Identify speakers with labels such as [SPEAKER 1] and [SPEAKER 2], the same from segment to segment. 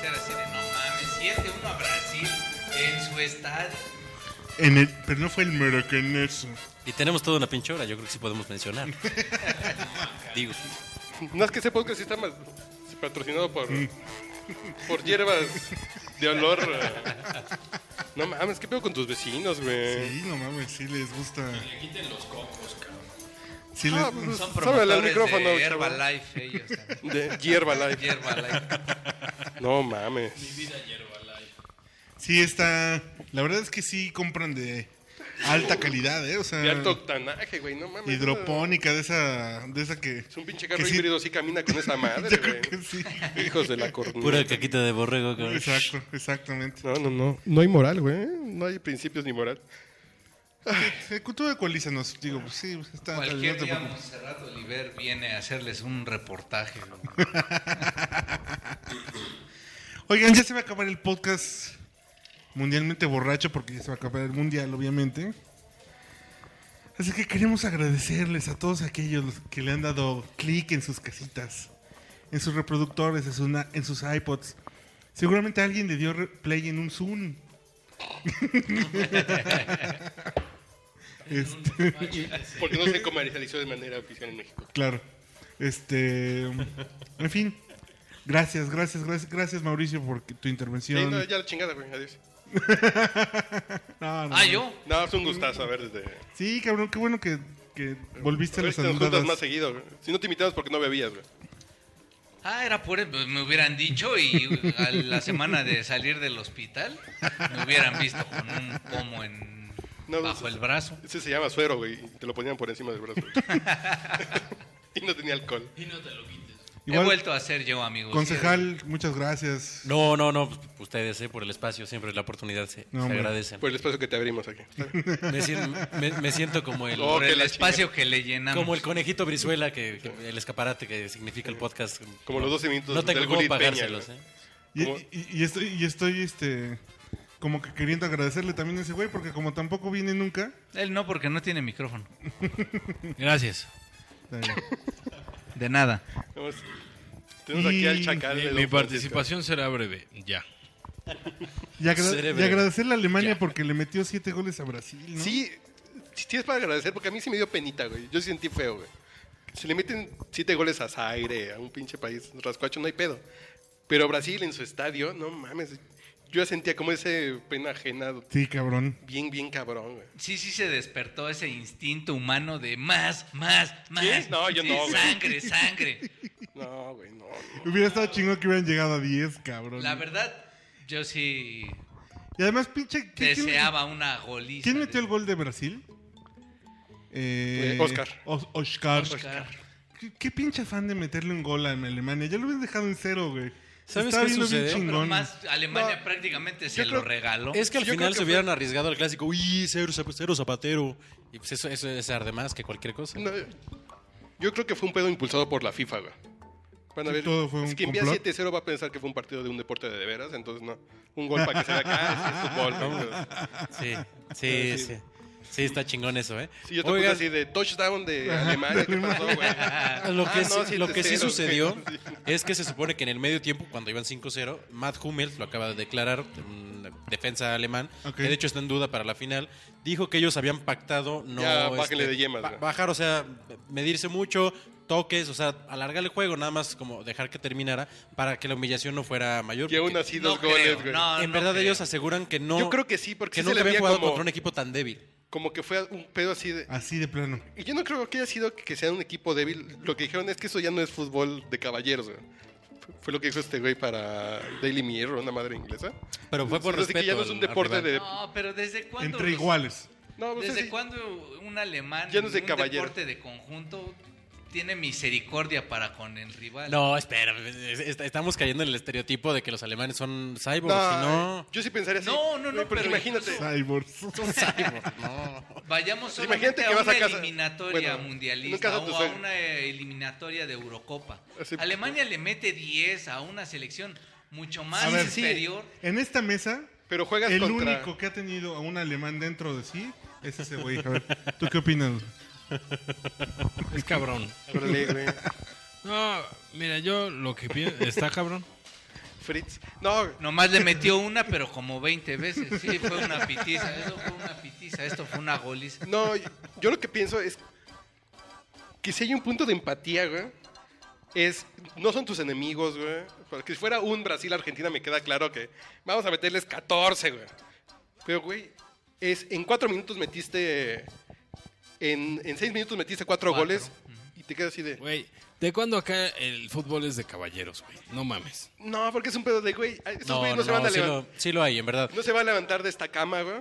[SPEAKER 1] ser así de no mames, 7-1 a Brasil en su estadio.
[SPEAKER 2] En el, pero no fue el Maracaneso.
[SPEAKER 3] Y tenemos toda una pinche hora, yo creo que sí podemos mencionar. Digo,
[SPEAKER 4] No es que ese podcast sí está más patrocinado por, por hierbas de olor. eh. No mames, ¿qué pedo con tus vecinos, güey?
[SPEAKER 2] Sí, no mames, sí les gusta.
[SPEAKER 5] Le quiten los cocos, cabrón.
[SPEAKER 2] Sí les
[SPEAKER 4] Ah, pues,
[SPEAKER 1] Son
[SPEAKER 4] sábrele
[SPEAKER 1] promotores
[SPEAKER 4] al micrófono,
[SPEAKER 1] de
[SPEAKER 4] chaval.
[SPEAKER 1] Herbalife ellos también.
[SPEAKER 4] De hierba live.
[SPEAKER 1] Herbalife.
[SPEAKER 4] No mames.
[SPEAKER 5] Mi vida hierba live.
[SPEAKER 2] Sí, está. La verdad es que sí compran de alta calidad, ¿eh? O sea,
[SPEAKER 4] De alto octanaje, güey, no mames.
[SPEAKER 2] hidropónica, de esa, de esa que.
[SPEAKER 4] Es un pinche carro
[SPEAKER 2] que sí-
[SPEAKER 4] híbrido, sí camina con esa madre,
[SPEAKER 2] Yo creo
[SPEAKER 4] güey.
[SPEAKER 2] que sí.
[SPEAKER 1] Pues.
[SPEAKER 4] Hijos de la corneta.
[SPEAKER 3] pura caquita de borrego, cabrón.
[SPEAKER 2] Exacto, exactamente.
[SPEAKER 4] No, no, no. No hay moral, güey. No hay principios ni moral.
[SPEAKER 2] Eh, Tú ecualízanos, digo, pues sí, está.
[SPEAKER 1] Cualquier
[SPEAKER 2] no te
[SPEAKER 1] día
[SPEAKER 2] preocupes.
[SPEAKER 1] Monserrat Oliver viene a hacerles un reportaje. güey.
[SPEAKER 2] Oigan, ya se va a acabar el podcast mundialmente borracho porque ya se va a acabar el mundial, obviamente. Así que queremos agradecerles a todos aquellos los que le han dado clic en sus casitas, en sus reproductores, en sus, na- en sus iPods. Seguramente alguien le dio re- play en un Zoom. Este,
[SPEAKER 4] Porque no se comercializó de manera oficial en México.
[SPEAKER 2] claro. Este, en fin. Gracias, gracias, gracias, gracias Mauricio por tu intervención.
[SPEAKER 4] Sí, no, ya la chingada, güey. Adiós.
[SPEAKER 2] No, no,
[SPEAKER 1] Ah,
[SPEAKER 2] no.
[SPEAKER 1] yo.
[SPEAKER 4] No, es un gustazo, a ver, desde...
[SPEAKER 2] Sí, cabrón, qué bueno que, que volviste
[SPEAKER 4] A
[SPEAKER 2] a
[SPEAKER 4] ver
[SPEAKER 2] las
[SPEAKER 4] si nos juntas
[SPEAKER 2] andadas.
[SPEAKER 4] más seguido, güey. Si no te invitamos porque no bebías, güey.
[SPEAKER 1] Ah, era por pues, me hubieran dicho y a la semana de salir del hospital me hubieran visto con un pomo en
[SPEAKER 4] No,
[SPEAKER 1] bajo
[SPEAKER 4] pues,
[SPEAKER 1] el brazo.
[SPEAKER 4] Ese se llama suero, güey. y Te lo ponían por encima del brazo. güey. y no tenía alcohol.
[SPEAKER 5] Y no te lo quites.
[SPEAKER 1] He
[SPEAKER 2] Igual,
[SPEAKER 1] vuelto a ser yo, amigos.
[SPEAKER 2] concejal, muchas gracias.
[SPEAKER 3] No, no, no, pues, ustedes, eh, por el espacio, siempre la oportunidad se,
[SPEAKER 2] No,
[SPEAKER 3] se
[SPEAKER 2] hombre.
[SPEAKER 3] agradecen.
[SPEAKER 4] Por el espacio que te abrimos aquí.
[SPEAKER 3] Me, sien- me- me siento como el,
[SPEAKER 4] Oh,
[SPEAKER 1] Por
[SPEAKER 4] que
[SPEAKER 1] el
[SPEAKER 4] la
[SPEAKER 1] espacio que le llenamos.
[SPEAKER 3] como el conejito brizuela, que, que- el escaparate que significa el podcast.
[SPEAKER 4] Como los 12 minutos
[SPEAKER 3] No tengo
[SPEAKER 4] del
[SPEAKER 3] cómo
[SPEAKER 4] Gullit Peña,
[SPEAKER 3] pagárselos,
[SPEAKER 4] güey.
[SPEAKER 3] eh.
[SPEAKER 2] Y,
[SPEAKER 4] ¿Cómo?
[SPEAKER 2] y- y estoy, y estoy este, como que queriendo agradecerle también a ese güey, porque como tampoco viene nunca.
[SPEAKER 1] Él no, porque no tiene micrófono. Gracias.
[SPEAKER 2] está bien.
[SPEAKER 1] De nada.
[SPEAKER 4] Vamos. Tenemos aquí al
[SPEAKER 2] Y-
[SPEAKER 4] chacal. de
[SPEAKER 5] Mi,
[SPEAKER 4] Don
[SPEAKER 5] mi
[SPEAKER 4] Francisco.
[SPEAKER 5] participación será breve, ya.
[SPEAKER 2] Y, agra-
[SPEAKER 3] Cerebro.
[SPEAKER 2] y agradecerle a Alemania
[SPEAKER 5] Ya.
[SPEAKER 2] porque le metió siete goles a Brasil, ¿no?
[SPEAKER 4] Sí, sí tienes para agradecer porque a mí sí me dio penita, güey. Yo sí sentí feo, güey. Si le meten siete goles a Zaire, a un pinche país rascuacho, no hay pedo. Pero Brasil en su estadio, no mames. Yo ya sentía como ese pena ajena
[SPEAKER 2] Sí, cabrón.
[SPEAKER 4] bien, bien cabrón, güey.
[SPEAKER 1] Sí, sí se despertó ese instinto humano de más, más, más.
[SPEAKER 4] No, yo
[SPEAKER 1] Sí,
[SPEAKER 4] no, güey.
[SPEAKER 1] Sangre, sangre.
[SPEAKER 4] No, güey, no, no.
[SPEAKER 2] Hubiera estado chingón que hubieran llegado a 10, cabrón.
[SPEAKER 1] La verdad, yo sí
[SPEAKER 2] Y además, pinche. ¿quién- quién-
[SPEAKER 1] deseaba una goliza.
[SPEAKER 2] ¿Quién metió
[SPEAKER 1] de-
[SPEAKER 2] el gol de Brasil? Eh,
[SPEAKER 4] Eh, Oscar.
[SPEAKER 2] Os- Oscar.
[SPEAKER 1] Oscar.
[SPEAKER 2] ¿Qué, qué pinche afán de meterle un gol a Alemania? Ya lo hubieran dejado en cero, güey.
[SPEAKER 3] ¿Sabes
[SPEAKER 2] Está
[SPEAKER 3] qué
[SPEAKER 2] viendo bien
[SPEAKER 3] sucedió?
[SPEAKER 2] chingón.
[SPEAKER 1] Pero más Alemania
[SPEAKER 4] No,
[SPEAKER 1] prácticamente
[SPEAKER 4] yo
[SPEAKER 1] se
[SPEAKER 4] creo-
[SPEAKER 1] lo regaló.
[SPEAKER 3] Es que al
[SPEAKER 4] Yo creo
[SPEAKER 3] final
[SPEAKER 4] que
[SPEAKER 3] se
[SPEAKER 4] fue-
[SPEAKER 3] hubieran arriesgado al clásico, uy, cero, zap- cero zapatero. Y pues eso, eso es arde más que cualquier cosa.
[SPEAKER 4] No, yo creo que fue un pedo impulsado por la FIFA, güey. Van a
[SPEAKER 2] Sí,
[SPEAKER 4] ver,
[SPEAKER 2] todo fue un
[SPEAKER 4] es que envía
[SPEAKER 2] complot.
[SPEAKER 4] 7-0 va a pensar que fue un partido de un deporte de, de veras, entonces no. Un gol para que se vea acá, es fútbol, güey.
[SPEAKER 3] Sí, sí, sí. Sí, está chingón eso, ¿eh?
[SPEAKER 4] Sí, yo te puse
[SPEAKER 3] Oigan,
[SPEAKER 4] así de touchdown de Alemania, ¿qué pasó, güey?
[SPEAKER 3] Lo que,
[SPEAKER 4] Ah,
[SPEAKER 3] sí,
[SPEAKER 4] no,
[SPEAKER 3] lo que sí
[SPEAKER 4] 7-0,
[SPEAKER 3] sucedió
[SPEAKER 4] güey.
[SPEAKER 3] es que se supone que en el medio tiempo, cuando iban 5-0, Matt Hummels, lo acaba de declarar, un defensa alemán,
[SPEAKER 2] Ok.
[SPEAKER 3] que de hecho está en duda para la final, dijo que ellos habían pactado no... este,
[SPEAKER 4] Ya, bájale de yemas,
[SPEAKER 3] ba-
[SPEAKER 4] güey.
[SPEAKER 3] Bajar, o sea, medirse mucho, toques, o sea, alargar el juego, nada más como dejar que terminara para que la humillación no fuera mayor.
[SPEAKER 4] Y aún
[SPEAKER 3] porque
[SPEAKER 4] así dos
[SPEAKER 1] No
[SPEAKER 4] goles,
[SPEAKER 1] creo,
[SPEAKER 4] güey.
[SPEAKER 1] Ah, no.
[SPEAKER 3] en verdad
[SPEAKER 1] creo.
[SPEAKER 3] ellos aseguran que no...
[SPEAKER 4] Yo creo que sí,
[SPEAKER 3] que
[SPEAKER 4] porque sí se
[SPEAKER 3] nunca
[SPEAKER 4] le
[SPEAKER 3] habían
[SPEAKER 4] veía
[SPEAKER 3] jugado
[SPEAKER 4] como,
[SPEAKER 3] contra un equipo tan débil.
[SPEAKER 4] como que fue un pedo así de...
[SPEAKER 2] Así de plano.
[SPEAKER 4] Y yo no creo que haya sido que sea un equipo débil. Lo que dijeron es que eso ya no es fútbol de caballeros, güey. Fue lo que hizo este güey para Daily Mirror, una madre inglesa.
[SPEAKER 3] Pero fue por
[SPEAKER 4] Entonces,
[SPEAKER 3] respeto
[SPEAKER 4] que ya no es un
[SPEAKER 3] al- al
[SPEAKER 4] deporte
[SPEAKER 3] rival.
[SPEAKER 4] de...
[SPEAKER 1] No, pero ¿desde cuándo?
[SPEAKER 2] Entre
[SPEAKER 1] los-
[SPEAKER 2] iguales.
[SPEAKER 4] No, pues,
[SPEAKER 1] ¿Desde
[SPEAKER 4] sí.
[SPEAKER 1] cuándo un alemán
[SPEAKER 4] Ya no es de
[SPEAKER 1] en un
[SPEAKER 4] caballero.
[SPEAKER 1] deporte de conjunto tiene misericordia para con el rival?
[SPEAKER 3] No, espera, es- es- estamos cayendo en el estereotipo de que los alemanes son cyborgs,
[SPEAKER 4] No, eh,
[SPEAKER 3] y no.
[SPEAKER 4] Yo sí pensaría así.
[SPEAKER 1] No, no, no,
[SPEAKER 4] güey, porque
[SPEAKER 1] pero
[SPEAKER 4] imagínate.
[SPEAKER 1] incluso-
[SPEAKER 2] Cyborgs.
[SPEAKER 1] Vayamos solamente
[SPEAKER 4] Imagínate
[SPEAKER 1] a
[SPEAKER 4] que vas
[SPEAKER 1] una
[SPEAKER 4] a casa-
[SPEAKER 1] eliminatoria
[SPEAKER 4] bueno, nunca
[SPEAKER 1] mundialista
[SPEAKER 4] vas a tu
[SPEAKER 1] o a
[SPEAKER 4] suegra.
[SPEAKER 1] una eliminatoria de Eurocopa.
[SPEAKER 4] Así-
[SPEAKER 1] Alemania le mete 10 a una selección mucho más
[SPEAKER 2] A ver, sí.
[SPEAKER 1] inferior.
[SPEAKER 2] En esta mesa,
[SPEAKER 4] Pero juegas
[SPEAKER 2] el
[SPEAKER 4] contra...
[SPEAKER 2] único que ha tenido a un alemán dentro de sí es ese güey. A ver, ¿tú qué opinas?
[SPEAKER 5] Es cabrón.
[SPEAKER 4] Órale, güey.
[SPEAKER 5] No, mira, yo lo que pienso. Está cabrón.
[SPEAKER 4] Fritz. No,
[SPEAKER 1] Nomás le metió una, pero como 20 veces. Sí, fue una pitiza. Eso fue una pitiza. Esto fue una goliza.
[SPEAKER 4] No, yo lo que pienso es que si hay un punto de empatía, güey, es no son tus enemigos, güey. Porque si fuera un Brasil-Argentina me queda claro que vamos a meterles 14, güey. Pero, güey, es en cuatro minutos metiste... En, en seis minutos metiste cuatro,
[SPEAKER 1] Cuatro,
[SPEAKER 4] goles y te quedas así de...
[SPEAKER 5] Güey, ¿de cuándo acá el fútbol es de caballeros, güey? No mames.
[SPEAKER 4] No, porque es un pedo de, güey, estos
[SPEAKER 3] No,
[SPEAKER 4] güeyes
[SPEAKER 3] no,
[SPEAKER 4] no, se van a
[SPEAKER 3] sí,
[SPEAKER 4] levantar.
[SPEAKER 3] lo, sí lo hay, en verdad.
[SPEAKER 4] No se va a levantar de esta cama, güey.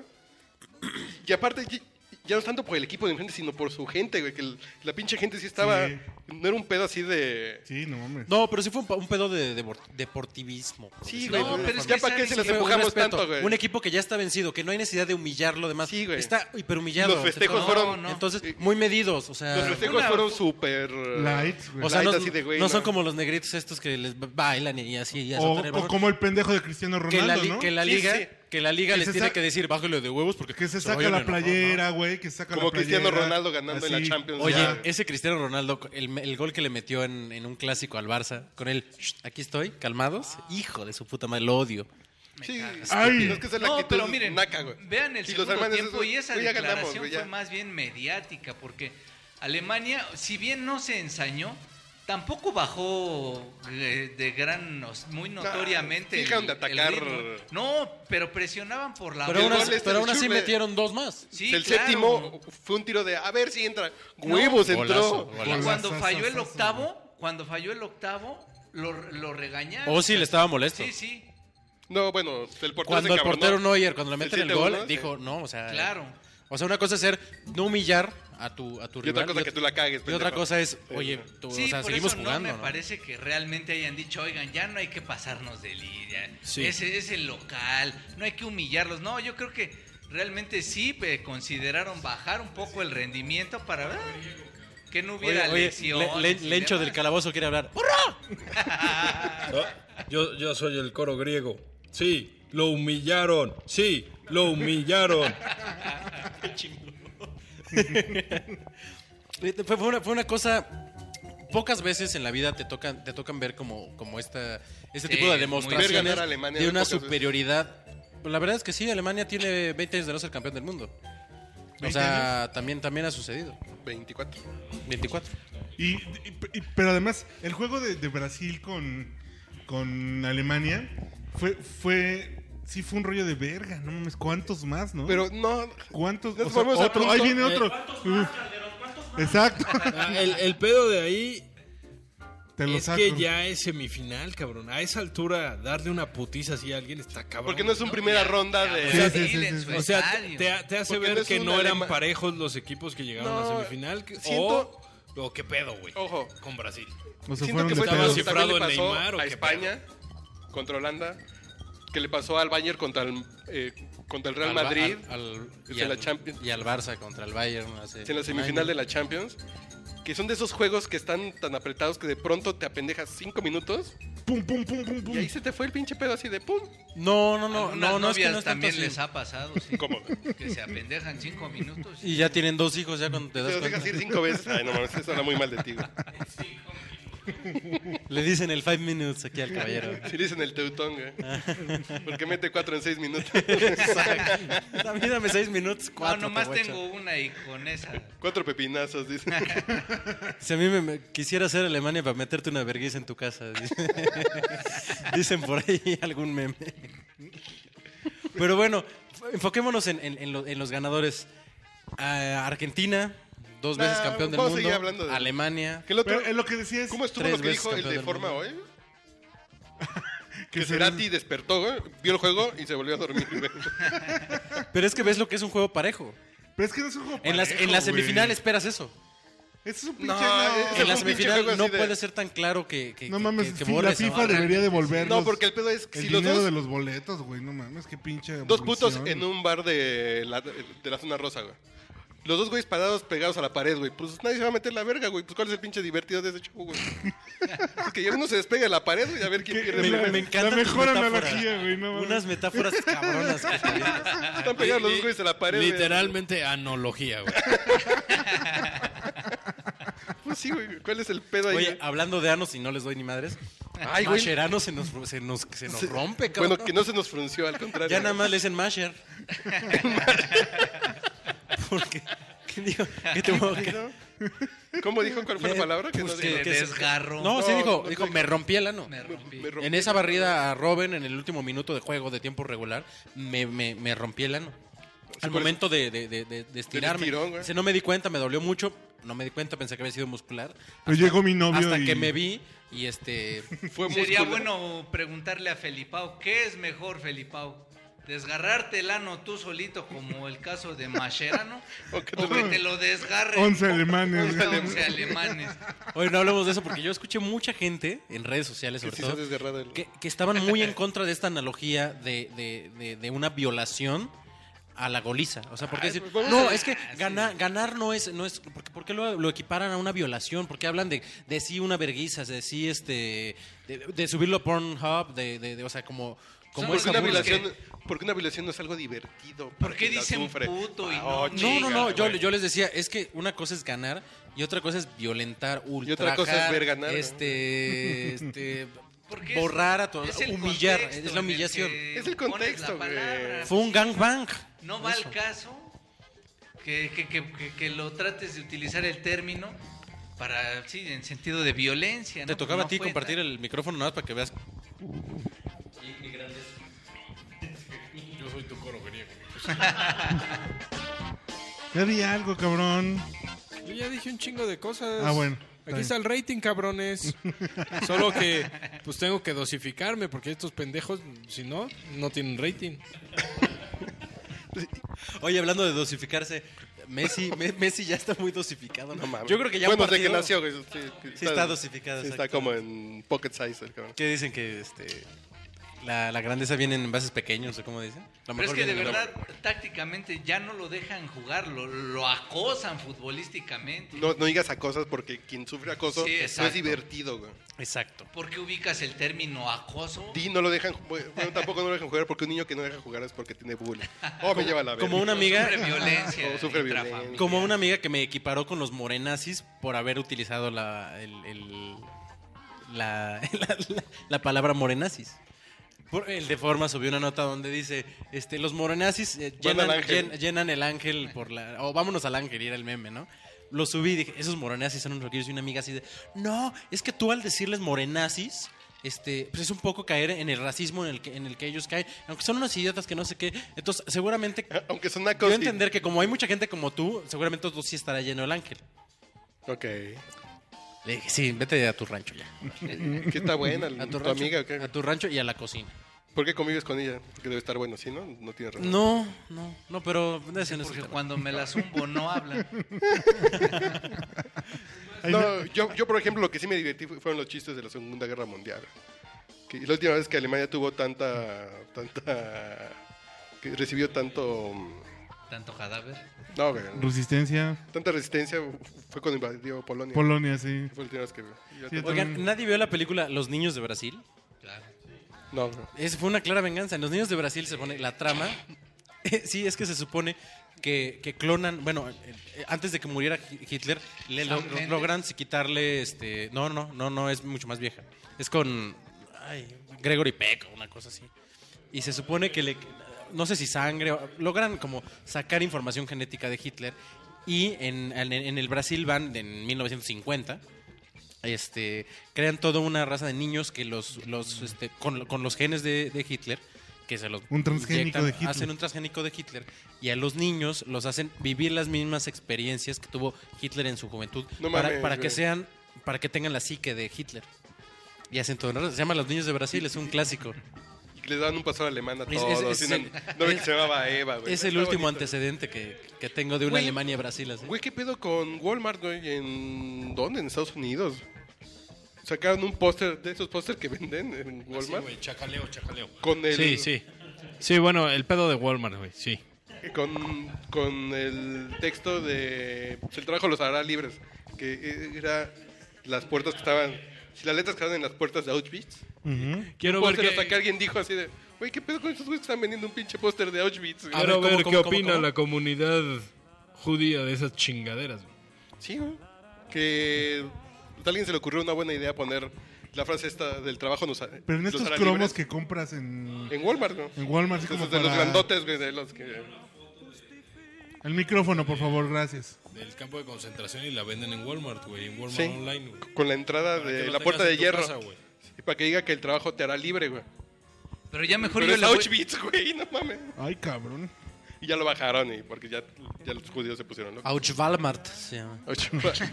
[SPEAKER 4] Y aparte, ya- ya no es tanto por el equipo de enfrente, sino por su gente, güey. Que el- la pinche gente sí estaba.
[SPEAKER 2] Sí.
[SPEAKER 4] No era un pedo así de.
[SPEAKER 2] Sí, no mames.
[SPEAKER 3] No, pero sí fue un, pa- un pedo de, de devor- deportivismo. por
[SPEAKER 4] Sí,
[SPEAKER 3] decirlo de
[SPEAKER 4] güey.
[SPEAKER 1] No,
[SPEAKER 3] alguna
[SPEAKER 1] pero es
[SPEAKER 4] ya
[SPEAKER 1] que
[SPEAKER 4] para qué
[SPEAKER 1] ¿sabes
[SPEAKER 4] se los
[SPEAKER 1] qué?
[SPEAKER 3] Un
[SPEAKER 4] empujamos
[SPEAKER 3] respeto,
[SPEAKER 4] tanto, güey.
[SPEAKER 3] Un equipo que ya está vencido, que no hay necesidad de humillarlo, además.
[SPEAKER 4] Sí, güey.
[SPEAKER 3] Está hiperhumillado.
[SPEAKER 4] Los festejos
[SPEAKER 3] ¿sí?
[SPEAKER 4] fueron-
[SPEAKER 3] Entonces,
[SPEAKER 4] eh,
[SPEAKER 3] muy medidos, o sea...
[SPEAKER 4] Los festejos
[SPEAKER 1] una-
[SPEAKER 4] fueron súper. eh,
[SPEAKER 2] Lights, güey.
[SPEAKER 3] O sea,
[SPEAKER 4] light
[SPEAKER 3] no,
[SPEAKER 4] así de, güey,
[SPEAKER 3] no
[SPEAKER 4] no.
[SPEAKER 3] son como los negritos estos que les bailan y así. y
[SPEAKER 2] o,
[SPEAKER 3] azotan el
[SPEAKER 2] o
[SPEAKER 3] balón.
[SPEAKER 2] como el pendejo de Cristiano
[SPEAKER 3] que, la,
[SPEAKER 2] Ronaldo,
[SPEAKER 3] li-
[SPEAKER 2] ¿no?
[SPEAKER 3] que la
[SPEAKER 4] Sí,
[SPEAKER 3] liga,
[SPEAKER 4] sí.
[SPEAKER 3] que la liga
[SPEAKER 2] Que
[SPEAKER 3] les
[SPEAKER 2] se
[SPEAKER 3] tiene
[SPEAKER 2] sa-
[SPEAKER 3] que decir, bájale de huevos porque...
[SPEAKER 2] Que se
[SPEAKER 3] va a
[SPEAKER 2] saca
[SPEAKER 3] ir
[SPEAKER 2] la
[SPEAKER 3] enojado, ¿no?
[SPEAKER 2] playera, güey, que saca
[SPEAKER 4] Como
[SPEAKER 2] la playera.
[SPEAKER 4] Cristiano Ronaldo ganando en la Champions
[SPEAKER 2] Oye,
[SPEAKER 3] Oye,
[SPEAKER 4] Ya.
[SPEAKER 3] ese Cristiano Ronaldo, el, el gol que le metió en, en un clásico al Barça, con el, "Shh, aquí estoy, calmados, hijo de su puta madre, lo odio.
[SPEAKER 4] Sí,
[SPEAKER 2] Ay.
[SPEAKER 4] es que esa es la
[SPEAKER 1] No,
[SPEAKER 4] actitud
[SPEAKER 1] pero miren,
[SPEAKER 4] naca, güey.
[SPEAKER 1] vean el
[SPEAKER 4] Y los
[SPEAKER 1] segundo
[SPEAKER 4] alemanes,
[SPEAKER 1] tiempo y esa
[SPEAKER 4] güey, ya ganamos,
[SPEAKER 1] declaración
[SPEAKER 4] güey, ya.
[SPEAKER 1] fue más bien mediática porque Alemania, si bien no se ensañó, tampoco bajó eh, de gran, nos- muy notoriamente el-
[SPEAKER 4] dejaron de
[SPEAKER 1] el
[SPEAKER 4] atacar.
[SPEAKER 1] ritmo. No, pero presionaban por la
[SPEAKER 3] Pero
[SPEAKER 4] el
[SPEAKER 3] aún
[SPEAKER 1] bola.
[SPEAKER 4] gol
[SPEAKER 3] así,
[SPEAKER 4] este
[SPEAKER 3] pero
[SPEAKER 4] de
[SPEAKER 3] aún así
[SPEAKER 4] Schürrle.
[SPEAKER 3] metieron dos más.
[SPEAKER 1] Sí,
[SPEAKER 4] el
[SPEAKER 1] claro.
[SPEAKER 4] séptimo fue un tiro de. A ver si entra.
[SPEAKER 1] No.
[SPEAKER 4] Huevos
[SPEAKER 3] Golazo,
[SPEAKER 4] entró.
[SPEAKER 1] Y
[SPEAKER 3] golazo.
[SPEAKER 1] cuando
[SPEAKER 2] Golazazazazo,
[SPEAKER 1] falló el octavo, cuando falló el octavo, lo, lo regañaron.
[SPEAKER 3] O Oh, sí, le estaba molesto.
[SPEAKER 1] Sí, sí,
[SPEAKER 4] No, bueno, el portero.
[SPEAKER 3] cuando
[SPEAKER 4] se
[SPEAKER 3] el portero
[SPEAKER 4] encabronó.
[SPEAKER 3] Neuer, cuando le meten
[SPEAKER 4] El
[SPEAKER 3] el, gol,
[SPEAKER 4] 7-1, sí.
[SPEAKER 3] dijo, no, o sea...
[SPEAKER 1] Claro.
[SPEAKER 3] O sea, una cosa es ser no humillar a tu, a tu
[SPEAKER 4] Y otra
[SPEAKER 3] rival,
[SPEAKER 4] cosa
[SPEAKER 3] ot-
[SPEAKER 4] que tú la cagues,
[SPEAKER 3] Y otra
[SPEAKER 4] pendejo.
[SPEAKER 3] cosa es, oye, tú,
[SPEAKER 1] Sí,
[SPEAKER 3] o sea,
[SPEAKER 1] por
[SPEAKER 3] seguimos
[SPEAKER 1] eso
[SPEAKER 3] jugando,
[SPEAKER 1] no me
[SPEAKER 3] ¿no?
[SPEAKER 1] parece que realmente hayan dicho, oigan, ya no hay que pasarnos de lidia.
[SPEAKER 5] Sí.
[SPEAKER 1] Ese es el local, no hay que humillarlos. No, yo creo que realmente sí eh, consideraron bajar un poco el rendimiento para ver que no
[SPEAKER 3] Oye,
[SPEAKER 1] hubiera
[SPEAKER 3] oye,
[SPEAKER 1] lesiones
[SPEAKER 3] Le- Le-
[SPEAKER 1] y
[SPEAKER 3] Lencho del
[SPEAKER 1] demás.
[SPEAKER 3] Calabozo quiere hablar.
[SPEAKER 5] Yo, yo soy el coro griego. Sí, lo humillaron. Sí, lo humillaron.
[SPEAKER 3] Fue, fue una, fue una cosa. Pocas veces en la vida te tocan, te tocan ver como, como esta, este
[SPEAKER 1] Sí,
[SPEAKER 3] tipo
[SPEAKER 1] es
[SPEAKER 3] de
[SPEAKER 1] muy-
[SPEAKER 3] demostraciones
[SPEAKER 4] Ver ganar a Alemania
[SPEAKER 3] de
[SPEAKER 4] muy
[SPEAKER 3] una
[SPEAKER 4] pocas veces.
[SPEAKER 3] superioridad. Pues, La verdad es que sí, Alemania tiene 20 años de no ser campeón del mundo. O sea, también, también ha sucedido.
[SPEAKER 4] 24.
[SPEAKER 3] 24.
[SPEAKER 2] Y, y- y- pero además, el juego de, de Brasil con, con Alemania fue, fue. Sí, fue un rollo de verga, no mames. ¿Cuántos más, no?
[SPEAKER 4] Pero no.
[SPEAKER 2] ¿Cuántos?
[SPEAKER 4] Nos
[SPEAKER 2] O sea,
[SPEAKER 4] vamos a ¿eh?
[SPEAKER 2] otro,
[SPEAKER 4] punto.
[SPEAKER 2] ahí viene otro. Exacto.
[SPEAKER 5] Ah, el, el pedo de ahí
[SPEAKER 2] Te lo
[SPEAKER 5] es
[SPEAKER 2] saco.
[SPEAKER 5] que ya es semifinal, cabrón. A esa altura, darle una putiza así a alguien está cabrón.
[SPEAKER 4] Porque no es un primera ronda
[SPEAKER 1] Ya,
[SPEAKER 4] de.
[SPEAKER 2] Sí,
[SPEAKER 1] Brasil
[SPEAKER 2] sí, sí,
[SPEAKER 1] en
[SPEAKER 2] sí,
[SPEAKER 1] su
[SPEAKER 2] sí.
[SPEAKER 5] O sea, te,
[SPEAKER 1] estadio.
[SPEAKER 5] te- te hace
[SPEAKER 4] Porque
[SPEAKER 5] ver
[SPEAKER 4] no es
[SPEAKER 5] que
[SPEAKER 4] un
[SPEAKER 5] no eran
[SPEAKER 4] alema-
[SPEAKER 5] parejos los equipos que llegaron a
[SPEAKER 4] No,
[SPEAKER 5] la semifinal. que-
[SPEAKER 4] siento-
[SPEAKER 5] O, o qué pedo, güey.
[SPEAKER 4] Ojo.
[SPEAKER 5] Con Brasil.
[SPEAKER 2] O sea,
[SPEAKER 4] Siento
[SPEAKER 2] Pues fueron
[SPEAKER 4] que
[SPEAKER 2] de
[SPEAKER 4] fue
[SPEAKER 5] Estaba
[SPEAKER 4] como
[SPEAKER 2] pedos.
[SPEAKER 5] así.
[SPEAKER 4] también le
[SPEAKER 5] cifrado en
[SPEAKER 4] pasó
[SPEAKER 5] Neymar, ¿o
[SPEAKER 4] a
[SPEAKER 5] qué
[SPEAKER 4] España contra Holanda, que le pasó al Bayern contra el, eh, contra el Real
[SPEAKER 3] Al Ba-
[SPEAKER 4] Madrid
[SPEAKER 3] al- al-
[SPEAKER 4] es
[SPEAKER 3] y,
[SPEAKER 4] en la
[SPEAKER 3] al,
[SPEAKER 4] Champions.
[SPEAKER 3] y al Barça contra el Bayern. hace
[SPEAKER 4] en la
[SPEAKER 3] un
[SPEAKER 4] semifinal
[SPEAKER 3] año.
[SPEAKER 4] de la Champions, que son de esos juegos que están tan apretados que de pronto te apendejas cinco minutos
[SPEAKER 2] Pum, pum, pum, pum, pum.
[SPEAKER 4] y ahí se te fue el pinche pedo así de pum.
[SPEAKER 3] No, no,
[SPEAKER 4] Ah,
[SPEAKER 3] no.
[SPEAKER 1] Algunas
[SPEAKER 3] No, no, es que
[SPEAKER 1] novias
[SPEAKER 3] no es tanto
[SPEAKER 1] también
[SPEAKER 3] así.
[SPEAKER 1] les ha pasado, sí.
[SPEAKER 4] ¿Cómo?
[SPEAKER 1] Que se apendejan cinco minutos.
[SPEAKER 3] Y ya tienen dos hijos ya cuando te
[SPEAKER 4] Te
[SPEAKER 3] das
[SPEAKER 4] los dejas
[SPEAKER 3] cuenta.
[SPEAKER 4] ir cinco veces. Ay, no mames, eso habla muy mal de ti. güey.
[SPEAKER 3] Le dicen el five minutes aquí al caballero.
[SPEAKER 4] Si dicen el teutón, güey. Porque mete cuatro en seis minutos.
[SPEAKER 3] Dame, dame seis minutos, cuatro.
[SPEAKER 1] no, nomás
[SPEAKER 3] caguacha.
[SPEAKER 1] tengo una y con esa.
[SPEAKER 4] cuatro pepinazos, dicen.
[SPEAKER 3] Si a mí me, me- quisiera ser Alemania para meterte una vergüenza en tu casa. dice- Dicen por ahí algún meme. Pero bueno, enfoquémonos en, en- en lo- en los ganadores. Ah, Argentina, dos
[SPEAKER 4] Nah,
[SPEAKER 3] veces campeón del
[SPEAKER 4] vamos a seguir
[SPEAKER 3] mundo.
[SPEAKER 4] hablando de-
[SPEAKER 3] Alemania.
[SPEAKER 4] Que el otro-
[SPEAKER 2] Pero es lo que decía es
[SPEAKER 4] ¿Cómo estuvo
[SPEAKER 3] Tres
[SPEAKER 4] lo que
[SPEAKER 3] veces
[SPEAKER 4] dijo el
[SPEAKER 3] campeón
[SPEAKER 4] de
[SPEAKER 3] del
[SPEAKER 4] forma
[SPEAKER 3] mundo.
[SPEAKER 4] hoy?
[SPEAKER 2] que
[SPEAKER 4] Que
[SPEAKER 2] se-
[SPEAKER 4] Cerati despertó, güey, vio el juego y se volvió a dormir, güey.
[SPEAKER 3] Pero es que ves lo que es un juego parejo.
[SPEAKER 2] Pero es que no es un juego
[SPEAKER 3] En las, en
[SPEAKER 2] parejo,
[SPEAKER 3] las
[SPEAKER 2] güey.
[SPEAKER 3] semifinales esperas eso.
[SPEAKER 2] Eso es un pinche.
[SPEAKER 4] No,
[SPEAKER 2] No,
[SPEAKER 4] es-
[SPEAKER 2] no,
[SPEAKER 3] En la
[SPEAKER 4] fue un pinche
[SPEAKER 3] semifinal
[SPEAKER 4] juego
[SPEAKER 3] no
[SPEAKER 4] así de-
[SPEAKER 3] puede ser tan claro que, que, que-
[SPEAKER 2] mames.
[SPEAKER 3] que- que
[SPEAKER 2] fi- la
[SPEAKER 3] borres a
[SPEAKER 2] FIFA
[SPEAKER 3] Barra.
[SPEAKER 2] debería devolver
[SPEAKER 4] No, porque el pedo es que
[SPEAKER 2] el
[SPEAKER 4] si los
[SPEAKER 2] dinero
[SPEAKER 4] dos,
[SPEAKER 2] de los boletos, güey. No mames, qué pinche.
[SPEAKER 4] dos putos
[SPEAKER 2] abolición.
[SPEAKER 4] en un bar de la, de la zona rosa, güey. Los dos güeyes parados pegados a la pared, güey. Pues nadie se va a meter la verga, güey. Pues cuál es el pinche divertido de ese show, güey. Es que ya uno se despega de la pared, güey, a ver quién pierde.
[SPEAKER 3] Me,
[SPEAKER 4] primero.
[SPEAKER 3] me encanta
[SPEAKER 2] La
[SPEAKER 3] tus
[SPEAKER 2] mejor
[SPEAKER 3] metáforas.
[SPEAKER 2] analogía, güey, no mames.
[SPEAKER 3] Unas metáforas cabronas. que te-
[SPEAKER 4] Están pegados los dos güeyes a la pared. güey.
[SPEAKER 5] Literalmente analogía, güey.
[SPEAKER 4] Pues sí, güey. ¿Cuál es el pedo ahí?
[SPEAKER 3] Oye,
[SPEAKER 4] güey?
[SPEAKER 3] hablando de anos y no les doy ni madres,
[SPEAKER 4] Ay, güey.
[SPEAKER 3] Mascherano se nos, se nos, se nos rompe, eh, cabrón.
[SPEAKER 4] Bueno, que no se nos frunció, al contrario.
[SPEAKER 3] Ya nada más le dicen Masher. Porque, ¿qué digo? ¿Qué te muevo? Que-
[SPEAKER 4] ¿Cómo dijo? ¿Cuál fue la
[SPEAKER 3] Le-
[SPEAKER 4] palabra? Que
[SPEAKER 3] pues
[SPEAKER 4] no
[SPEAKER 1] que
[SPEAKER 4] dijo.
[SPEAKER 1] le desgarró.
[SPEAKER 3] No, sí
[SPEAKER 4] No,
[SPEAKER 3] dijo,
[SPEAKER 4] no
[SPEAKER 3] dijo,
[SPEAKER 4] dijo.
[SPEAKER 3] me rompí el ano.
[SPEAKER 1] Me rompí.
[SPEAKER 4] Me rompí.
[SPEAKER 3] En esa barrida a Robin, en el último minuto de juego de tiempo regular, me, me, me rompí el ano. Al
[SPEAKER 4] por
[SPEAKER 3] momento de, de, de- de- de estirarme.
[SPEAKER 4] estirón, güey.
[SPEAKER 3] Dice, no me di cuenta, me dolió mucho. No me di cuenta, pensé que había sido muscular.
[SPEAKER 2] Pero llegó mi novio
[SPEAKER 3] Hasta
[SPEAKER 2] y-
[SPEAKER 3] que me vi y este.
[SPEAKER 4] Fue
[SPEAKER 1] Sería
[SPEAKER 4] muscular.
[SPEAKER 1] bueno preguntarle a Felipao, ¿qué es mejor, Felipao? ¿Desgarrarte el ano tú solito, como el caso de Mascherano?
[SPEAKER 4] O que te
[SPEAKER 1] ¿O que
[SPEAKER 4] lo-
[SPEAKER 1] te lo desgarre?
[SPEAKER 2] 11 alemanes.
[SPEAKER 1] Once
[SPEAKER 2] güey.
[SPEAKER 1] alemanes.
[SPEAKER 3] Hoy no hablemos de eso porque yo escuché mucha gente en redes sociales,
[SPEAKER 4] Que
[SPEAKER 3] sobre
[SPEAKER 4] sí se ha
[SPEAKER 3] todo,
[SPEAKER 4] desgarrado el-
[SPEAKER 3] que, que estaban muy en contra de esta analogía de, de- de- de una violación a la goliza. O sea, porque
[SPEAKER 4] Ay,
[SPEAKER 3] decir,
[SPEAKER 4] pues vamos
[SPEAKER 3] no,
[SPEAKER 4] a-
[SPEAKER 3] es que gana- ganar no es, no es, ¿por qué, por qué lo, lo equiparan a una violación? Porque hablan de, de sí una verguiza, de sí este, de, de subirlo a Pornhub, de, de- de- o sea, como,
[SPEAKER 1] Son
[SPEAKER 3] como
[SPEAKER 4] Porque
[SPEAKER 3] esa
[SPEAKER 4] una,
[SPEAKER 1] burla
[SPEAKER 3] burla.
[SPEAKER 4] violación, porque una violación no es algo
[SPEAKER 1] ¿Por
[SPEAKER 4] divertido.
[SPEAKER 1] qué
[SPEAKER 4] Porque la
[SPEAKER 1] dicen
[SPEAKER 4] sufre.
[SPEAKER 1] puto y
[SPEAKER 4] Ah,
[SPEAKER 1] no-
[SPEAKER 4] oh,
[SPEAKER 3] No, no, no,
[SPEAKER 4] chinga,
[SPEAKER 3] yo,
[SPEAKER 4] güey.
[SPEAKER 3] yo les decía, es que una cosa es ganar y otra cosa es violentar, ultrajar,
[SPEAKER 4] cosa es ver ganar, ¿no?
[SPEAKER 3] este, este
[SPEAKER 1] Porque es-
[SPEAKER 3] borrar a tu
[SPEAKER 1] es el
[SPEAKER 3] humillar,
[SPEAKER 1] contexto
[SPEAKER 3] es
[SPEAKER 1] en el
[SPEAKER 3] la humillación.
[SPEAKER 1] que
[SPEAKER 4] Es el
[SPEAKER 1] pones
[SPEAKER 4] contexto,
[SPEAKER 1] la
[SPEAKER 4] güey.
[SPEAKER 1] palabra.
[SPEAKER 3] Fue un gangbang.
[SPEAKER 1] No va al caso que, que- que- que- que lo trates de utilizar el término para, sí, en sentido de violencia. ¿no?
[SPEAKER 3] Te tocaba
[SPEAKER 1] No
[SPEAKER 3] a ti
[SPEAKER 1] fue
[SPEAKER 3] compartir el micrófono nada más para que veas.
[SPEAKER 5] Yo soy tu coro griego.
[SPEAKER 2] Ya di algo, cabrón.
[SPEAKER 5] Yo ya dije un chingo de cosas.
[SPEAKER 2] Ah, bueno.
[SPEAKER 5] Aquí está el rating, cabrones. Solo que pues tengo que dosificarme porque estos pendejos, si no, no tienen rating.
[SPEAKER 3] Oye, hablando de dosificarse, Messi, Me- Messi ya está muy dosificado.
[SPEAKER 4] No mames.
[SPEAKER 3] Yo creo que ya un
[SPEAKER 4] Bueno, desde que
[SPEAKER 3] partido-
[SPEAKER 4] nació, güey. Sí, que
[SPEAKER 3] Sí está dosificado,
[SPEAKER 4] sí está
[SPEAKER 3] exacto.
[SPEAKER 4] como en pocket size el cabrón.
[SPEAKER 3] Que dicen que este la, la grandeza viene en envases pequeños, o cómo dicen.
[SPEAKER 1] Pero
[SPEAKER 3] Lo
[SPEAKER 1] es
[SPEAKER 3] mejor
[SPEAKER 1] que de
[SPEAKER 3] viene en la-
[SPEAKER 1] verdad, tácticamente ya no lo dejan jugar, lo, lo acosan futbolísticamente.
[SPEAKER 4] No, no digas a cosas porque quien sufre acoso
[SPEAKER 1] Sí,
[SPEAKER 4] no
[SPEAKER 1] exacto.
[SPEAKER 4] es divertido, güey.
[SPEAKER 3] Exacto.
[SPEAKER 1] ¿Por qué ubicas el término acoso?
[SPEAKER 4] Di no lo dejan, bueno, tampoco no lo dejan jugar porque un niño que no deja jugar es porque tiene bullying. Oh, me lleva a la verga.
[SPEAKER 3] Como una amiga.
[SPEAKER 1] Sufre violencia.
[SPEAKER 4] O sufre
[SPEAKER 1] intrafamiliar.
[SPEAKER 4] violencia.
[SPEAKER 3] Como una amiga que me equiparó con los morenazis por haber utilizado la, el- el- la, la- la- la palabra morenazis. Por- el de forma subió una nota donde dice, este, los morenazis eh,
[SPEAKER 4] Van
[SPEAKER 3] llenan,
[SPEAKER 4] al ángel.
[SPEAKER 3] llen- llenan el ángel por la... O vámonos al ángel, y era el meme, ¿no? Lo subí y dije, esos morenazis son unos loquillos. Y una amiga así de, no, es que tú al decirles morenazis... Este, pues es un poco caer en el racismo en el, que, en el que ellos caen, aunque son unos idiotas que no sé qué. Entonces, seguramente
[SPEAKER 4] Aunque son nacos.
[SPEAKER 3] Quiero
[SPEAKER 4] y-
[SPEAKER 3] entender que como hay mucha gente como tú, seguramente tú sí estará lleno el ángel.
[SPEAKER 4] Ok.
[SPEAKER 3] Le dije, sí, vete a tu rancho ya.
[SPEAKER 4] Que está buena
[SPEAKER 3] A tu,
[SPEAKER 4] tu,
[SPEAKER 3] rancho,
[SPEAKER 4] amiga. ¿o qué?
[SPEAKER 3] a tu rancho y a la cocina.
[SPEAKER 4] ¿Por qué convives con ella? Porque debe estar bueno, ¿sí, no? No tiene razón.
[SPEAKER 3] No, no, no, pero de ese no es el
[SPEAKER 1] Porque
[SPEAKER 3] tema.
[SPEAKER 1] cuando me la zumbo no hablan.
[SPEAKER 4] No, yo, yo, por ejemplo, lo que sí me divertí fue- fueron los chistes de la Segunda Guerra Mundial. Que la última vez que Alemania tuvo tanta. tanta que recibió tanto. mm,
[SPEAKER 1] Tanto cadáver.
[SPEAKER 4] No, güey,
[SPEAKER 2] Resistencia.
[SPEAKER 4] tanta resistencia fue cuando invadió Polonia.
[SPEAKER 2] Polonia, sí.
[SPEAKER 4] fue la última vez que.
[SPEAKER 2] Sí,
[SPEAKER 3] Oigan, ¿nadie vio la película Los Niños de Brasil?
[SPEAKER 1] Claro.
[SPEAKER 4] No, güey.
[SPEAKER 3] Es, fue una clara venganza. En Los Niños de Brasil se pone la trama. sí, es que se supone que, que clonan, bueno, eh, eh, antes de que muriera Hi- Hitler, le lo-
[SPEAKER 1] Sam Mendes.
[SPEAKER 3] logran si quitarle, este, no, no, no, no, es mucho más vieja. Es con ay, Gregory Peck o una cosa así. Y se supone que le, no sé si sangre, o- logran como sacar información genética de Hitler. Y en, en- en el Brasil van en 1950 este, crean toda una raza de niños que los, los este, con, con los genes de, de Hitler, que se los
[SPEAKER 2] Un transgénico de Hitler.
[SPEAKER 3] hacen un transgénico de Hitler y a los niños los hacen vivir las mismas experiencias que tuvo Hitler en su juventud
[SPEAKER 4] No
[SPEAKER 3] para,
[SPEAKER 4] mames,
[SPEAKER 3] para que
[SPEAKER 4] güey.
[SPEAKER 3] sean, para que tengan la psique de Hitler. Y hacen todo, ¿no? se llama Los Niños de Brasil, es un clásico.
[SPEAKER 4] Y le daban un pastor alemán a
[SPEAKER 3] Es- es-
[SPEAKER 4] todos.
[SPEAKER 3] es
[SPEAKER 4] y no,
[SPEAKER 3] el-
[SPEAKER 4] no ve que
[SPEAKER 3] es-
[SPEAKER 4] se llamaba Eva, güey.
[SPEAKER 3] Es el
[SPEAKER 4] Está
[SPEAKER 3] último
[SPEAKER 4] bonito.
[SPEAKER 3] antecedente que, que tengo de una
[SPEAKER 4] Güey,
[SPEAKER 3] Alemania-Brasil así.
[SPEAKER 4] Güey, ¿qué pedo con Walmart, güey? ¿En dónde? ¿En Estados Unidos? Sacaron un póster, de esos pósters que venden en
[SPEAKER 5] Sí,
[SPEAKER 4] Walmart.
[SPEAKER 5] güey, chacaleo, chacaleo.
[SPEAKER 4] con el,
[SPEAKER 5] Sí, sí. Sí, bueno, el pedo de Walmart, güey, sí.
[SPEAKER 4] Con, con el texto de pues, El trabajo los hará libres, que eh, era las puertas que estaban, si las letras que estaban en las puertas de Auschwitz.
[SPEAKER 2] Ujú.
[SPEAKER 5] Quiero ver
[SPEAKER 4] Póster
[SPEAKER 5] qué,
[SPEAKER 4] hasta que alguien dijo así de, güey, ¿qué pedo con estos güeyes que están vendiendo un pinche póster de Auschwitz? güey?"
[SPEAKER 3] A ver,
[SPEAKER 5] quiero
[SPEAKER 3] ¿cómo,
[SPEAKER 5] ver
[SPEAKER 3] cómo,
[SPEAKER 5] qué
[SPEAKER 3] cómo,
[SPEAKER 5] opina
[SPEAKER 3] cómo?
[SPEAKER 5] la comunidad judía de esas chingaderas, güey.
[SPEAKER 4] pues, Sí, güey. Que a alguien se le ocurrió una buena idea poner la frase esta del trabajo nos ha-
[SPEAKER 2] Pero en
[SPEAKER 4] los
[SPEAKER 2] estos
[SPEAKER 4] hará
[SPEAKER 2] cromos
[SPEAKER 4] libres.
[SPEAKER 2] que compras en,
[SPEAKER 4] En Walmart, ¿no?
[SPEAKER 2] en Walmart, así
[SPEAKER 4] Entonces,
[SPEAKER 2] como
[SPEAKER 4] de los
[SPEAKER 2] para-
[SPEAKER 4] grandotes, güey, de los que...
[SPEAKER 2] El micrófono, por favor, gracias.
[SPEAKER 5] Del campo de concentración y la venden en Walmart, güey. En Walmart
[SPEAKER 4] Sí.
[SPEAKER 5] Online, güey.
[SPEAKER 4] Con la entrada
[SPEAKER 5] Para que
[SPEAKER 4] de
[SPEAKER 5] lo
[SPEAKER 4] la puerta de
[SPEAKER 5] tengas en tu
[SPEAKER 4] hierro.
[SPEAKER 5] casa, güey.
[SPEAKER 4] y para que diga que el trabajo te hará libre, güey.
[SPEAKER 1] Pero ya mejor
[SPEAKER 4] Pero
[SPEAKER 1] yo
[SPEAKER 4] es
[SPEAKER 1] le voy-
[SPEAKER 4] Auschwitz, güey, no mames.
[SPEAKER 2] Ay, cabrón.
[SPEAKER 4] Y ya lo bajaron, y porque ya, ya los judíos se pusieron locos.
[SPEAKER 3] Auch Walmart
[SPEAKER 2] Ah,
[SPEAKER 3] se llama.
[SPEAKER 4] Auschwitz.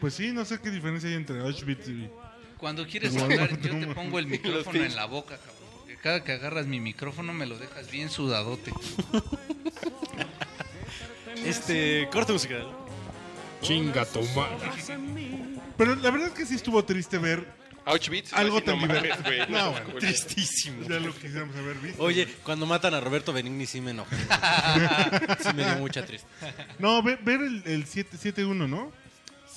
[SPEAKER 2] Pues sí, no sé qué diferencia hay entre Auschwitz y...
[SPEAKER 1] Cuando quieres
[SPEAKER 2] No,
[SPEAKER 1] hablar,
[SPEAKER 2] no,
[SPEAKER 1] yo
[SPEAKER 2] no,
[SPEAKER 1] te
[SPEAKER 2] no.
[SPEAKER 1] pongo el
[SPEAKER 4] Los
[SPEAKER 1] micrófono
[SPEAKER 4] pinches.
[SPEAKER 1] en la boca, cabrón. Porque cada que agarras mi micrófono me lo dejas bien sudadote.
[SPEAKER 3] Este, corte musical.
[SPEAKER 5] Chinga tu madre.
[SPEAKER 2] Pero la verdad es que sí estuvo triste ver
[SPEAKER 4] Auschwitz.
[SPEAKER 2] algo
[SPEAKER 4] así,
[SPEAKER 2] tan
[SPEAKER 4] no mames,
[SPEAKER 2] divertido.
[SPEAKER 4] güey,
[SPEAKER 2] No,
[SPEAKER 4] no,
[SPEAKER 2] bueno,
[SPEAKER 4] güey.
[SPEAKER 3] Tristísimo.
[SPEAKER 2] Ya lo quisiéramos haber visto.
[SPEAKER 3] Oye, cuando matan a Roberto Benigni sí me enojé. Sí me dio mucha tristeza.
[SPEAKER 2] No, ve- ver el, el 7 7-1, ¿no?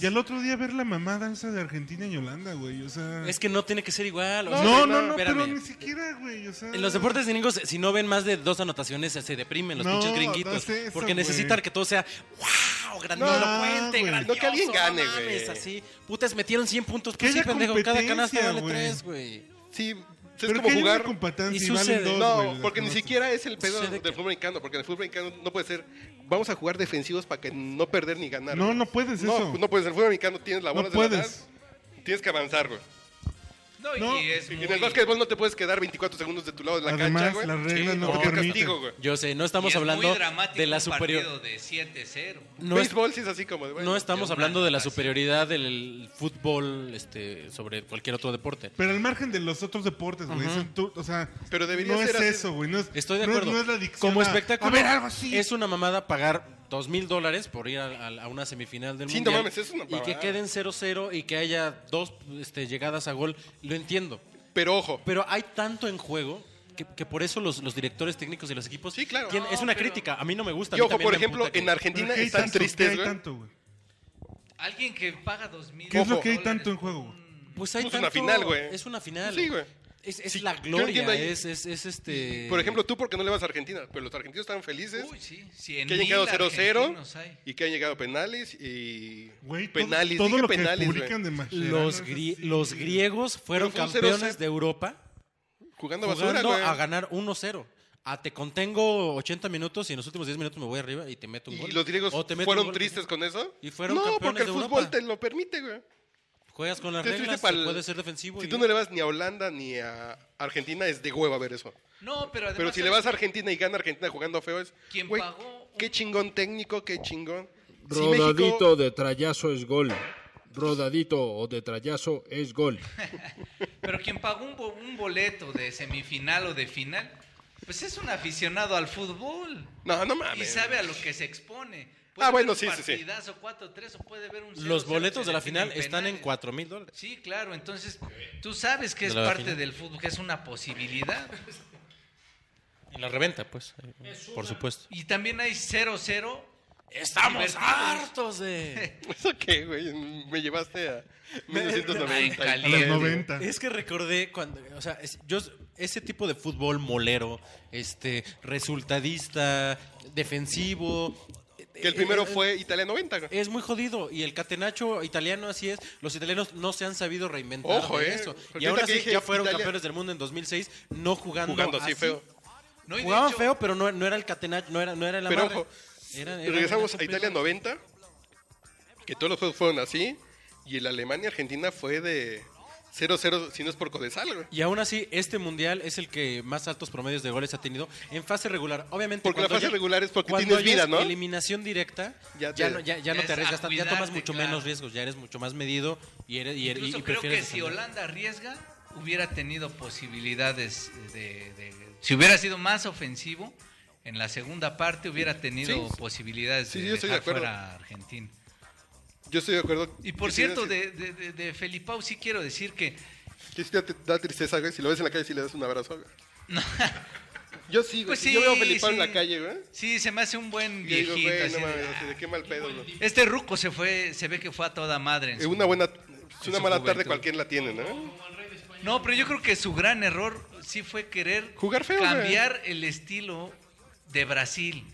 [SPEAKER 2] Y al otro día ver la mamada esa de Argentina y Holanda, güey. O sea.
[SPEAKER 3] Es que no tiene que ser igual. o sea,
[SPEAKER 2] no, no, no,
[SPEAKER 3] espérame.
[SPEAKER 2] pero ni siquiera, güey. O sea.
[SPEAKER 3] En los deportes gringos, si no ven más de dos anotaciones, se deprimen los
[SPEAKER 2] No,
[SPEAKER 3] pinches gringuitos.
[SPEAKER 2] no sé eso,
[SPEAKER 3] porque
[SPEAKER 2] güey.
[SPEAKER 3] necesitan que todo sea wow, grandilocuente,
[SPEAKER 2] güey.
[SPEAKER 3] grandioso.
[SPEAKER 4] No, que alguien gane,
[SPEAKER 3] no mames,
[SPEAKER 4] güey.
[SPEAKER 3] así. Putas, metieron 100 puntos.
[SPEAKER 2] Que
[SPEAKER 3] Pues sí,
[SPEAKER 2] haya
[SPEAKER 3] pendejo, cada canasta
[SPEAKER 2] competencia,
[SPEAKER 3] vale
[SPEAKER 2] güey.
[SPEAKER 3] tres, güey.
[SPEAKER 4] Sí, es
[SPEAKER 2] pero
[SPEAKER 4] como
[SPEAKER 2] que hay
[SPEAKER 4] jugar.
[SPEAKER 2] una con Patán,
[SPEAKER 3] Y
[SPEAKER 2] si
[SPEAKER 3] sucede.
[SPEAKER 2] valen dos, güey,
[SPEAKER 4] No,
[SPEAKER 2] las
[SPEAKER 4] porque ni
[SPEAKER 2] cosas.
[SPEAKER 4] siquiera es el pedo
[SPEAKER 3] Sucede
[SPEAKER 4] del
[SPEAKER 3] que-
[SPEAKER 4] fútbol americano, porque en el fútbol americano no puede ser, vamos a jugar defensivos para que no perder ni ganar.
[SPEAKER 2] No,
[SPEAKER 4] güey.
[SPEAKER 2] no puedes
[SPEAKER 4] no,
[SPEAKER 2] eso.
[SPEAKER 4] No puedes, en el fútbol americano tienes la bola
[SPEAKER 2] No
[SPEAKER 4] de la
[SPEAKER 2] puedes.
[SPEAKER 4] edad, tienes que avanzar, güey.
[SPEAKER 1] No, y
[SPEAKER 2] No,
[SPEAKER 1] es
[SPEAKER 4] Y
[SPEAKER 1] muy...
[SPEAKER 4] En el básquetbol no te puedes quedar 24 segundos de tu lado de la
[SPEAKER 2] Además,
[SPEAKER 4] cancha, güey.
[SPEAKER 2] las reglas
[SPEAKER 4] Sí,
[SPEAKER 2] no
[SPEAKER 3] te
[SPEAKER 4] porque es
[SPEAKER 2] permiten.
[SPEAKER 4] castigo, güey.
[SPEAKER 3] Yo sé, no
[SPEAKER 1] y
[SPEAKER 3] estamos
[SPEAKER 1] es muy
[SPEAKER 3] hablando
[SPEAKER 1] dramático
[SPEAKER 3] de la
[SPEAKER 1] un
[SPEAKER 3] superior.
[SPEAKER 1] partido de 7-0.
[SPEAKER 3] No, es-
[SPEAKER 4] Béisbol sí es así como de, bueno,
[SPEAKER 3] no estamos
[SPEAKER 1] de una
[SPEAKER 3] hablando de la
[SPEAKER 1] anotación.
[SPEAKER 3] superioridad del fútbol este, sobre cualquier otro deporte.
[SPEAKER 2] Pero al margen de los otros deportes, güey.
[SPEAKER 3] Ujú.
[SPEAKER 2] son tú- O sea.
[SPEAKER 4] Pero debería
[SPEAKER 2] no
[SPEAKER 4] ser
[SPEAKER 2] es
[SPEAKER 4] así.
[SPEAKER 2] eso, güey. No es,
[SPEAKER 3] Estoy de
[SPEAKER 2] no es-
[SPEAKER 3] acuerdo.
[SPEAKER 2] No es, la adicción.
[SPEAKER 3] Como
[SPEAKER 2] a-
[SPEAKER 3] espectáculo,
[SPEAKER 2] A ver, algo así.
[SPEAKER 3] es una mamada pagar dos mil dólares por ir a, a- a una semifinal del
[SPEAKER 4] Sí, no
[SPEAKER 3] mundial.
[SPEAKER 4] mames, es una
[SPEAKER 3] y que
[SPEAKER 4] mamada.
[SPEAKER 3] queden 0-0 y que haya dos este, llegadas a gol. Lo entiendo.
[SPEAKER 4] Pero ojo,
[SPEAKER 3] Pero hay tanto en juego que, que por eso los, los directores técnicos de los equipos.
[SPEAKER 4] Sí, claro.
[SPEAKER 3] tienen- es una crítica. A mí no me gusta. a mí
[SPEAKER 4] y ojo,
[SPEAKER 3] también
[SPEAKER 4] por
[SPEAKER 3] me
[SPEAKER 4] ejemplo,
[SPEAKER 3] emputa que-
[SPEAKER 4] en
[SPEAKER 2] ¿Pero
[SPEAKER 4] Argentina
[SPEAKER 2] qué hay
[SPEAKER 4] están
[SPEAKER 2] tanto? ¿Qué
[SPEAKER 4] tristes,
[SPEAKER 2] hay
[SPEAKER 4] güey.
[SPEAKER 2] tanto, güey?
[SPEAKER 1] Alguien que paga 2000
[SPEAKER 2] ¿Qué es lo
[SPEAKER 4] Ojo.
[SPEAKER 2] que hay tanto en juego, güey?
[SPEAKER 3] Pues hay
[SPEAKER 4] Pues una
[SPEAKER 3] tanto-
[SPEAKER 4] final, güey.
[SPEAKER 3] Es una final.
[SPEAKER 4] Sí, güey.
[SPEAKER 3] Es, es
[SPEAKER 4] Sí,
[SPEAKER 3] la
[SPEAKER 4] yo
[SPEAKER 3] gloria.
[SPEAKER 4] entiendo ahí.
[SPEAKER 3] Es, es, es este.
[SPEAKER 4] Por ejemplo, tú porque no le vas a Argentina, pero los argentinos están felices
[SPEAKER 1] Uy, sí, 100
[SPEAKER 4] que hayan llegado
[SPEAKER 1] 0-0.
[SPEAKER 4] 0-0 y que hayan llegado penales y
[SPEAKER 2] Güey, todo-
[SPEAKER 4] penales,
[SPEAKER 2] todo,
[SPEAKER 4] dije
[SPEAKER 2] lo
[SPEAKER 4] penales,
[SPEAKER 2] que
[SPEAKER 4] güey.
[SPEAKER 2] publican de Mascherano
[SPEAKER 3] los,
[SPEAKER 2] es
[SPEAKER 3] gri-
[SPEAKER 2] así,
[SPEAKER 3] los
[SPEAKER 2] güey.
[SPEAKER 3] griegos fueron
[SPEAKER 4] Pero fue un
[SPEAKER 3] campeones
[SPEAKER 4] 0-0.
[SPEAKER 3] de Europa.
[SPEAKER 4] jugando basura,
[SPEAKER 3] jugando
[SPEAKER 4] güey.
[SPEAKER 3] a ganar 1-0. A te contengo 80 minutos y en los últimos 10 minutos me voy arriba y te meto un
[SPEAKER 4] ¿Y
[SPEAKER 3] gol.
[SPEAKER 4] los griegos
[SPEAKER 3] O te meto un
[SPEAKER 4] fueron
[SPEAKER 3] gol.
[SPEAKER 4] tristes con eso?
[SPEAKER 3] Y fueron
[SPEAKER 4] no,
[SPEAKER 3] campeones
[SPEAKER 4] porque el
[SPEAKER 3] de
[SPEAKER 4] fútbol
[SPEAKER 3] Europa.
[SPEAKER 4] te lo permite, güey.
[SPEAKER 3] Juegas con las
[SPEAKER 4] Te
[SPEAKER 3] reglas,
[SPEAKER 4] estuviste pa'l-
[SPEAKER 3] puede ser defensivo.
[SPEAKER 4] Si
[SPEAKER 3] y-
[SPEAKER 4] tú no le vas ni a Holanda ni a Argentina, es de hueva ver eso.
[SPEAKER 1] No, pero además...
[SPEAKER 4] Pero si le
[SPEAKER 1] ¿sabes
[SPEAKER 4] vas a Argentina y gana Argentina jugando feo, es.
[SPEAKER 1] ¿Quién
[SPEAKER 4] güey,
[SPEAKER 1] pagó?
[SPEAKER 4] Qué chingón técnico, qué chingón. Si
[SPEAKER 6] Rodadito
[SPEAKER 4] México-
[SPEAKER 6] de trayazo es gol. Rodadito o de trayazo es gol.
[SPEAKER 1] Pero quien pagó un, bo- un boleto de semifinal o de final, pues es un aficionado al fútbol.
[SPEAKER 4] No, no
[SPEAKER 1] Y
[SPEAKER 4] mames.
[SPEAKER 1] sabe a lo que se expone.
[SPEAKER 4] Ah, bueno, sí,
[SPEAKER 1] ver un
[SPEAKER 4] sí, sí.
[SPEAKER 1] partidazo 4-3 o puede ver un 0-0
[SPEAKER 3] los boletos
[SPEAKER 1] que
[SPEAKER 3] de la
[SPEAKER 1] define
[SPEAKER 3] final están en
[SPEAKER 1] penales.
[SPEAKER 3] 4 mil dólares.
[SPEAKER 1] Sí, claro, entonces tú sabes que
[SPEAKER 3] De
[SPEAKER 1] es
[SPEAKER 3] la
[SPEAKER 1] parte
[SPEAKER 3] final.
[SPEAKER 1] del fútbol, que es una posibilidad.
[SPEAKER 3] En la reventa, pues. Por supuesto.
[SPEAKER 1] Y también hay 0-0.
[SPEAKER 3] Estamos
[SPEAKER 1] Divertidos.
[SPEAKER 3] hartos de.
[SPEAKER 4] ¿Eso qué, güey? Me llevaste a 1990.
[SPEAKER 1] Ay,
[SPEAKER 2] A
[SPEAKER 1] caliente.
[SPEAKER 2] los 90.
[SPEAKER 3] Es que recordé cuando. O sea, es- yo. Ese tipo de fútbol molero, este, resultadista, defensivo.
[SPEAKER 4] Que el primero
[SPEAKER 3] eh, eh,
[SPEAKER 4] fue Italia 90, güey.
[SPEAKER 3] Es muy jodido. Y el catenacho italiano así es. Los italianos no se han sabido reinventar
[SPEAKER 4] Ojo,
[SPEAKER 3] de
[SPEAKER 4] eh.
[SPEAKER 3] eso.
[SPEAKER 4] Porque
[SPEAKER 3] Y ahora
[SPEAKER 4] ahorita que
[SPEAKER 3] sí,
[SPEAKER 4] dije
[SPEAKER 3] ya fueron
[SPEAKER 4] Italia-
[SPEAKER 3] campeones del mundo en 2006, no jugando,
[SPEAKER 4] Jugando así feo.
[SPEAKER 1] No, y de
[SPEAKER 3] Jugaban
[SPEAKER 1] hecho,
[SPEAKER 3] feo, pero no, no era el catenacho, no era, no era la
[SPEAKER 4] Pero
[SPEAKER 3] madre.
[SPEAKER 4] ojo,
[SPEAKER 3] Era- era-
[SPEAKER 4] Regresamos
[SPEAKER 3] era
[SPEAKER 4] a Italia
[SPEAKER 3] complicado.
[SPEAKER 4] 90, que todos los juegos fueron así, y el Alemania-Argentina fue de 0-0, si no es por Codesal, güey.
[SPEAKER 3] Y aún así, este mundial es el que más altos promedios de goles ha tenido en fase regular. Obviamente,
[SPEAKER 4] Porque la
[SPEAKER 3] cuando
[SPEAKER 4] fase regular es porque
[SPEAKER 3] cuando
[SPEAKER 4] tienes
[SPEAKER 3] ya
[SPEAKER 4] vida,
[SPEAKER 3] es
[SPEAKER 4] ¿no?
[SPEAKER 3] Eliminación directa, ya,
[SPEAKER 4] Ya te-
[SPEAKER 3] no, ya, ya no
[SPEAKER 1] Es
[SPEAKER 3] te
[SPEAKER 1] a
[SPEAKER 3] arriesgas, tanto, ya tomas
[SPEAKER 1] cuidarte,
[SPEAKER 3] mucho
[SPEAKER 1] claro.
[SPEAKER 3] menos riesgos, ya eres mucho más medido y eres y, eres-
[SPEAKER 1] Incluso
[SPEAKER 3] y
[SPEAKER 1] creo que
[SPEAKER 3] prefieres
[SPEAKER 1] si
[SPEAKER 3] defender.
[SPEAKER 1] Holanda arriesga, hubiera tenido posibilidades de, de- Si hubiera sido más ofensivo, en la segunda parte hubiera tenido
[SPEAKER 4] Sí.
[SPEAKER 1] posibilidades
[SPEAKER 4] Sí,
[SPEAKER 1] de
[SPEAKER 4] yo estoy de
[SPEAKER 1] dejar
[SPEAKER 4] acuerdo.
[SPEAKER 1] fuera a Argentina.
[SPEAKER 4] Yo estoy de acuerdo.
[SPEAKER 1] Y por
[SPEAKER 4] que
[SPEAKER 1] cierto,
[SPEAKER 4] sí,
[SPEAKER 1] de, de, de- de Felipao sí quiero decir que...
[SPEAKER 4] que sí te da tristeza, güey, si lo ves en la calle si le das un abrazo, güey. Yo sí, güey.
[SPEAKER 1] Pues
[SPEAKER 4] si yo veo a
[SPEAKER 1] sí,
[SPEAKER 4] Felipe en la
[SPEAKER 1] sí.
[SPEAKER 4] calle, güey.
[SPEAKER 1] Sí, se me hace un buen
[SPEAKER 4] Y digo,
[SPEAKER 1] viejito.
[SPEAKER 4] güey,
[SPEAKER 1] así
[SPEAKER 4] no
[SPEAKER 1] de,
[SPEAKER 4] mames, así de qué mal pedo, güey.
[SPEAKER 1] Este ruco se fue, se ve que fue a toda madre. en
[SPEAKER 4] Es
[SPEAKER 1] su-
[SPEAKER 4] Eh, una buena... Es
[SPEAKER 1] su
[SPEAKER 4] una mala tarde
[SPEAKER 1] juventud.
[SPEAKER 4] cualquiera la tiene, ¿no?
[SPEAKER 1] No, pero yo creo que su gran error sí fue querer
[SPEAKER 4] Jugar feo, güey.
[SPEAKER 1] cambiar el estilo de Brasil.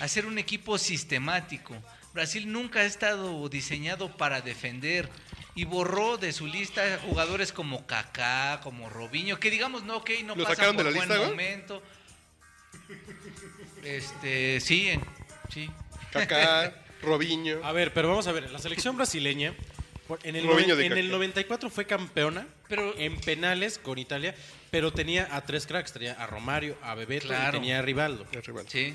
[SPEAKER 1] Hacer un equipo sistemático. Brasil nunca ha estado diseñado para defender. y borró de su lista jugadores como Kaká, como Robinho, que digamos, no, ok, no
[SPEAKER 4] ¿Lo
[SPEAKER 1] pasan
[SPEAKER 4] sacaron de
[SPEAKER 1] por
[SPEAKER 4] la
[SPEAKER 1] buen
[SPEAKER 4] lista, güey?
[SPEAKER 1] momento. Este, sí, en- sí.
[SPEAKER 4] Kaká, Robinho.
[SPEAKER 3] A ver, pero vamos a ver. La selección brasileña por- en el,
[SPEAKER 4] Robinho
[SPEAKER 3] noven-
[SPEAKER 4] de
[SPEAKER 3] en el
[SPEAKER 4] Kaká.
[SPEAKER 3] 94 fue campeona
[SPEAKER 1] Pero-
[SPEAKER 3] en penales con Italia, pero tenía a tres cracks. Tenía a Romario, a Bebeto
[SPEAKER 1] Claro.
[SPEAKER 3] y tenía a Rivaldo.
[SPEAKER 4] El rival.
[SPEAKER 1] Sí.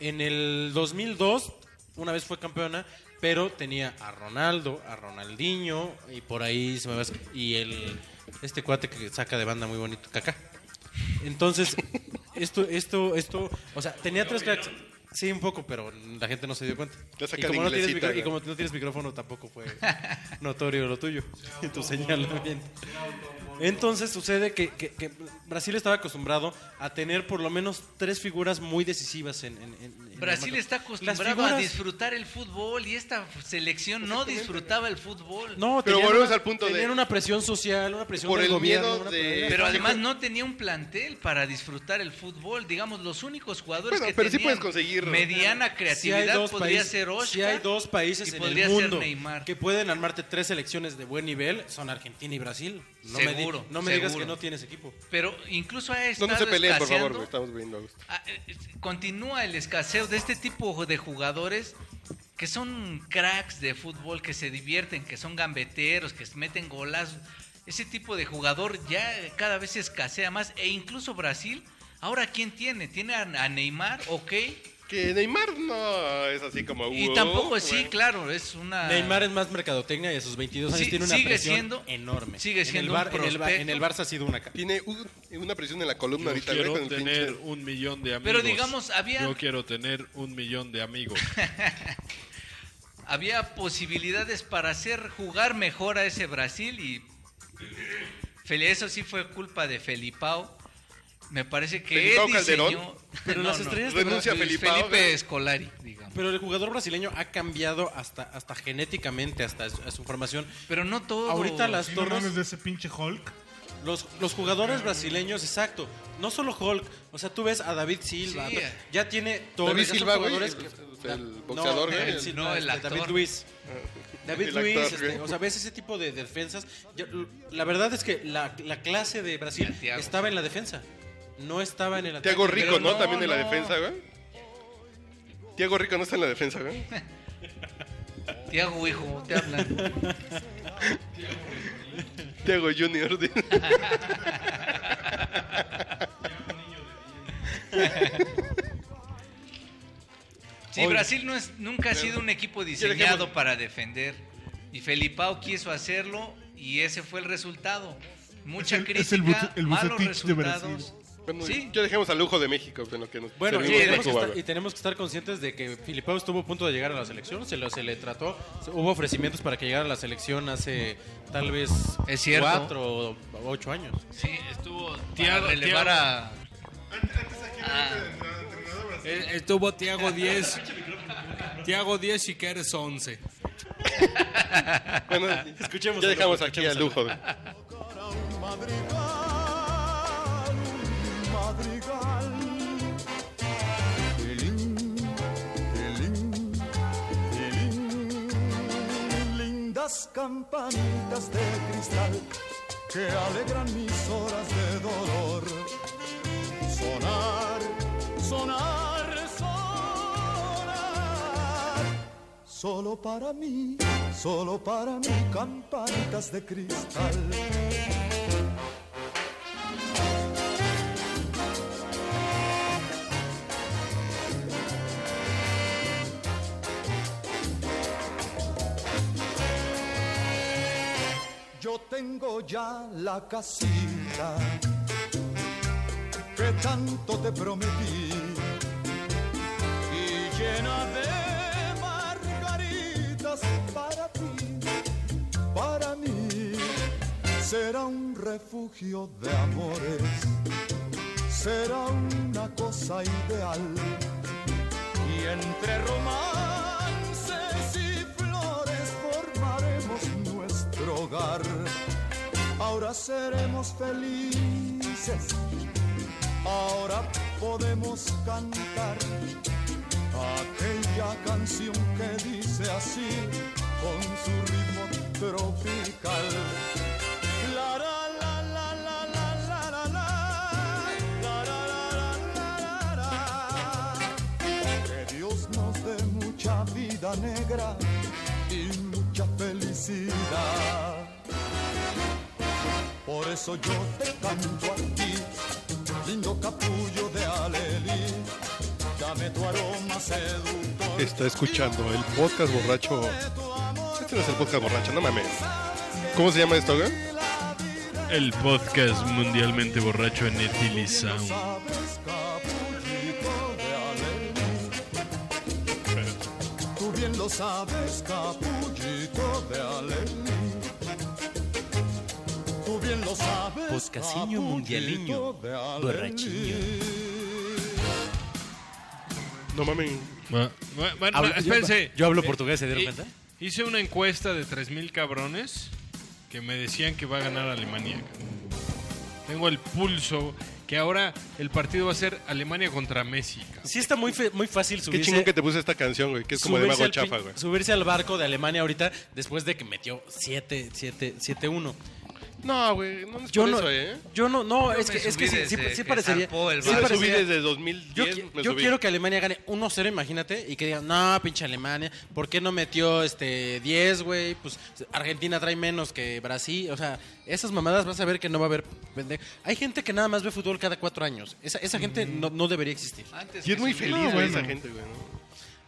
[SPEAKER 3] En el 2002, una vez fue campeona, pero tenía a Ronaldo, a Ronaldinho y por ahí se me va a- y el este cuate que saca de banda muy bonito, Kaká. Entonces, esto esto esto, o sea, tenía tres cracks. Sí, un poco, pero la gente no se dio cuenta.
[SPEAKER 4] La saca
[SPEAKER 3] Y como,
[SPEAKER 4] de
[SPEAKER 3] no tienes,
[SPEAKER 4] inglesita,
[SPEAKER 3] micro- y
[SPEAKER 4] güey.
[SPEAKER 3] como no tienes micrófono, tampoco fue notorio lo tuyo. Tu señalamiento. Entonces sucede que, que- que Brasil estaba acostumbrado a tener por lo menos tres figuras muy decisivas en, en- en- en
[SPEAKER 1] Brasil
[SPEAKER 3] la
[SPEAKER 1] está
[SPEAKER 3] marca. Las
[SPEAKER 1] acostumbrado
[SPEAKER 3] figuras-
[SPEAKER 1] a disfrutar el fútbol y esta selección no disfrutaba el fútbol.
[SPEAKER 3] No,
[SPEAKER 4] Pero
[SPEAKER 3] tenían
[SPEAKER 4] volvemos
[SPEAKER 3] una-
[SPEAKER 4] al punto de-
[SPEAKER 3] Tenían una presión social, una presión
[SPEAKER 4] Por
[SPEAKER 3] del
[SPEAKER 4] el
[SPEAKER 3] gobierno,
[SPEAKER 4] miedo
[SPEAKER 3] una
[SPEAKER 4] de-
[SPEAKER 3] presión-
[SPEAKER 1] Pero además no tenía un plantel para disfrutar el fútbol. Digamos, los únicos jugadores
[SPEAKER 4] Bueno,
[SPEAKER 1] que
[SPEAKER 4] pero sí
[SPEAKER 1] tenían
[SPEAKER 4] puedes conseguir-
[SPEAKER 1] mediana
[SPEAKER 3] Si hay
[SPEAKER 1] creatividad
[SPEAKER 3] dos
[SPEAKER 1] podría
[SPEAKER 3] países-
[SPEAKER 1] ser Oscar.
[SPEAKER 3] si hay dos países
[SPEAKER 1] y
[SPEAKER 3] en
[SPEAKER 1] podría
[SPEAKER 3] el
[SPEAKER 1] ser
[SPEAKER 3] mundo
[SPEAKER 1] Neymar.
[SPEAKER 3] que pueden armarte tres selecciones de buen nivel, son Argentina y Brasil. No
[SPEAKER 1] Seguro,
[SPEAKER 3] me, di- no me digas
[SPEAKER 1] seguro.
[SPEAKER 3] que no tienes equipo.
[SPEAKER 1] Pero incluso ha
[SPEAKER 4] No,
[SPEAKER 1] estado
[SPEAKER 4] no se peleen, por favor,
[SPEAKER 1] escaseando-
[SPEAKER 4] güey, estamos viendo.
[SPEAKER 1] Ah, eh, Continúa el escaseo de este tipo de jugadores que son cracks de fútbol, que se divierten, que son gambeteros, que meten golazos. Ese tipo de jugador ya cada vez escasea más. E incluso Brasil, ahora ¿quién tiene? Tiene a a Neymar, ok.
[SPEAKER 4] Que Neymar no es así como.
[SPEAKER 1] Y
[SPEAKER 4] wow,
[SPEAKER 1] tampoco, sí,
[SPEAKER 4] güey.
[SPEAKER 1] claro, es una...
[SPEAKER 3] Neymar es más mercadotecnia y a sus 22 años
[SPEAKER 1] Sí,
[SPEAKER 3] tiene una
[SPEAKER 1] sigue
[SPEAKER 3] presión
[SPEAKER 1] siendo-
[SPEAKER 3] enorme.
[SPEAKER 1] sigue siendo
[SPEAKER 3] en el, bar,
[SPEAKER 1] un
[SPEAKER 3] en, el Bar- en el
[SPEAKER 1] prospecto.
[SPEAKER 3] Barça ha sido una ca-
[SPEAKER 4] Tiene un- una presión en la columna
[SPEAKER 6] Yo
[SPEAKER 4] ahorita, güey,
[SPEAKER 6] quiero
[SPEAKER 4] con el
[SPEAKER 6] tener
[SPEAKER 4] pinche-
[SPEAKER 6] un millón de amigos.
[SPEAKER 1] Pero digamos, había-
[SPEAKER 6] Yo quiero tener un millón de amigos.
[SPEAKER 1] Había posibilidades para hacer jugar mejor a ese Brasil y... Fel- Eso sí fue culpa de Felipao. Me parece que
[SPEAKER 4] ¿Felipao
[SPEAKER 1] él diseñó...
[SPEAKER 4] Calderón?
[SPEAKER 3] Pero las estrellas de
[SPEAKER 4] Renuncia
[SPEAKER 1] Luis
[SPEAKER 4] Felipao, güey.
[SPEAKER 1] Felipe Escolari, digamos.
[SPEAKER 3] Pero el jugador brasileño ha cambiado hasta, hasta genéticamente, hasta su, a su formación.
[SPEAKER 1] Pero no todo.
[SPEAKER 3] Ahorita las
[SPEAKER 2] Si no
[SPEAKER 3] torres,
[SPEAKER 2] mames de ese pinche Hulk.
[SPEAKER 3] los, los jugadores brasileños, exacto. No solo Hulk, o sea, tú ves a David Silva,
[SPEAKER 1] Sí. eh.
[SPEAKER 3] a- ya tiene todos
[SPEAKER 4] David
[SPEAKER 3] ya son
[SPEAKER 4] Silva, güey,
[SPEAKER 3] jugadores
[SPEAKER 4] el-
[SPEAKER 3] que-
[SPEAKER 4] el
[SPEAKER 3] No,
[SPEAKER 4] boxeador, güey,
[SPEAKER 3] David
[SPEAKER 4] el-
[SPEAKER 3] Silva,
[SPEAKER 1] no, el
[SPEAKER 3] este,
[SPEAKER 1] actor.
[SPEAKER 3] David Luis. David
[SPEAKER 4] El
[SPEAKER 3] Luis,
[SPEAKER 4] actor,
[SPEAKER 3] este,
[SPEAKER 4] güey.
[SPEAKER 3] o sea, ves ese tipo de defensas. Yo- la verdad es que la, la clase de Brasil
[SPEAKER 1] Ya, Thiago.
[SPEAKER 3] estaba en la defensa, no estaba en el ataque.
[SPEAKER 4] Tiago Rico,
[SPEAKER 3] Pero
[SPEAKER 4] ¿no? También en la
[SPEAKER 3] no.
[SPEAKER 4] defensa, güey. Tiago Rico no está en la defensa, güey.
[SPEAKER 1] Tiago, hijo, te hablan.
[SPEAKER 4] Tiago Junior. de-
[SPEAKER 1] Sí, Brasil no es, nunca ha sido un equipo diseñado
[SPEAKER 4] dejemos-
[SPEAKER 1] para defender. Y Felipao quiso hacerlo y ese fue el resultado. Mucha
[SPEAKER 2] Es el-
[SPEAKER 1] crítica,
[SPEAKER 2] es el Buce- el
[SPEAKER 1] malos
[SPEAKER 2] Bucetich de Brasil.
[SPEAKER 1] resultados.
[SPEAKER 4] Bueno,
[SPEAKER 1] Sí.
[SPEAKER 4] ya dejemos al lujo de México, pero que nos
[SPEAKER 3] Bueno, y
[SPEAKER 4] servimos de
[SPEAKER 3] tenemos, que
[SPEAKER 4] Cuba,
[SPEAKER 3] estar,
[SPEAKER 4] güey.
[SPEAKER 3] y tenemos que estar conscientes de que Filipao estuvo a punto de llegar a la selección, se le, se le trató, se- hubo ofrecimientos para que llegara a la selección hace tal vez
[SPEAKER 1] Es cierto.
[SPEAKER 3] cuatro o ocho años.
[SPEAKER 1] Sí, estuvo
[SPEAKER 5] Thiago-
[SPEAKER 1] para relevar
[SPEAKER 5] Thiago.
[SPEAKER 1] a
[SPEAKER 5] Eh, Estuvo Tiago 10. Tiago 10 y que eres 11.
[SPEAKER 4] Bueno,
[SPEAKER 3] Escuchemos
[SPEAKER 4] ya
[SPEAKER 3] al
[SPEAKER 4] dejamos
[SPEAKER 3] lujo,
[SPEAKER 4] aquí
[SPEAKER 3] escuchemos
[SPEAKER 4] al
[SPEAKER 3] al
[SPEAKER 4] lujo, güey.
[SPEAKER 7] Madrigal, madrigal. Tilín, tilín, tilín. Lindas campanitas de cristal que alegran mis horas de dolor. Sonar, sonar, sonar. Solo para mí, solo para mí, campanitas de cristal. Yo tengo ya la casita que tanto te prometí y llena de margaritas para ti, para mí será un refugio de amores, será una cosa ideal y entre romances y flores formaremos nuestro hogar. Ahora seremos felices, ahora podemos cantar aquella canción que dice así, con su ritmo tropical. La, ra, la, la, la, la, la, la, la. La, ra, la, la, la, la, la. Que Dios nos dé mucha vida negra y mucha felicidad. Por eso yo te canto a ti, lindo capullo de Alelí. Dame tu aroma seductor.
[SPEAKER 4] Está escuchando el podcast borracho. Este no es el podcast borracho, no mames. ¿Cómo se llama esto, güey?
[SPEAKER 8] El podcast mundialmente borracho en Etili Sound.
[SPEAKER 7] Sabes, capullito de Alelí. Tú bien lo sabes, capullito de Alelí. Tú bien lo sabes.
[SPEAKER 3] Poscasiño mundialiño,
[SPEAKER 7] capullito de Alelí.
[SPEAKER 3] borrachiño.
[SPEAKER 4] No mames.
[SPEAKER 8] Ah,
[SPEAKER 5] Bueno, bueno,
[SPEAKER 3] Habla- yo-
[SPEAKER 5] espérense.
[SPEAKER 3] Yo, hablo portugués, ¿se dieron
[SPEAKER 5] Hi-
[SPEAKER 3] cuenta?
[SPEAKER 5] Hice una encuesta de 3.000 cabrones que me decían que va a ganar Alemania. Tengo el pulso que ahora el partido va a ser Alemania contra México.
[SPEAKER 3] Sí está muy, fe- muy fácil
[SPEAKER 4] Qué
[SPEAKER 3] subirse.
[SPEAKER 4] chingón que te puse esta canción, güey, que es como de
[SPEAKER 3] subirse
[SPEAKER 4] mago
[SPEAKER 3] al pin-
[SPEAKER 4] chafa, güey.
[SPEAKER 3] Subirse al barco de Alemania ahorita después de que metió 7 7 7-1.
[SPEAKER 4] No, güey, no es
[SPEAKER 3] Yo
[SPEAKER 4] por
[SPEAKER 3] no,
[SPEAKER 4] eso, ¿eh?
[SPEAKER 3] yo no, no, es
[SPEAKER 1] me
[SPEAKER 3] que, es
[SPEAKER 1] subí
[SPEAKER 3] que sí, sí,
[SPEAKER 1] desde
[SPEAKER 3] sí
[SPEAKER 1] que
[SPEAKER 3] parecería.
[SPEAKER 1] zarpó el
[SPEAKER 3] sí
[SPEAKER 4] Yo me
[SPEAKER 1] barco.
[SPEAKER 3] parecería-
[SPEAKER 4] subí desde
[SPEAKER 3] yo
[SPEAKER 4] 2010,
[SPEAKER 3] qui-
[SPEAKER 4] me
[SPEAKER 3] yo
[SPEAKER 4] subí.
[SPEAKER 3] quiero que Alemania gane 1-0, imagínate, y que digan, no, pinche Alemania, ¿por qué no metió este 10, güey? Pues Argentina trae menos que Brasil. O sea, esas mamadas vas a ver que no va a haber pendejo. Hay gente que nada más ve fútbol cada cuatro años. Esa, esa gente
[SPEAKER 4] Mm.
[SPEAKER 3] no, no debería existir.
[SPEAKER 1] Antes
[SPEAKER 4] Y es
[SPEAKER 1] que
[SPEAKER 4] muy
[SPEAKER 1] subí-
[SPEAKER 4] feliz,
[SPEAKER 2] No,
[SPEAKER 4] güey,
[SPEAKER 2] bueno.
[SPEAKER 4] esa gente, güey. ¿no?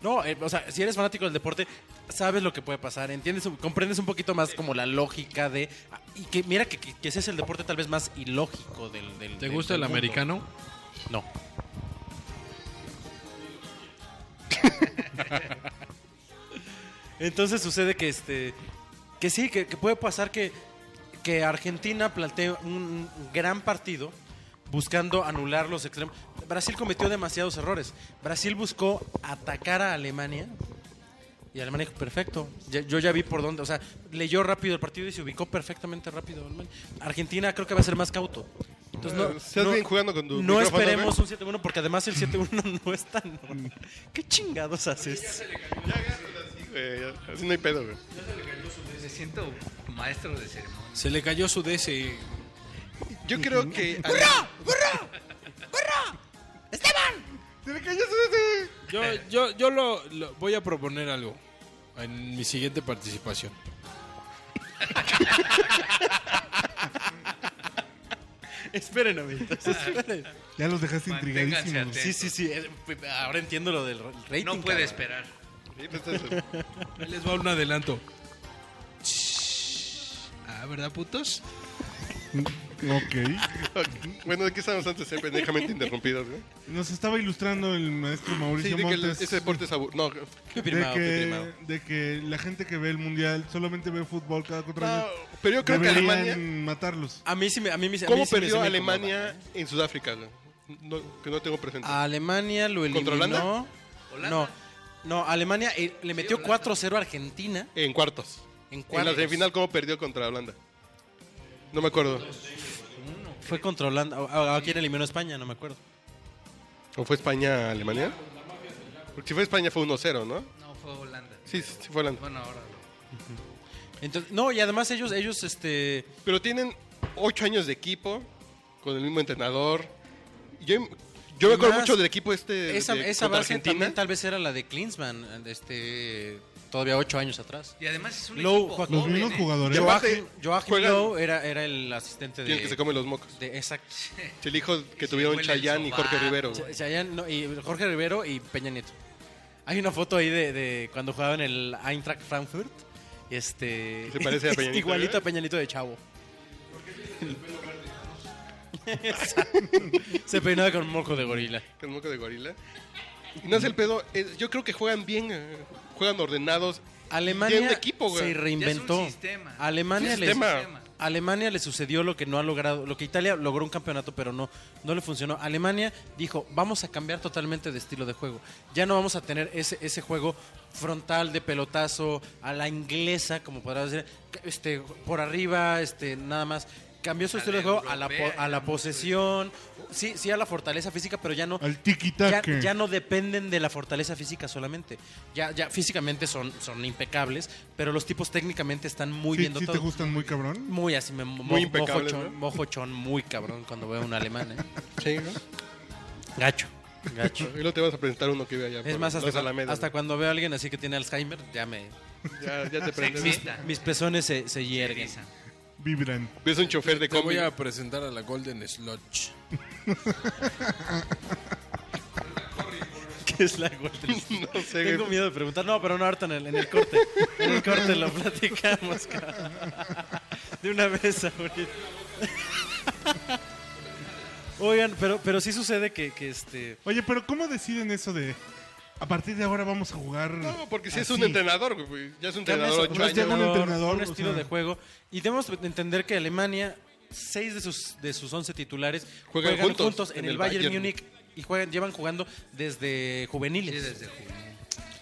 [SPEAKER 3] No, eh, o sea, si eres fanático del deporte, sabes lo que puede pasar, entiendes, comprendes un poquito más como la lógica de... ah, Y que mira que, que- que ese es el deporte tal vez más ilógico del... del
[SPEAKER 5] ¿Te
[SPEAKER 3] del-
[SPEAKER 5] gusta el
[SPEAKER 3] del mundo.
[SPEAKER 5] americano?
[SPEAKER 3] No. Entonces sucede que este... Que sí, que, que puede pasar que, que Argentina plantea un gran partido buscando anular los extremos. Brasil cometió demasiados errores. Brasil buscó atacar a Alemania y Alemania dijo, perfecto. Ya- yo ya vi por dónde, o sea, leyó rápido el partido y se ubicó perfectamente rápido. Alemania. Argentina creo que va a ser más cauto. Entonces, no,
[SPEAKER 4] Eh, estás
[SPEAKER 3] no-
[SPEAKER 4] bien jugando con tu
[SPEAKER 3] no
[SPEAKER 4] micrófono,
[SPEAKER 3] esperemos un 7-1 porque además el 7-1 no es tan... ¿Qué chingados haces?
[SPEAKER 4] Sí, güey, ya, así no hay pedo, güey.
[SPEAKER 1] Me siento maestro de ceremonia.
[SPEAKER 5] Se le cayó su DC.
[SPEAKER 4] Yo creo que...
[SPEAKER 5] Yo, yo, yo lo, lo- voy a proponer algo en mi siguiente participación.
[SPEAKER 3] Esperen, amiguitos, esperen.
[SPEAKER 2] Ya los dejaste
[SPEAKER 1] Manténganse
[SPEAKER 2] intrigadísimos.
[SPEAKER 1] atentos.
[SPEAKER 3] Ah, Sí, sí, sí. eh, Ahora entiendo lo del rating.
[SPEAKER 1] No puede
[SPEAKER 3] cabrón.
[SPEAKER 1] esperar.
[SPEAKER 4] Sí, pues, eso.
[SPEAKER 5] Ahí les va un adelanto. Ah, ¿verdad, putos?
[SPEAKER 2] Ok.
[SPEAKER 4] Ok. Bueno, ¿de qué estábamos antes? eh? Pendejamente interrumpidos, güey.
[SPEAKER 2] Nos estaba ilustrando el maestro
[SPEAKER 4] Sí,
[SPEAKER 2] Mauricio
[SPEAKER 4] de que el-
[SPEAKER 2] Montes.
[SPEAKER 4] ese deporte es aburrido. No,
[SPEAKER 3] Qué
[SPEAKER 2] de,
[SPEAKER 3] pirmao, qué pirmao.
[SPEAKER 2] que, de que la gente que ve el mundial solamente ve fútbol cada cuatro
[SPEAKER 4] no,
[SPEAKER 2] años.
[SPEAKER 4] pero yo creo que
[SPEAKER 2] Deberían
[SPEAKER 4] Alemania...
[SPEAKER 2] matarlos.
[SPEAKER 3] A mí sí me... A mí, me- a mí
[SPEAKER 4] ¿Cómo
[SPEAKER 3] sí me- sí
[SPEAKER 4] perdió
[SPEAKER 3] me
[SPEAKER 4] Alemania en Sudáfrica, güey? No, que no tengo presente.
[SPEAKER 3] incomoda. A Alemania lo eliminó...
[SPEAKER 4] ¿Contra Holanda?
[SPEAKER 1] ¿Holanda?
[SPEAKER 3] No, no, Alemania eh, le metió 4-0 a Argentina
[SPEAKER 4] En cuartos.
[SPEAKER 3] en
[SPEAKER 4] En la
[SPEAKER 3] cuartos.
[SPEAKER 4] semifinal, ¿cómo perdió contra Holanda? No me acuerdo.
[SPEAKER 3] Fue contra Holanda. ¿A, a- a quién eliminó España? No me acuerdo.
[SPEAKER 4] ¿O fue España-Alemania? Porque si fue España fue 1-0, ¿no?
[SPEAKER 1] No, fue Holanda.
[SPEAKER 4] Sí, sí sí fue Holanda.
[SPEAKER 1] Bueno, ahora.
[SPEAKER 3] Entonces, no, y además ellos, ellos, este...
[SPEAKER 4] Pero tienen ocho años de equipo, con el mismo entrenador. Yo, yo me acuerdo
[SPEAKER 3] Además,
[SPEAKER 4] mucho del equipo este
[SPEAKER 3] Esa,
[SPEAKER 4] de,
[SPEAKER 3] esa
[SPEAKER 4] contra
[SPEAKER 3] base
[SPEAKER 4] Argentina.
[SPEAKER 3] también tal vez era la de Klinsmann, este, todavía ocho años atrás.
[SPEAKER 1] Y además es un
[SPEAKER 3] Low,
[SPEAKER 1] equipo
[SPEAKER 3] Joaquín.
[SPEAKER 2] Los
[SPEAKER 1] joven,
[SPEAKER 2] mismos
[SPEAKER 1] ¿eh?
[SPEAKER 2] jugadores.
[SPEAKER 4] Yo- aparte,
[SPEAKER 3] Joachim, Joachim
[SPEAKER 4] juegan-
[SPEAKER 3] Low era, era el asistente de...
[SPEAKER 4] Tienen que se come los mocos.
[SPEAKER 3] de- exacto.
[SPEAKER 4] Es El hijo que
[SPEAKER 1] se
[SPEAKER 4] tuvieron
[SPEAKER 1] huele el
[SPEAKER 4] Chayanne y Jorge
[SPEAKER 1] sobaco.
[SPEAKER 4] Rivero. güey.
[SPEAKER 3] O sea, ya no- y Jorge Rivero y Peña Nieto. Hay una foto ahí de, de cuando jugaba en el Eintracht Frankfurt. y Este,
[SPEAKER 4] Se parece a Peña Nieto,
[SPEAKER 3] Igualito a
[SPEAKER 4] ¿verdad?
[SPEAKER 3] Peña Nieto de Chavo. Exacto. se peinaba con moco de gorila.
[SPEAKER 4] Con moco de gorila. Y no es el pedo. es- yo creo que juegan bien. eh, Juegan ordenados.
[SPEAKER 3] Alemania
[SPEAKER 4] Tiene equipo, güey.
[SPEAKER 3] se
[SPEAKER 4] Ya es un
[SPEAKER 3] reinventó.
[SPEAKER 1] sistema.
[SPEAKER 3] Alemania,
[SPEAKER 4] Es un
[SPEAKER 3] le,
[SPEAKER 4] sistema.
[SPEAKER 3] Alemania le sucedió lo que no ha logrado, lo que Italia logró un campeonato, pero no, no le funcionó. Alemania dijo, vamos a cambiar totalmente de estilo de juego. Ya no vamos a tener ese, ese juego frontal de pelotazo a la inglesa, como podrás decir, este, por arriba, este, nada más. cambió su estilo de
[SPEAKER 1] Al
[SPEAKER 3] juego a la, po-
[SPEAKER 1] europea,
[SPEAKER 3] a la
[SPEAKER 1] ¿no?
[SPEAKER 3] posesión, sí, sí a la fortaleza física, pero ya no,
[SPEAKER 2] Al
[SPEAKER 3] ya,
[SPEAKER 2] tiquitaque.
[SPEAKER 3] ya no dependen de la fortaleza física solamente. Ya, ya físicamente son, son impecables, pero los tipos técnicamente están muy
[SPEAKER 2] ¿Sí,
[SPEAKER 3] bien
[SPEAKER 2] sí te
[SPEAKER 3] dotados.
[SPEAKER 2] gustan muy cabrón?
[SPEAKER 3] Muy así, me mo-
[SPEAKER 4] Muy impecables,
[SPEAKER 3] mojochón,
[SPEAKER 4] ¿no?
[SPEAKER 3] mojochón, muy cabrón cuando veo a un alemán, ¿eh?
[SPEAKER 4] Sí, ¿no?
[SPEAKER 3] Gacho, gacho.
[SPEAKER 4] Y luego te vas a presentar uno que vive allá.
[SPEAKER 3] Es
[SPEAKER 4] por
[SPEAKER 3] más,
[SPEAKER 4] Los
[SPEAKER 3] hasta,
[SPEAKER 4] Alamedas,
[SPEAKER 3] hasta
[SPEAKER 4] ¿no?
[SPEAKER 3] cuando veo a alguien así que tiene Alzheimer, ya me... ah,
[SPEAKER 4] Ya, ya te
[SPEAKER 1] Se
[SPEAKER 4] prendes.
[SPEAKER 1] excita.
[SPEAKER 3] Mis pezones se, se
[SPEAKER 1] se
[SPEAKER 3] hierguen.
[SPEAKER 1] eriza.
[SPEAKER 2] Vibran.
[SPEAKER 4] Ves un chofer de
[SPEAKER 5] Te
[SPEAKER 4] combi.
[SPEAKER 5] voy a presentar a la Golden Sludge.
[SPEAKER 3] ¿Qué es la Golden
[SPEAKER 4] No sé,
[SPEAKER 3] Tengo
[SPEAKER 4] güey.
[SPEAKER 3] miedo de preguntar. No, pero no, ahorita en el, en el corte. En el corte lo platicamos, cabrón. De una vez ahorita. Oigan, pero, pero sí sucede que, que este...
[SPEAKER 2] Oye, pero ¿cómo deciden eso de a partir de ahora vamos a jugar?
[SPEAKER 4] No, porque si es
[SPEAKER 2] así?
[SPEAKER 4] un entrenador, güey, güey. Ya es un
[SPEAKER 3] cambias
[SPEAKER 4] entrenador
[SPEAKER 3] a
[SPEAKER 4] ocho
[SPEAKER 2] pues llega
[SPEAKER 4] años.
[SPEAKER 2] un entrenador,
[SPEAKER 3] un
[SPEAKER 2] o
[SPEAKER 3] estilo
[SPEAKER 2] sea.
[SPEAKER 3] de juego. Y debemos entender que Alemania, seis de sus, de sus once titulares
[SPEAKER 4] Juegan
[SPEAKER 3] juegan,
[SPEAKER 4] juntos
[SPEAKER 3] juntos,
[SPEAKER 4] en
[SPEAKER 3] en,
[SPEAKER 4] el
[SPEAKER 3] el Bayern,
[SPEAKER 4] Bayern.
[SPEAKER 3] Múnich y juegan, llevan jugando desde
[SPEAKER 1] Sí,
[SPEAKER 3] juveniles.
[SPEAKER 1] desde junio.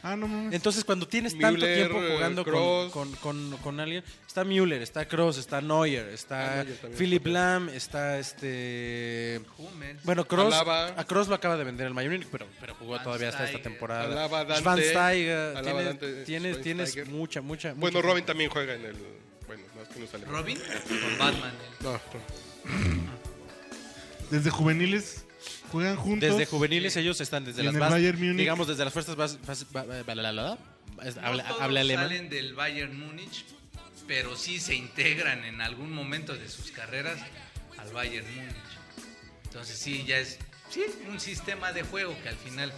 [SPEAKER 2] Ah, no mames.
[SPEAKER 3] Entonces, cuando tienes tanto
[SPEAKER 4] Müller,
[SPEAKER 3] tiempo
[SPEAKER 4] eh,
[SPEAKER 3] jugando
[SPEAKER 4] Kroos.
[SPEAKER 3] con, con, con- con alguien, está Müller, está Kroos, está Neuer,
[SPEAKER 4] Ah,
[SPEAKER 3] está
[SPEAKER 4] Neuer también.
[SPEAKER 3] Philip Lahm, está este.
[SPEAKER 1] Hummels.
[SPEAKER 3] Bueno, Kroos,
[SPEAKER 4] Alaba.
[SPEAKER 3] a Kroos lo acaba de vender el Bayern Múnich, pero, pero jugó
[SPEAKER 1] Van
[SPEAKER 3] todavía hasta esta
[SPEAKER 1] Steiger.
[SPEAKER 3] temporada.
[SPEAKER 4] Alaba, Dante.
[SPEAKER 3] Schweinsteiger,
[SPEAKER 4] Alaba,
[SPEAKER 3] tienes,
[SPEAKER 4] Dante,
[SPEAKER 3] tienes, tienes
[SPEAKER 4] Schweinsteiger.
[SPEAKER 3] mucha, mucha.
[SPEAKER 4] Bueno,
[SPEAKER 3] mucha-
[SPEAKER 4] Robin también juega en el. Bueno, no es que no sale.
[SPEAKER 1] Robin con Batman.
[SPEAKER 4] No, no.
[SPEAKER 2] Desde juveniles juegan juntos.
[SPEAKER 3] Desde juveniles ellos están desde
[SPEAKER 2] Y
[SPEAKER 3] las
[SPEAKER 2] en el
[SPEAKER 3] bas-
[SPEAKER 2] Bayern Múnich.
[SPEAKER 3] digamos desde las fuerzas bas- bas- ba- ba- ba- la- la- la- es-
[SPEAKER 1] No
[SPEAKER 3] habla,
[SPEAKER 1] todos
[SPEAKER 3] habla alemán.
[SPEAKER 1] Salen del Bayern Múnich, pero sí se integran en algún momento de sus carreras al Bayern Múnich. Entonces sí, ya es sí, un sistema de juego que al final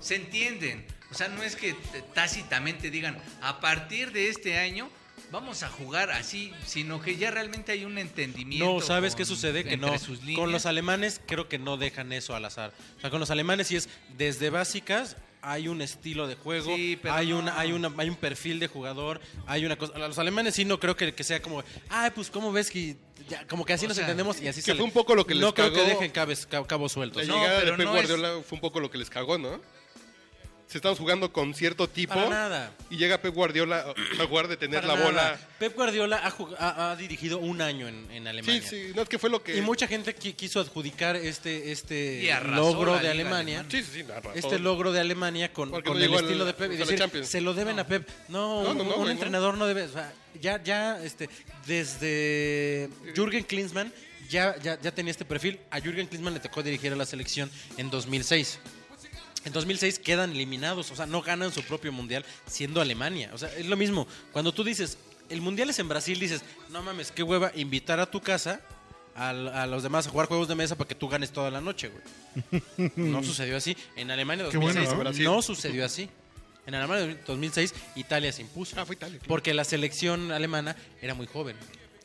[SPEAKER 1] se entienden. O sea, no es que t- tácitamente digan, a partir de este año vamos a jugar así, sino que ya realmente hay un entendimiento.
[SPEAKER 3] No, ¿sabes
[SPEAKER 1] con-
[SPEAKER 3] qué sucede? Que
[SPEAKER 1] entre
[SPEAKER 3] no.
[SPEAKER 1] sus
[SPEAKER 3] Con
[SPEAKER 1] líneas.
[SPEAKER 3] los alemanes creo que no dejan eso al azar. O sea, con los alemanes sí es desde básicas hay un estilo de juego,
[SPEAKER 1] Sí, pero
[SPEAKER 3] hay
[SPEAKER 1] no.
[SPEAKER 3] una, hay una, hay un perfil de jugador, hay una cosa. A los alemanes sí no creo que, que sea como, ay, pues cómo ves que ya, como que así
[SPEAKER 1] O
[SPEAKER 3] nos
[SPEAKER 1] sea,
[SPEAKER 3] entendemos y así
[SPEAKER 4] que
[SPEAKER 3] sale.
[SPEAKER 4] fue un poco lo que les
[SPEAKER 3] no creo
[SPEAKER 4] cagó.
[SPEAKER 3] que dejen cabes- ca- cabos
[SPEAKER 4] La
[SPEAKER 3] sueltos.
[SPEAKER 1] No,
[SPEAKER 4] llegada de
[SPEAKER 1] pero
[SPEAKER 4] Pep
[SPEAKER 1] no es-
[SPEAKER 4] Guardiola fue un poco lo que les cagó, ¿no? Se estaban jugando con cierto tipo.
[SPEAKER 3] Para nada.
[SPEAKER 4] Y llega Pep Guardiola a jugar de tener
[SPEAKER 3] Para
[SPEAKER 4] la
[SPEAKER 3] nada.
[SPEAKER 4] bola.
[SPEAKER 3] Pep Guardiola ha, jug- ha- ha dirigido un año en, en
[SPEAKER 4] Sí,
[SPEAKER 3] Alemania.
[SPEAKER 4] sí, no es que fue lo que.
[SPEAKER 3] Y mucha gente qui- quiso adjudicar este,
[SPEAKER 1] Y
[SPEAKER 3] este
[SPEAKER 1] arrasó la
[SPEAKER 3] logro de
[SPEAKER 1] liga
[SPEAKER 3] Alemania.
[SPEAKER 1] alemana.
[SPEAKER 4] Sí, sí, sí, la razón.
[SPEAKER 3] este logro de Alemania con,
[SPEAKER 4] Porque
[SPEAKER 3] con
[SPEAKER 4] no
[SPEAKER 3] el
[SPEAKER 4] llegó al-
[SPEAKER 3] estilo de Pep.
[SPEAKER 4] a
[SPEAKER 3] y
[SPEAKER 4] la
[SPEAKER 3] decir,
[SPEAKER 4] Champions.
[SPEAKER 3] se lo deben a Pep. No,
[SPEAKER 4] No,
[SPEAKER 3] un,
[SPEAKER 4] no, no,
[SPEAKER 3] un
[SPEAKER 4] güey, no.
[SPEAKER 3] entrenador no debe. o sea, ya, ya, este, desde Jürgen Klinsmann ya, ya, ya tenía este perfil. A Jürgen Klinsmann le tocó dirigir a la selección en 2006. En 2006 quedan eliminados, o sea, no ganan su propio mundial siendo Alemania. O sea, es lo mismo. Cuando tú dices, el mundial es en Brasil, dices, no mames, qué hueva invitar a tu casa al- a, los demás a jugar juegos de mesa para que tú ganes toda la noche, güey. No sucedió así. En Alemania
[SPEAKER 2] Qué bueno,
[SPEAKER 3] 2006
[SPEAKER 2] ¿no?
[SPEAKER 4] Brasil.
[SPEAKER 3] no sucedió así. En Alemania 2006 Italia se impuso.
[SPEAKER 4] Ah, fue Italia. claro.
[SPEAKER 3] Porque la selección alemana era muy joven.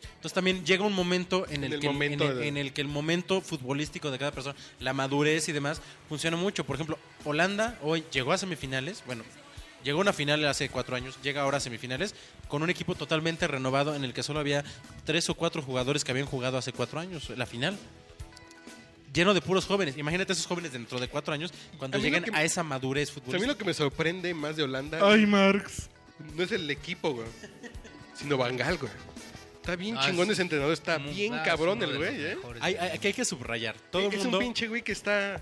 [SPEAKER 3] Entonces también llega un momento en
[SPEAKER 4] En
[SPEAKER 3] el,
[SPEAKER 4] el
[SPEAKER 3] que, en
[SPEAKER 4] momento
[SPEAKER 3] el-
[SPEAKER 4] de-
[SPEAKER 3] en el que el momento futbolístico de cada persona, la madurez y demás, funciona mucho. Por ejemplo, Holanda hoy llegó a semifinales, bueno, llegó a una final hace cuatro años, llega ahora a semifinales, con un equipo totalmente renovado en el que solo había tres o cuatro jugadores que habían jugado hace cuatro años, la final. Lleno de puros jóvenes. Imagínate esos jóvenes dentro de cuatro años cuando
[SPEAKER 4] A mí lo
[SPEAKER 3] lleguen
[SPEAKER 4] que-
[SPEAKER 3] a esa madurez
[SPEAKER 4] O sea, a mí
[SPEAKER 3] futbolística.
[SPEAKER 4] lo que me sorprende más de Holanda
[SPEAKER 2] Ay, Marx.
[SPEAKER 4] no es el equipo, güey. Sino Bangal, güey. Está bien
[SPEAKER 1] Ah,
[SPEAKER 4] chingón
[SPEAKER 1] es-
[SPEAKER 4] ese entrenador, está
[SPEAKER 1] Mu-
[SPEAKER 4] bien
[SPEAKER 1] ah, es
[SPEAKER 4] cabrón
[SPEAKER 1] uno
[SPEAKER 4] el
[SPEAKER 1] de
[SPEAKER 4] güey,
[SPEAKER 1] los
[SPEAKER 4] ¿eh?
[SPEAKER 1] mejores.
[SPEAKER 3] Hay- hay- aquí hay que subrayar. Todo el
[SPEAKER 4] es
[SPEAKER 3] mundo.
[SPEAKER 4] un pinche güey que está.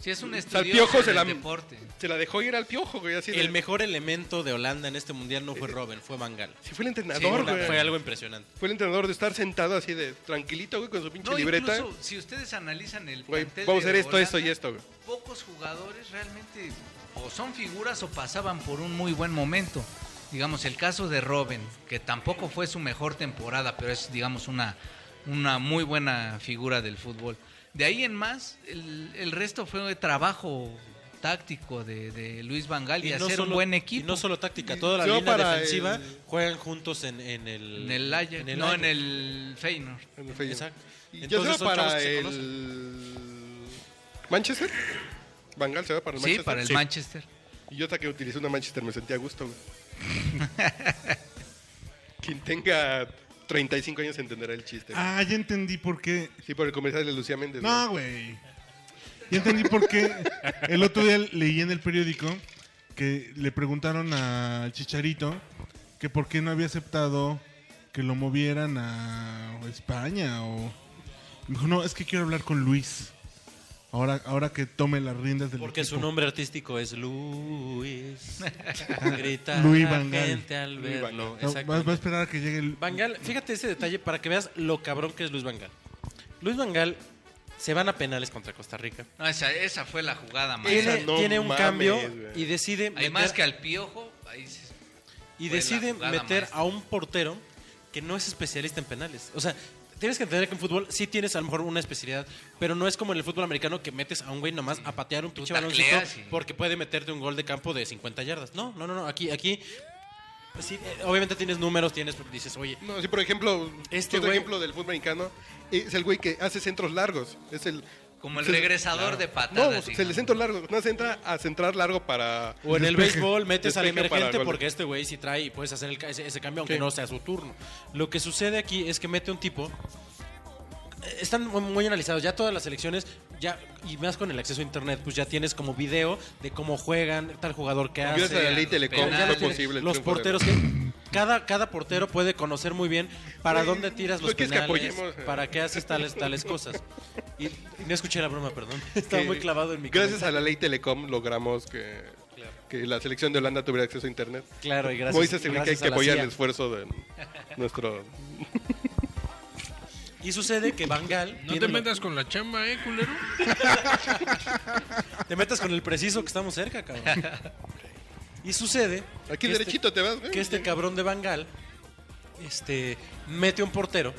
[SPEAKER 1] Sí, es un
[SPEAKER 4] sea, el
[SPEAKER 1] estudioso
[SPEAKER 4] Piojo se
[SPEAKER 1] del
[SPEAKER 4] la-
[SPEAKER 1] deporte.
[SPEAKER 4] Se la dejó ir al piojo, güey. Así de-
[SPEAKER 3] El mejor elemento de Holanda en este mundial no fue Robben, fue Van Gaal.
[SPEAKER 4] Sí, fue el
[SPEAKER 3] Sí,
[SPEAKER 4] entrenador, güey.
[SPEAKER 3] fue algo impresionante.
[SPEAKER 4] Fue el entrenador de estar sentado así de tranquilito, güey, con su pinche
[SPEAKER 1] No,
[SPEAKER 4] libreta.
[SPEAKER 1] incluso si ustedes analizan el
[SPEAKER 4] Güey,
[SPEAKER 1] plantel
[SPEAKER 4] vamos a
[SPEAKER 1] de
[SPEAKER 4] hacer esto,
[SPEAKER 1] Holanda,
[SPEAKER 4] esto y esto, güey.
[SPEAKER 1] Pocos jugadores realmente o son figuras o pasaban por un muy buen momento. Digamos, el caso de Robin, que tampoco fue su mejor temporada, pero es, digamos, una, una muy buena figura del fútbol. De ahí en más, el, el resto fue de trabajo táctico de, de Luis Vangal y, hacer un buen equipo.
[SPEAKER 3] Y no solo táctica, toda la
[SPEAKER 4] Yo
[SPEAKER 3] línea
[SPEAKER 4] para
[SPEAKER 3] defensiva
[SPEAKER 4] el-
[SPEAKER 3] juegan juntos en, en el.
[SPEAKER 1] en el Ajax,
[SPEAKER 3] en el
[SPEAKER 1] no en
[SPEAKER 3] Ajax.
[SPEAKER 1] el Feyenoord.
[SPEAKER 4] En fin.
[SPEAKER 3] Exacto.
[SPEAKER 4] Y ya se va
[SPEAKER 3] Entonces son chavos
[SPEAKER 4] para
[SPEAKER 3] que se
[SPEAKER 4] el. Manchester. Bangal se va para el
[SPEAKER 1] Sí,
[SPEAKER 4] Manchester.
[SPEAKER 1] para el Manchester.
[SPEAKER 4] Y yo hasta que utilicé una Manchester me sentía a gusto, güey. Quien tenga 35 años entenderá el chiste. güey.
[SPEAKER 2] Ah, ya entendí por qué.
[SPEAKER 4] Sí, por el comercial de Lucía Méndez.
[SPEAKER 2] No, güey. Ya entendí por qué. El otro día leí en el periódico que le preguntaron al Chicharito que por qué no había aceptado que lo movieran a España o... Me dijo, no, es que quiero hablar con Luis. Ahora, ahora que tome las riendas del
[SPEAKER 3] Porque su
[SPEAKER 2] equipo".
[SPEAKER 3] nombre artístico es Luis. Grita
[SPEAKER 2] Luis
[SPEAKER 3] la
[SPEAKER 2] Van Gaal.
[SPEAKER 3] gente al
[SPEAKER 4] Luis Van
[SPEAKER 3] verlo.
[SPEAKER 2] No, va, va a
[SPEAKER 3] Exactamente.
[SPEAKER 2] esperar a que llegue el...
[SPEAKER 3] Van Gaal, fíjate ese detalle para que veas lo cabrón que es Luis Van Gaal. Luis Van Gaal se van a penales contra Costa Rica.
[SPEAKER 1] No, esa, esa fue la jugada más.
[SPEAKER 4] Esa
[SPEAKER 3] Tiene,
[SPEAKER 4] no
[SPEAKER 3] tiene un
[SPEAKER 4] mames,
[SPEAKER 3] cambio
[SPEAKER 4] güey.
[SPEAKER 3] y decide
[SPEAKER 1] Hay
[SPEAKER 3] meter,
[SPEAKER 1] más que al piojo. Ahí se- fue
[SPEAKER 3] y
[SPEAKER 1] la
[SPEAKER 3] decide
[SPEAKER 1] jugada
[SPEAKER 3] meter
[SPEAKER 1] maestra.
[SPEAKER 3] a un portero que no es especialista en penales. O sea, tienes que entender que en fútbol sí tienes a lo mejor una especialidad, pero no es como en el fútbol americano que metes a un güey nomás a patear un pinche baloncito
[SPEAKER 1] tacleas y-
[SPEAKER 3] porque puede meterte un gol de campo de 50 yardas. No, no, no, no. Aquí, aquí pues sí, eh, obviamente tienes números, tienes, dices, oye,
[SPEAKER 4] No, sí, por ejemplo,
[SPEAKER 3] Este
[SPEAKER 4] este otro
[SPEAKER 3] güey-
[SPEAKER 4] ejemplo del fútbol mexicano es el güey que hace centros largos. Es el.
[SPEAKER 1] Como el
[SPEAKER 4] se-
[SPEAKER 1] regresador de
[SPEAKER 4] No, pues,
[SPEAKER 1] patadas.
[SPEAKER 4] se
[SPEAKER 1] digamos.
[SPEAKER 4] le centro largo. No se entra a centrar largo para.
[SPEAKER 3] O en el
[SPEAKER 4] despeje.
[SPEAKER 3] béisbol metes al
[SPEAKER 4] Despeje para
[SPEAKER 3] emergente
[SPEAKER 4] gol.
[SPEAKER 3] porque este güey sí trae y puedes hacer el ca- ese, ese cambio aunque
[SPEAKER 4] Sí.
[SPEAKER 3] no sea su turno. Lo que sucede aquí es que mete un tipo. eh, Están muy, muy analizados ya todas las elecciones ya y más con el acceso a internet pues ya tienes como video de cómo juegan tal jugador que hace.
[SPEAKER 4] Gracias a la ley
[SPEAKER 1] Ah, los
[SPEAKER 4] Telecom
[SPEAKER 1] penales,
[SPEAKER 4] fue
[SPEAKER 3] Tiene-
[SPEAKER 4] posible. el
[SPEAKER 3] los
[SPEAKER 4] triunfo de-
[SPEAKER 3] porteros que cada cada portero puede conocer muy bien para
[SPEAKER 4] Güey,
[SPEAKER 3] dónde tiras
[SPEAKER 4] ¿no
[SPEAKER 3] los
[SPEAKER 4] quieres que
[SPEAKER 3] penales,
[SPEAKER 4] apoyemos, eh?
[SPEAKER 3] para qué haces tales tales cosas. Y, y no escuché la broma, perdón. Estaba
[SPEAKER 4] que
[SPEAKER 3] muy clavado en mi
[SPEAKER 4] Gracias
[SPEAKER 3] comentario.
[SPEAKER 4] a la ley Telecom logramos que, que la selección de Holanda tuviera acceso a Internet.
[SPEAKER 3] Claro, y gracias.
[SPEAKER 4] Moisés Enrique hay
[SPEAKER 3] gracias
[SPEAKER 4] que
[SPEAKER 3] a la
[SPEAKER 4] apoyar
[SPEAKER 3] CIA.
[SPEAKER 4] el esfuerzo de nuestro.
[SPEAKER 3] Y sucede que Van Gaal
[SPEAKER 5] No
[SPEAKER 3] tiene
[SPEAKER 5] te
[SPEAKER 3] lo-
[SPEAKER 5] metas con la chamba, ¿eh, culero?
[SPEAKER 3] te metas con el preciso que estamos cerca, cabrón. Y sucede
[SPEAKER 4] Aquí
[SPEAKER 3] que,
[SPEAKER 4] derechito te vas, ¿eh?
[SPEAKER 3] este,
[SPEAKER 4] güey.
[SPEAKER 3] que este cabrón de Van Gaal este, mete un portero,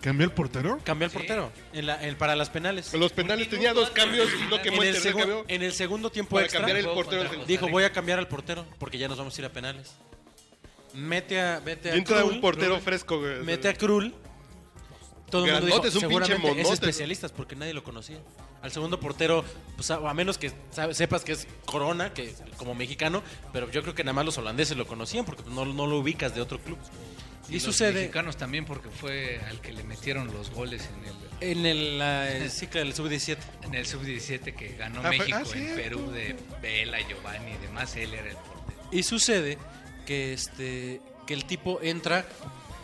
[SPEAKER 2] ¿Cambió el portero?
[SPEAKER 3] cambia el
[SPEAKER 1] Sí.
[SPEAKER 3] portero en la, en- para las penales.
[SPEAKER 4] Los penales tenía dos cambios y no
[SPEAKER 3] En
[SPEAKER 4] quemó
[SPEAKER 3] el,
[SPEAKER 4] el tercer
[SPEAKER 3] segun-
[SPEAKER 4] cambio.
[SPEAKER 3] en el segundo tiempo
[SPEAKER 4] Para
[SPEAKER 3] extra,
[SPEAKER 4] cambiar el
[SPEAKER 1] Juego
[SPEAKER 4] portero.
[SPEAKER 1] contra
[SPEAKER 4] del-
[SPEAKER 1] Costa
[SPEAKER 3] dijo voy a cambiar al portero porque ya nos vamos a ir a penales. Mete a, mete a
[SPEAKER 4] Y entra
[SPEAKER 3] Krul,
[SPEAKER 4] un portero fresco, güey.
[SPEAKER 3] mete a Krul. Todo el mundo dijo,
[SPEAKER 4] Grandote, es un pinche
[SPEAKER 3] seguramente es
[SPEAKER 4] monote".
[SPEAKER 3] especialistas porque nadie lo conocía. Al segundo portero, pues a, a menos que sa- sepas que es Corona, que como mexicano, pero yo creo que nada más los holandeses lo conocían porque pues, no, no lo ubicas de otro club. Y,
[SPEAKER 1] los
[SPEAKER 3] sucede
[SPEAKER 1] mexicanos también porque fue al que le metieron los goles en el,
[SPEAKER 3] en el, la- el ciclo del sub-17.
[SPEAKER 1] en el sub-17 que ganó
[SPEAKER 4] Ah, fue-
[SPEAKER 1] México
[SPEAKER 4] ah,
[SPEAKER 1] en
[SPEAKER 4] cierto.
[SPEAKER 1] Perú de Vela, Giovanni y demás. Él era el portero.
[SPEAKER 3] Y sucede que este que el tipo entra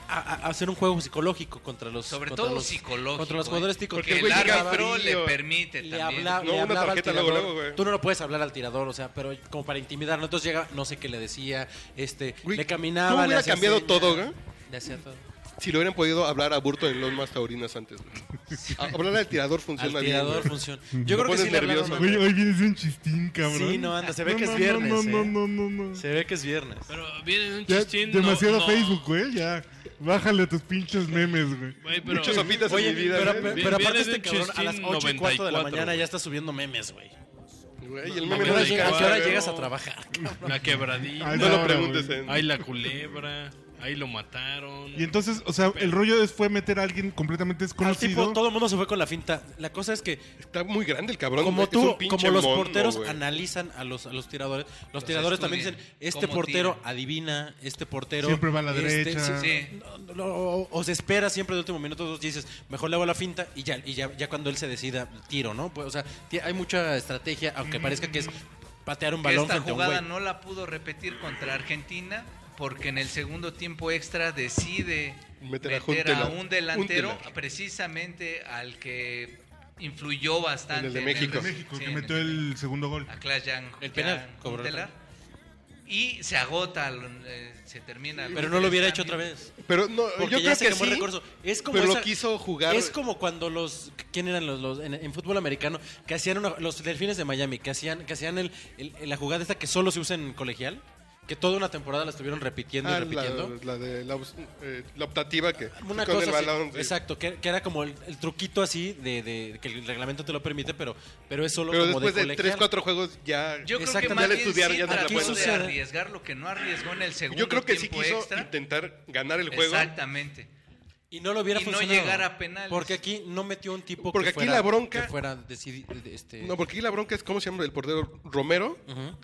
[SPEAKER 3] a, a- a hacer un juego psicológico contra los
[SPEAKER 1] Sobre
[SPEAKER 3] Pues, contra
[SPEAKER 1] todo
[SPEAKER 3] los-
[SPEAKER 1] psicológico.
[SPEAKER 3] contra los
[SPEAKER 1] ¿eh?
[SPEAKER 3] jugadores ticos.
[SPEAKER 1] Porque
[SPEAKER 4] el
[SPEAKER 1] el
[SPEAKER 4] güey llega
[SPEAKER 1] árbitro le
[SPEAKER 4] frío.
[SPEAKER 1] permite
[SPEAKER 3] le,
[SPEAKER 1] también.
[SPEAKER 3] habla-
[SPEAKER 4] No,
[SPEAKER 3] le
[SPEAKER 4] una
[SPEAKER 3] hablaba al
[SPEAKER 4] tarjeta
[SPEAKER 3] tirador.
[SPEAKER 4] luego, luego, güey.
[SPEAKER 3] Tú no lo puedes hablar al tirador, o sea, pero como para intimidarlo. Entonces llega, no sé qué le decía, este,
[SPEAKER 4] Güey,
[SPEAKER 3] le caminaba.
[SPEAKER 4] ¿cómo
[SPEAKER 3] le
[SPEAKER 4] hubiera
[SPEAKER 3] hacía
[SPEAKER 4] cambiado
[SPEAKER 3] señas,
[SPEAKER 4] todo, güey?
[SPEAKER 3] Le hacía todo.
[SPEAKER 4] Si lo hubieran podido hablar a Burto en los más taurinas antes. güey. A- Hablar al tirador funciona
[SPEAKER 3] al
[SPEAKER 4] bien.
[SPEAKER 3] tirador
[SPEAKER 4] güey.
[SPEAKER 3] funciona. Yo
[SPEAKER 4] Te
[SPEAKER 3] creo que sí
[SPEAKER 4] pones
[SPEAKER 3] le hablaron
[SPEAKER 4] nervioso.
[SPEAKER 3] a-
[SPEAKER 2] Oye, hoy vienes de un chistín, cabrón.
[SPEAKER 3] Sí, no, anda, se ve
[SPEAKER 2] No,
[SPEAKER 3] que es
[SPEAKER 2] no,
[SPEAKER 3] viernes,
[SPEAKER 2] No,
[SPEAKER 3] eh.
[SPEAKER 2] no, no, no, no.
[SPEAKER 3] Se ve que es viernes.
[SPEAKER 5] Pero viene de un
[SPEAKER 2] Ya,
[SPEAKER 5] chistín. no-
[SPEAKER 2] demasiado
[SPEAKER 5] no.
[SPEAKER 2] Facebook, güey. Ya. Bájale a tus pinches memes, güey.
[SPEAKER 5] Güey, pero-
[SPEAKER 4] Muchas sopitas
[SPEAKER 3] Oye,
[SPEAKER 4] en mi vida.
[SPEAKER 3] pero,
[SPEAKER 4] güey.
[SPEAKER 3] pero-
[SPEAKER 5] Bien,
[SPEAKER 3] pero
[SPEAKER 5] viene
[SPEAKER 3] aparte
[SPEAKER 5] de
[SPEAKER 3] este
[SPEAKER 5] un
[SPEAKER 3] cabrro a las
[SPEAKER 5] chistín
[SPEAKER 3] 8 y cuarto de la
[SPEAKER 5] 94,
[SPEAKER 3] mañana
[SPEAKER 5] güey.
[SPEAKER 3] ya está subiendo memes, güey.
[SPEAKER 4] Güey, y el
[SPEAKER 3] ¿A
[SPEAKER 4] meme
[SPEAKER 3] qué
[SPEAKER 5] Memes
[SPEAKER 4] no
[SPEAKER 3] hora,
[SPEAKER 5] de
[SPEAKER 3] llega-
[SPEAKER 4] llega,
[SPEAKER 3] a qué
[SPEAKER 5] cada
[SPEAKER 3] hora
[SPEAKER 4] güey.
[SPEAKER 5] vez.
[SPEAKER 3] llegas a trabajar?
[SPEAKER 5] La quebradilla.
[SPEAKER 2] Ay,
[SPEAKER 4] No lo
[SPEAKER 2] Ahora,
[SPEAKER 4] preguntes eh.
[SPEAKER 2] güey.
[SPEAKER 4] en.
[SPEAKER 5] Ahí la culebra. Ahí lo mataron.
[SPEAKER 2] Y entonces, o sea, el rollo es- fue meter a alguien completamente
[SPEAKER 3] Al
[SPEAKER 2] desconocido.
[SPEAKER 3] Ah, tipo, todo el mundo se fue con la finta. La cosa es que
[SPEAKER 4] Está muy grande el cabrón.
[SPEAKER 3] como
[SPEAKER 4] güey. Es
[SPEAKER 3] tú,
[SPEAKER 4] un pinche
[SPEAKER 3] como los
[SPEAKER 4] mono,
[SPEAKER 3] porteros
[SPEAKER 4] güey.
[SPEAKER 3] analizan a los, a los tiradores, los, tiradores también dicen,
[SPEAKER 1] estudian,
[SPEAKER 3] este
[SPEAKER 1] cómo
[SPEAKER 3] portero
[SPEAKER 1] tira.
[SPEAKER 3] adivina, este portero...
[SPEAKER 2] Siempre va a la
[SPEAKER 3] este,
[SPEAKER 2] derecha.
[SPEAKER 1] Sí.
[SPEAKER 3] no, no, no, o, o se espera siempre de último minuto, dos dices, mejor le hago la finta y ya, y ya, ya cuando él se decida, tiro, ¿no? Pues, o sea, ti- hay mucha estrategia, aunque parezca que es patear un
[SPEAKER 1] Que
[SPEAKER 3] balón
[SPEAKER 1] esta
[SPEAKER 3] frente a un güey.
[SPEAKER 1] jugada no la pudo repetir contra Argentina porque en el segundo tiempo extra decide
[SPEAKER 4] Meter
[SPEAKER 1] meter,
[SPEAKER 4] a
[SPEAKER 1] a
[SPEAKER 4] Huntelaar.
[SPEAKER 1] un delantero
[SPEAKER 4] Huntelaar.
[SPEAKER 1] precisamente al que influyó bastante.
[SPEAKER 4] El de
[SPEAKER 1] en
[SPEAKER 4] México.
[SPEAKER 2] México,
[SPEAKER 1] sí,
[SPEAKER 2] que
[SPEAKER 1] en
[SPEAKER 2] metió el segundo gol.
[SPEAKER 1] a Clash Yang,
[SPEAKER 3] El penal, cobró el
[SPEAKER 1] Huntelaar. Y se agota, lo- eh, se termina.
[SPEAKER 3] Pero no lo hubiera hecho otra
[SPEAKER 1] Cambio.
[SPEAKER 3] vez.
[SPEAKER 4] Pero no,
[SPEAKER 3] Porque
[SPEAKER 4] yo
[SPEAKER 3] ya
[SPEAKER 4] creo
[SPEAKER 3] se
[SPEAKER 4] que
[SPEAKER 3] quemó
[SPEAKER 4] sí.
[SPEAKER 3] el recurso. Es como
[SPEAKER 4] pero lo
[SPEAKER 3] esa-
[SPEAKER 4] quiso jugar- ah,
[SPEAKER 3] Es como cuando los. ¿Quién eran los.? los- en, en fútbol americano, que hacían. una- los delfines de Miami, que hacían, que hacían el, el- la jugada esta que solo se usa en colegial. Que toda una temporada la estuvieron repitiendo y
[SPEAKER 4] Ah, la,
[SPEAKER 3] repitiendo.
[SPEAKER 4] la de la, obs- eh, la optativa que
[SPEAKER 3] Una
[SPEAKER 4] con
[SPEAKER 3] cosa
[SPEAKER 4] el
[SPEAKER 3] así,
[SPEAKER 4] balón. sí.
[SPEAKER 3] exacto, que, que era como el, el truquito así de, de- que el reglamento te lo permite, pero, pero es solo
[SPEAKER 4] Pero
[SPEAKER 3] como
[SPEAKER 4] después de
[SPEAKER 3] colegial.
[SPEAKER 4] 3, 4 juegos ya.
[SPEAKER 1] Yo creo que
[SPEAKER 3] Exactamente.
[SPEAKER 1] más
[SPEAKER 4] Ya le
[SPEAKER 1] bien
[SPEAKER 4] estudiaron,
[SPEAKER 1] sí
[SPEAKER 4] ya se la
[SPEAKER 1] trató
[SPEAKER 3] pueden.
[SPEAKER 1] de
[SPEAKER 3] Sucede.
[SPEAKER 1] arriesgar lo que no arriesgó en el segundo
[SPEAKER 4] Yo creo que sí
[SPEAKER 1] tiempo
[SPEAKER 4] quiso
[SPEAKER 1] extra.
[SPEAKER 4] intentar ganar el juego.
[SPEAKER 1] Exactamente.
[SPEAKER 3] Y no lo hubiera
[SPEAKER 1] Y no
[SPEAKER 3] funcionado.
[SPEAKER 1] llegar a penales.
[SPEAKER 3] Porque aquí no metió un tipo
[SPEAKER 4] Porque
[SPEAKER 3] que
[SPEAKER 4] aquí
[SPEAKER 3] fuera,
[SPEAKER 4] la bronca-
[SPEAKER 3] que fuera decidi- de- este,
[SPEAKER 4] No, porque aquí la bronca es cómo se llama el portero Romero.
[SPEAKER 3] Ujú.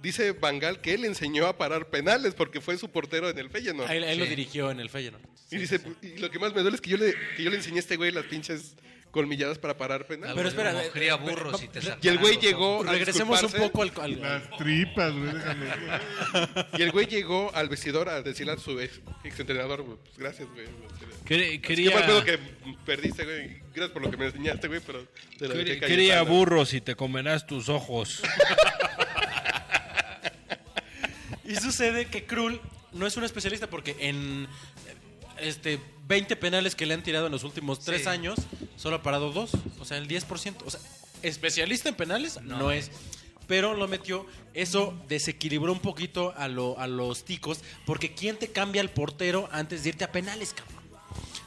[SPEAKER 4] Dice Bangal que él enseñó a parar penales porque fue su portero en el Feyenoord.
[SPEAKER 3] a él, a él lo
[SPEAKER 1] Sí.
[SPEAKER 3] dirigió en el Feyenoord.
[SPEAKER 4] y dice, y lo que más me duele es que yo le, que yo le enseñé a este güey las pinches colmilladas para parar pena.
[SPEAKER 1] Pero espera,
[SPEAKER 3] espera,
[SPEAKER 1] cría burros y te
[SPEAKER 4] Y el
[SPEAKER 1] saltaron
[SPEAKER 4] güey
[SPEAKER 1] los
[SPEAKER 4] llegó a
[SPEAKER 3] Regresemos un
[SPEAKER 4] disculparse,
[SPEAKER 3] poco al. al-
[SPEAKER 2] Las tripas, güey, déjame.
[SPEAKER 4] Y el güey llegó al vestidor a decirle a su ex, entrenador, pues gracias, güey. Qué
[SPEAKER 5] Quere- Quería,
[SPEAKER 4] mal pedo que perdiste, güey. Gracias por lo que me enseñaste, güey, pero te la dejé
[SPEAKER 5] quere-
[SPEAKER 4] Cayetana.
[SPEAKER 5] quería burros y te comerás tus ojos.
[SPEAKER 3] Y sucede que Krul no es un especialista porque en este 20 penales que le han tirado en los últimos 3
[SPEAKER 1] Sí.
[SPEAKER 3] años, solo ha parado 2, o sea, el 10%. O sea, especialista en penales no, es. Pero lo metió, eso desequilibró un poquito a, lo- a los ticos, porque ¿quién te cambia el portero antes de irte a penales, cabrón?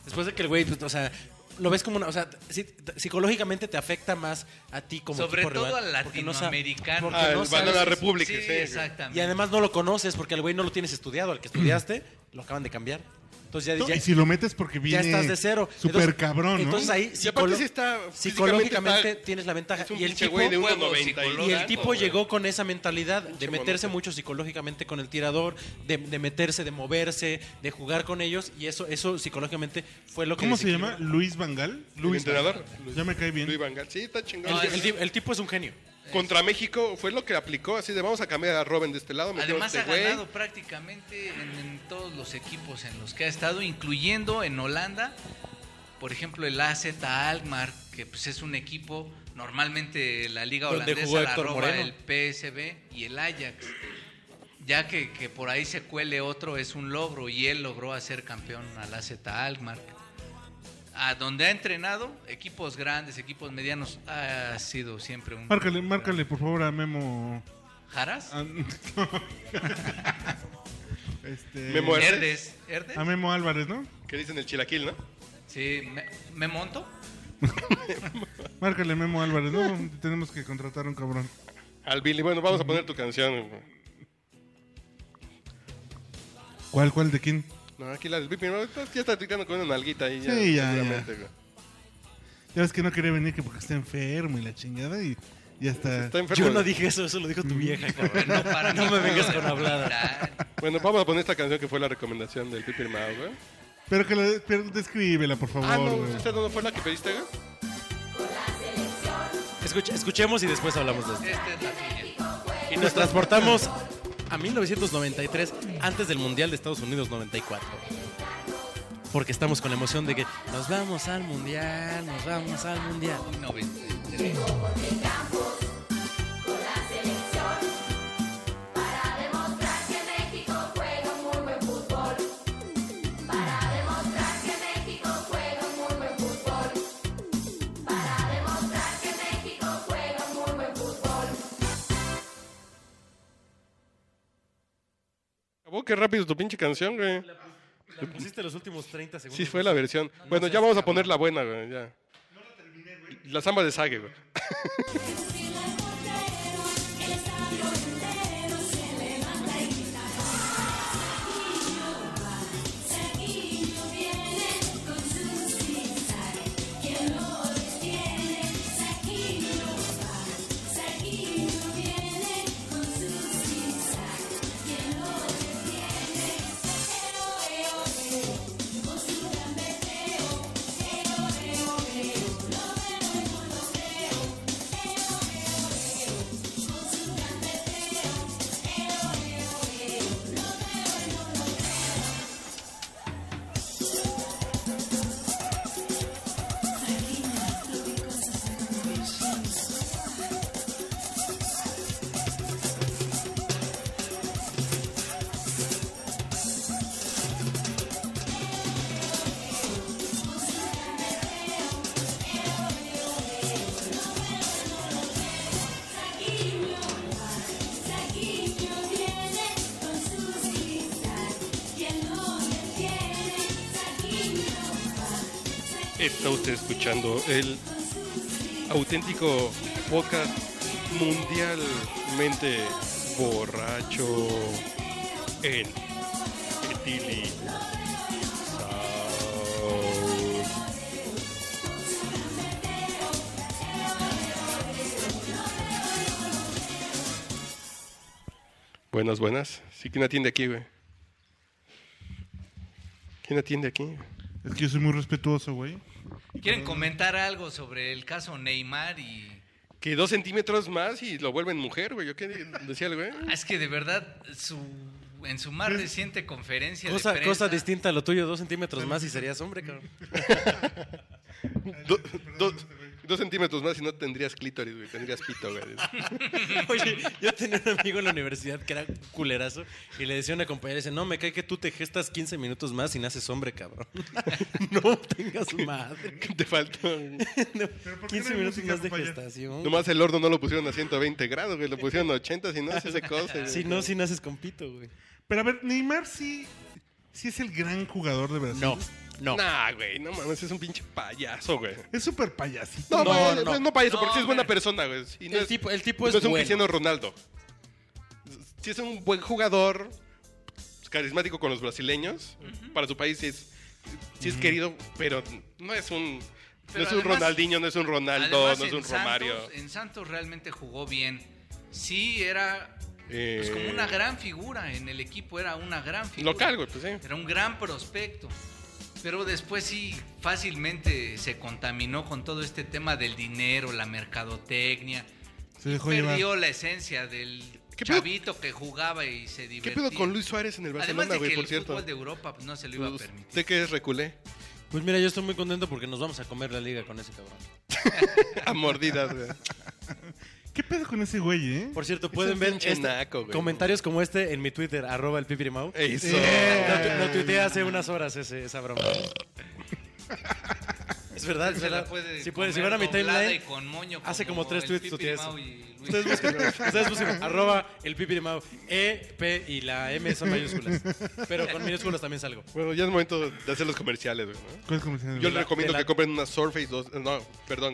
[SPEAKER 3] Después de que el güey, pues, o sea, lo ves como una, o sea, sí, t- psicológicamente te afecta más a ti como
[SPEAKER 1] Sobre
[SPEAKER 3] equipo
[SPEAKER 1] todo
[SPEAKER 3] rival,
[SPEAKER 1] al
[SPEAKER 3] porque no sa-
[SPEAKER 1] latinoamericano.
[SPEAKER 3] porque
[SPEAKER 4] Ah,
[SPEAKER 3] no
[SPEAKER 4] el Banana
[SPEAKER 3] sabes-
[SPEAKER 4] Republic,
[SPEAKER 1] Sí,
[SPEAKER 4] sí, güey.
[SPEAKER 1] exactamente.
[SPEAKER 3] y además no lo conoces porque al güey no lo tienes estudiado. Al que estudiaste, lo acaban de cambiar. Entonces ya,
[SPEAKER 2] No,
[SPEAKER 3] ya-
[SPEAKER 2] y si lo metes porque
[SPEAKER 3] ya
[SPEAKER 2] viene.
[SPEAKER 3] estás de cero.
[SPEAKER 2] Súper
[SPEAKER 3] Entonces-
[SPEAKER 2] cabrón, ¿no?
[SPEAKER 3] Entonces ahí
[SPEAKER 4] Y aparte
[SPEAKER 3] psicolo-
[SPEAKER 4] sí está
[SPEAKER 3] psicológicamente
[SPEAKER 4] está-
[SPEAKER 3] tienes la ventaja.
[SPEAKER 4] Es un
[SPEAKER 3] Y el
[SPEAKER 4] pinche
[SPEAKER 3] tipo,
[SPEAKER 4] güey de
[SPEAKER 1] un juego
[SPEAKER 4] 1.90
[SPEAKER 1] psicológico,
[SPEAKER 3] y el tipo
[SPEAKER 4] güey.
[SPEAKER 3] llegó con esa mentalidad de
[SPEAKER 4] Pinche
[SPEAKER 3] meterse
[SPEAKER 4] monote.
[SPEAKER 3] mucho psicológicamente con el tirador, de, de meterse, de moverse, de jugar con ellos. Y eso, eso psicológicamente fue lo que.
[SPEAKER 2] ¿Cómo se
[SPEAKER 3] desequilibró.
[SPEAKER 2] llama? Luis Vangal. Luis
[SPEAKER 4] entrenador?
[SPEAKER 2] Ya me cae bien.
[SPEAKER 4] Luis Van Gaal. Sí, está chingón.
[SPEAKER 1] No,
[SPEAKER 4] güey.
[SPEAKER 3] El, ti- el tipo es un genio.
[SPEAKER 4] Contra México fue lo que aplicó, así de vamos a cambiar a Robin de este lado, metemos a
[SPEAKER 1] Además ha
[SPEAKER 4] este güey.
[SPEAKER 1] ganado prácticamente en, en todos los equipos en los que ha estado, incluyendo en Holanda, por ejemplo el AZ Alkmaar, que pues es un equipo normalmente la liga
[SPEAKER 3] Donde
[SPEAKER 1] holandesa
[SPEAKER 3] jugó
[SPEAKER 1] la
[SPEAKER 3] Héctor
[SPEAKER 1] roba
[SPEAKER 3] Moreno.
[SPEAKER 1] el PSV y el Ajax. Ya que, que por ahí se cuele otro es un logro y él logró hacer campeón al AZ Alkmaar. A donde ha entrenado equipos grandes, equipos medianos, ha sido siempre un
[SPEAKER 2] Márcale, márcale, por favor, a Memo.
[SPEAKER 1] Jaras.
[SPEAKER 2] a- este,
[SPEAKER 1] Pues,
[SPEAKER 4] Memo-
[SPEAKER 1] Herdes, Herdes.
[SPEAKER 2] A Memo Álvarez, ¿no?
[SPEAKER 4] Que dicen el chilaquil, ¿no?
[SPEAKER 1] Sí, me, me monto.
[SPEAKER 2] Márcale, Memo Álvarez, ¿no? Tenemos que contratar a un cabrón.
[SPEAKER 4] Al Billy, bueno, vamos a poner tu canción. güey.
[SPEAKER 2] ¿Cuál, cuál, de quién?
[SPEAKER 4] No, aquí la del Billy, ¿no? ya está picando con una nalguita ahí. Ya,
[SPEAKER 2] Sí, ya,
[SPEAKER 4] seguramente,
[SPEAKER 2] ya.
[SPEAKER 4] güey.
[SPEAKER 2] Ya ves que no quería venir que porque está enfermo y la chingada y ya está.
[SPEAKER 4] Está enfermo.
[SPEAKER 3] Yo no dije eso, eso lo dijo tu vieja, cabrón.
[SPEAKER 1] No, para Ah,
[SPEAKER 3] No
[SPEAKER 1] mí.
[SPEAKER 3] me vengas con hablada.
[SPEAKER 4] Bueno, vamos a poner esta canción que fue la recomendación del Pipi Mao, güey.
[SPEAKER 2] Pero que la pero descríbela, por favor.
[SPEAKER 4] Ah, no,
[SPEAKER 2] güey.
[SPEAKER 4] ¿esta no fue la que pediste, güey?
[SPEAKER 3] Escucha- escuchemos y después hablamos de esto.
[SPEAKER 1] Esta este es la señal.
[SPEAKER 3] Y nos transportamos a 1993, antes del Mundial de Estados Unidos 94. Porque estamos con la emoción de que nos vamos al Mundial, nos vamos al Mundial.
[SPEAKER 1] No, ve. este,
[SPEAKER 4] Acabó, qué rápido tu pinche canción, güey.
[SPEAKER 3] La pusiste los últimos 30 segundos.
[SPEAKER 4] Sí, fue la versión. bueno, ya vamos a poner la buena, güey. Ya. La samba de Sage, güey. Está usted escuchando el auténtico podcast mundialmente borracho en Etili. Buenas, buenas. Sí, ¿quién atiende aquí, güey? ¿Quién atiende aquí?
[SPEAKER 2] Es que yo soy muy respetuoso, güey.
[SPEAKER 1] ¿Quieren comentar algo sobre el caso Neymar y
[SPEAKER 4] Que dos centímetros más y lo vuelven mujer, güey. Yo qué decía el güey.
[SPEAKER 1] Ah, Es que de verdad, su, en su más reciente conferencia de
[SPEAKER 3] Cosa,
[SPEAKER 1] prensa,
[SPEAKER 3] cosa distinta a lo tuyo, dos centímetros más y serías hombre, cabrón.
[SPEAKER 4] Do- do- dos centímetros más y no tendrías clítoris, güey. Tendrías pito, güey.
[SPEAKER 3] Oye, yo tenía un amigo en la universidad que era culerazo y le decía a una compañera, dice, no, me cae que tú te gestas 15 minutos más y naces hombre, cabrón. no tengas madre.
[SPEAKER 4] ¿Qué te faltó?
[SPEAKER 2] ¿por qué no
[SPEAKER 3] 15
[SPEAKER 2] hay
[SPEAKER 3] minutos
[SPEAKER 2] música,
[SPEAKER 3] más de
[SPEAKER 2] papaya?
[SPEAKER 3] gestación.
[SPEAKER 4] Nomás el horno no lo pusieron a 120 grados, güey. Lo pusieron a 80, si no, se se cose, güey.
[SPEAKER 3] Si no, si naces con pito, güey.
[SPEAKER 2] Pero a ver, Neymar sí, sí es el gran jugador de Brasil.
[SPEAKER 3] No, no.
[SPEAKER 4] Nah, güey. No mames, es un pinche payaso, güey.
[SPEAKER 2] Es súper payasito.
[SPEAKER 4] No,
[SPEAKER 3] No,
[SPEAKER 4] güey, no,
[SPEAKER 3] no.
[SPEAKER 4] payaso,
[SPEAKER 1] No,
[SPEAKER 4] porque sí es buena
[SPEAKER 1] güey.
[SPEAKER 4] persona, güey. Y no
[SPEAKER 3] El
[SPEAKER 4] es-
[SPEAKER 3] tipo- el tipo
[SPEAKER 1] Pues
[SPEAKER 3] es
[SPEAKER 4] no es un
[SPEAKER 3] bueno.
[SPEAKER 4] Cristiano Ronaldo. Si es un buen jugador, pues, carismático con los brasileños, para su país sí es, sí es querido, pero no es un...
[SPEAKER 1] Pero
[SPEAKER 4] no es un
[SPEAKER 1] además-
[SPEAKER 4] Ronaldinho, no es un Ronaldo,
[SPEAKER 1] además
[SPEAKER 4] no es
[SPEAKER 1] en
[SPEAKER 4] un Romario.
[SPEAKER 1] Santos, en Santos realmente jugó bien. Sí, era pues,
[SPEAKER 4] Eh,
[SPEAKER 1] como una gran figura en el equipo, era una gran figura.
[SPEAKER 4] Local, güey, pues sí.
[SPEAKER 1] Era un gran prospecto. Pero después sí, fácilmente se contaminó con todo este tema del dinero, la mercadotecnia.
[SPEAKER 2] Se dejó
[SPEAKER 1] Perdió
[SPEAKER 2] llevar.
[SPEAKER 1] la esencia del
[SPEAKER 4] ¿Qué pedo-
[SPEAKER 1] chavito que jugaba y se
[SPEAKER 4] ¿Qué
[SPEAKER 1] divertía.
[SPEAKER 4] pedo con Luis Suárez en el
[SPEAKER 1] Además
[SPEAKER 4] Barcelona,
[SPEAKER 1] de que
[SPEAKER 4] güey, por
[SPEAKER 1] el
[SPEAKER 4] cierto?
[SPEAKER 1] fútbol de Europa pues, no se lo iba a permitir.
[SPEAKER 4] Usted que es reculé.
[SPEAKER 3] Pues mira, yo estoy muy contento porque nos vamos a comer la liga con ese cabrón.
[SPEAKER 4] A mordidas, güey.
[SPEAKER 2] ¿Qué pedo con ese güey, eh?
[SPEAKER 3] Por cierto, pueden ver
[SPEAKER 4] pinche
[SPEAKER 3] este-
[SPEAKER 4] naco, güey.
[SPEAKER 3] comentarios como este en mi Twitter, arroba el pipirimau.
[SPEAKER 4] Eso.
[SPEAKER 3] Lo, tu- lo tuiteé hace unas horas ese- esa broma. es verdad, es
[SPEAKER 1] Se la
[SPEAKER 3] verdad.
[SPEAKER 1] puede
[SPEAKER 3] si pueden, si
[SPEAKER 1] comer
[SPEAKER 3] van a mi
[SPEAKER 1] doblada
[SPEAKER 3] timeline,
[SPEAKER 1] y con moño
[SPEAKER 3] hace como
[SPEAKER 1] como
[SPEAKER 3] tres
[SPEAKER 1] el
[SPEAKER 3] tweets
[SPEAKER 1] Pipi
[SPEAKER 3] tuiteé
[SPEAKER 1] Mau
[SPEAKER 3] eso.
[SPEAKER 1] y Luis.
[SPEAKER 3] Ustedes busquen, ustedes busquen, arroba el pipirimau, E, P y la M son mayúsculas. Pero con minúsculas también salgo.
[SPEAKER 4] Bueno, ya es momento de hacer los comerciales, güey, ¿no?
[SPEAKER 2] ¿Cuál es como se llama?
[SPEAKER 4] Yo les recomiendo
[SPEAKER 3] de la-
[SPEAKER 4] que compren una Surface 2. No, perdón,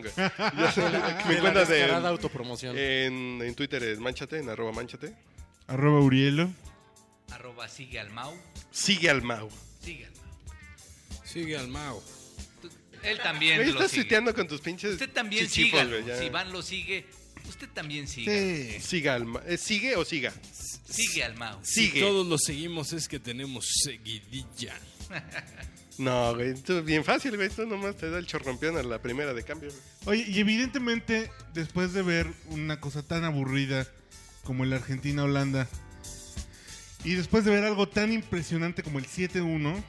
[SPEAKER 4] güey. Ya sé, que me encuentras
[SPEAKER 3] de la descarada
[SPEAKER 4] en,
[SPEAKER 3] autopromoción.
[SPEAKER 4] en, en Twitter, es manchate, en arroba manchate.
[SPEAKER 2] Arroba Urielo.
[SPEAKER 1] Arroba sigue al Mau.
[SPEAKER 4] Sigue al Mau.
[SPEAKER 1] Sigue al Mau.
[SPEAKER 6] Sigue al Mao.
[SPEAKER 1] Tú- Él
[SPEAKER 4] Güey,
[SPEAKER 1] también lo
[SPEAKER 4] estás
[SPEAKER 1] sigue.
[SPEAKER 4] tuiteando con tus pinches.
[SPEAKER 1] Usted también
[SPEAKER 4] chichifos,
[SPEAKER 1] siga.
[SPEAKER 4] güey, ya.
[SPEAKER 1] Si Van lo sigue, usted también siga.
[SPEAKER 2] Sí.
[SPEAKER 4] Siga al Mau. ¿Es ¿Sigue o siga?
[SPEAKER 1] Sigue al Mau.
[SPEAKER 4] Sigue.
[SPEAKER 6] Si todos lo seguimos es que tenemos seguidilla.
[SPEAKER 4] No, güey. Esto es bien fácil, güey. Esto nomás te da el chorrompión a la primera de cambio. güey.
[SPEAKER 2] Oye, y evidentemente, después de ver una cosa tan aburrida como el Argentina-Holanda, y después de ver algo tan impresionante como el 7-1,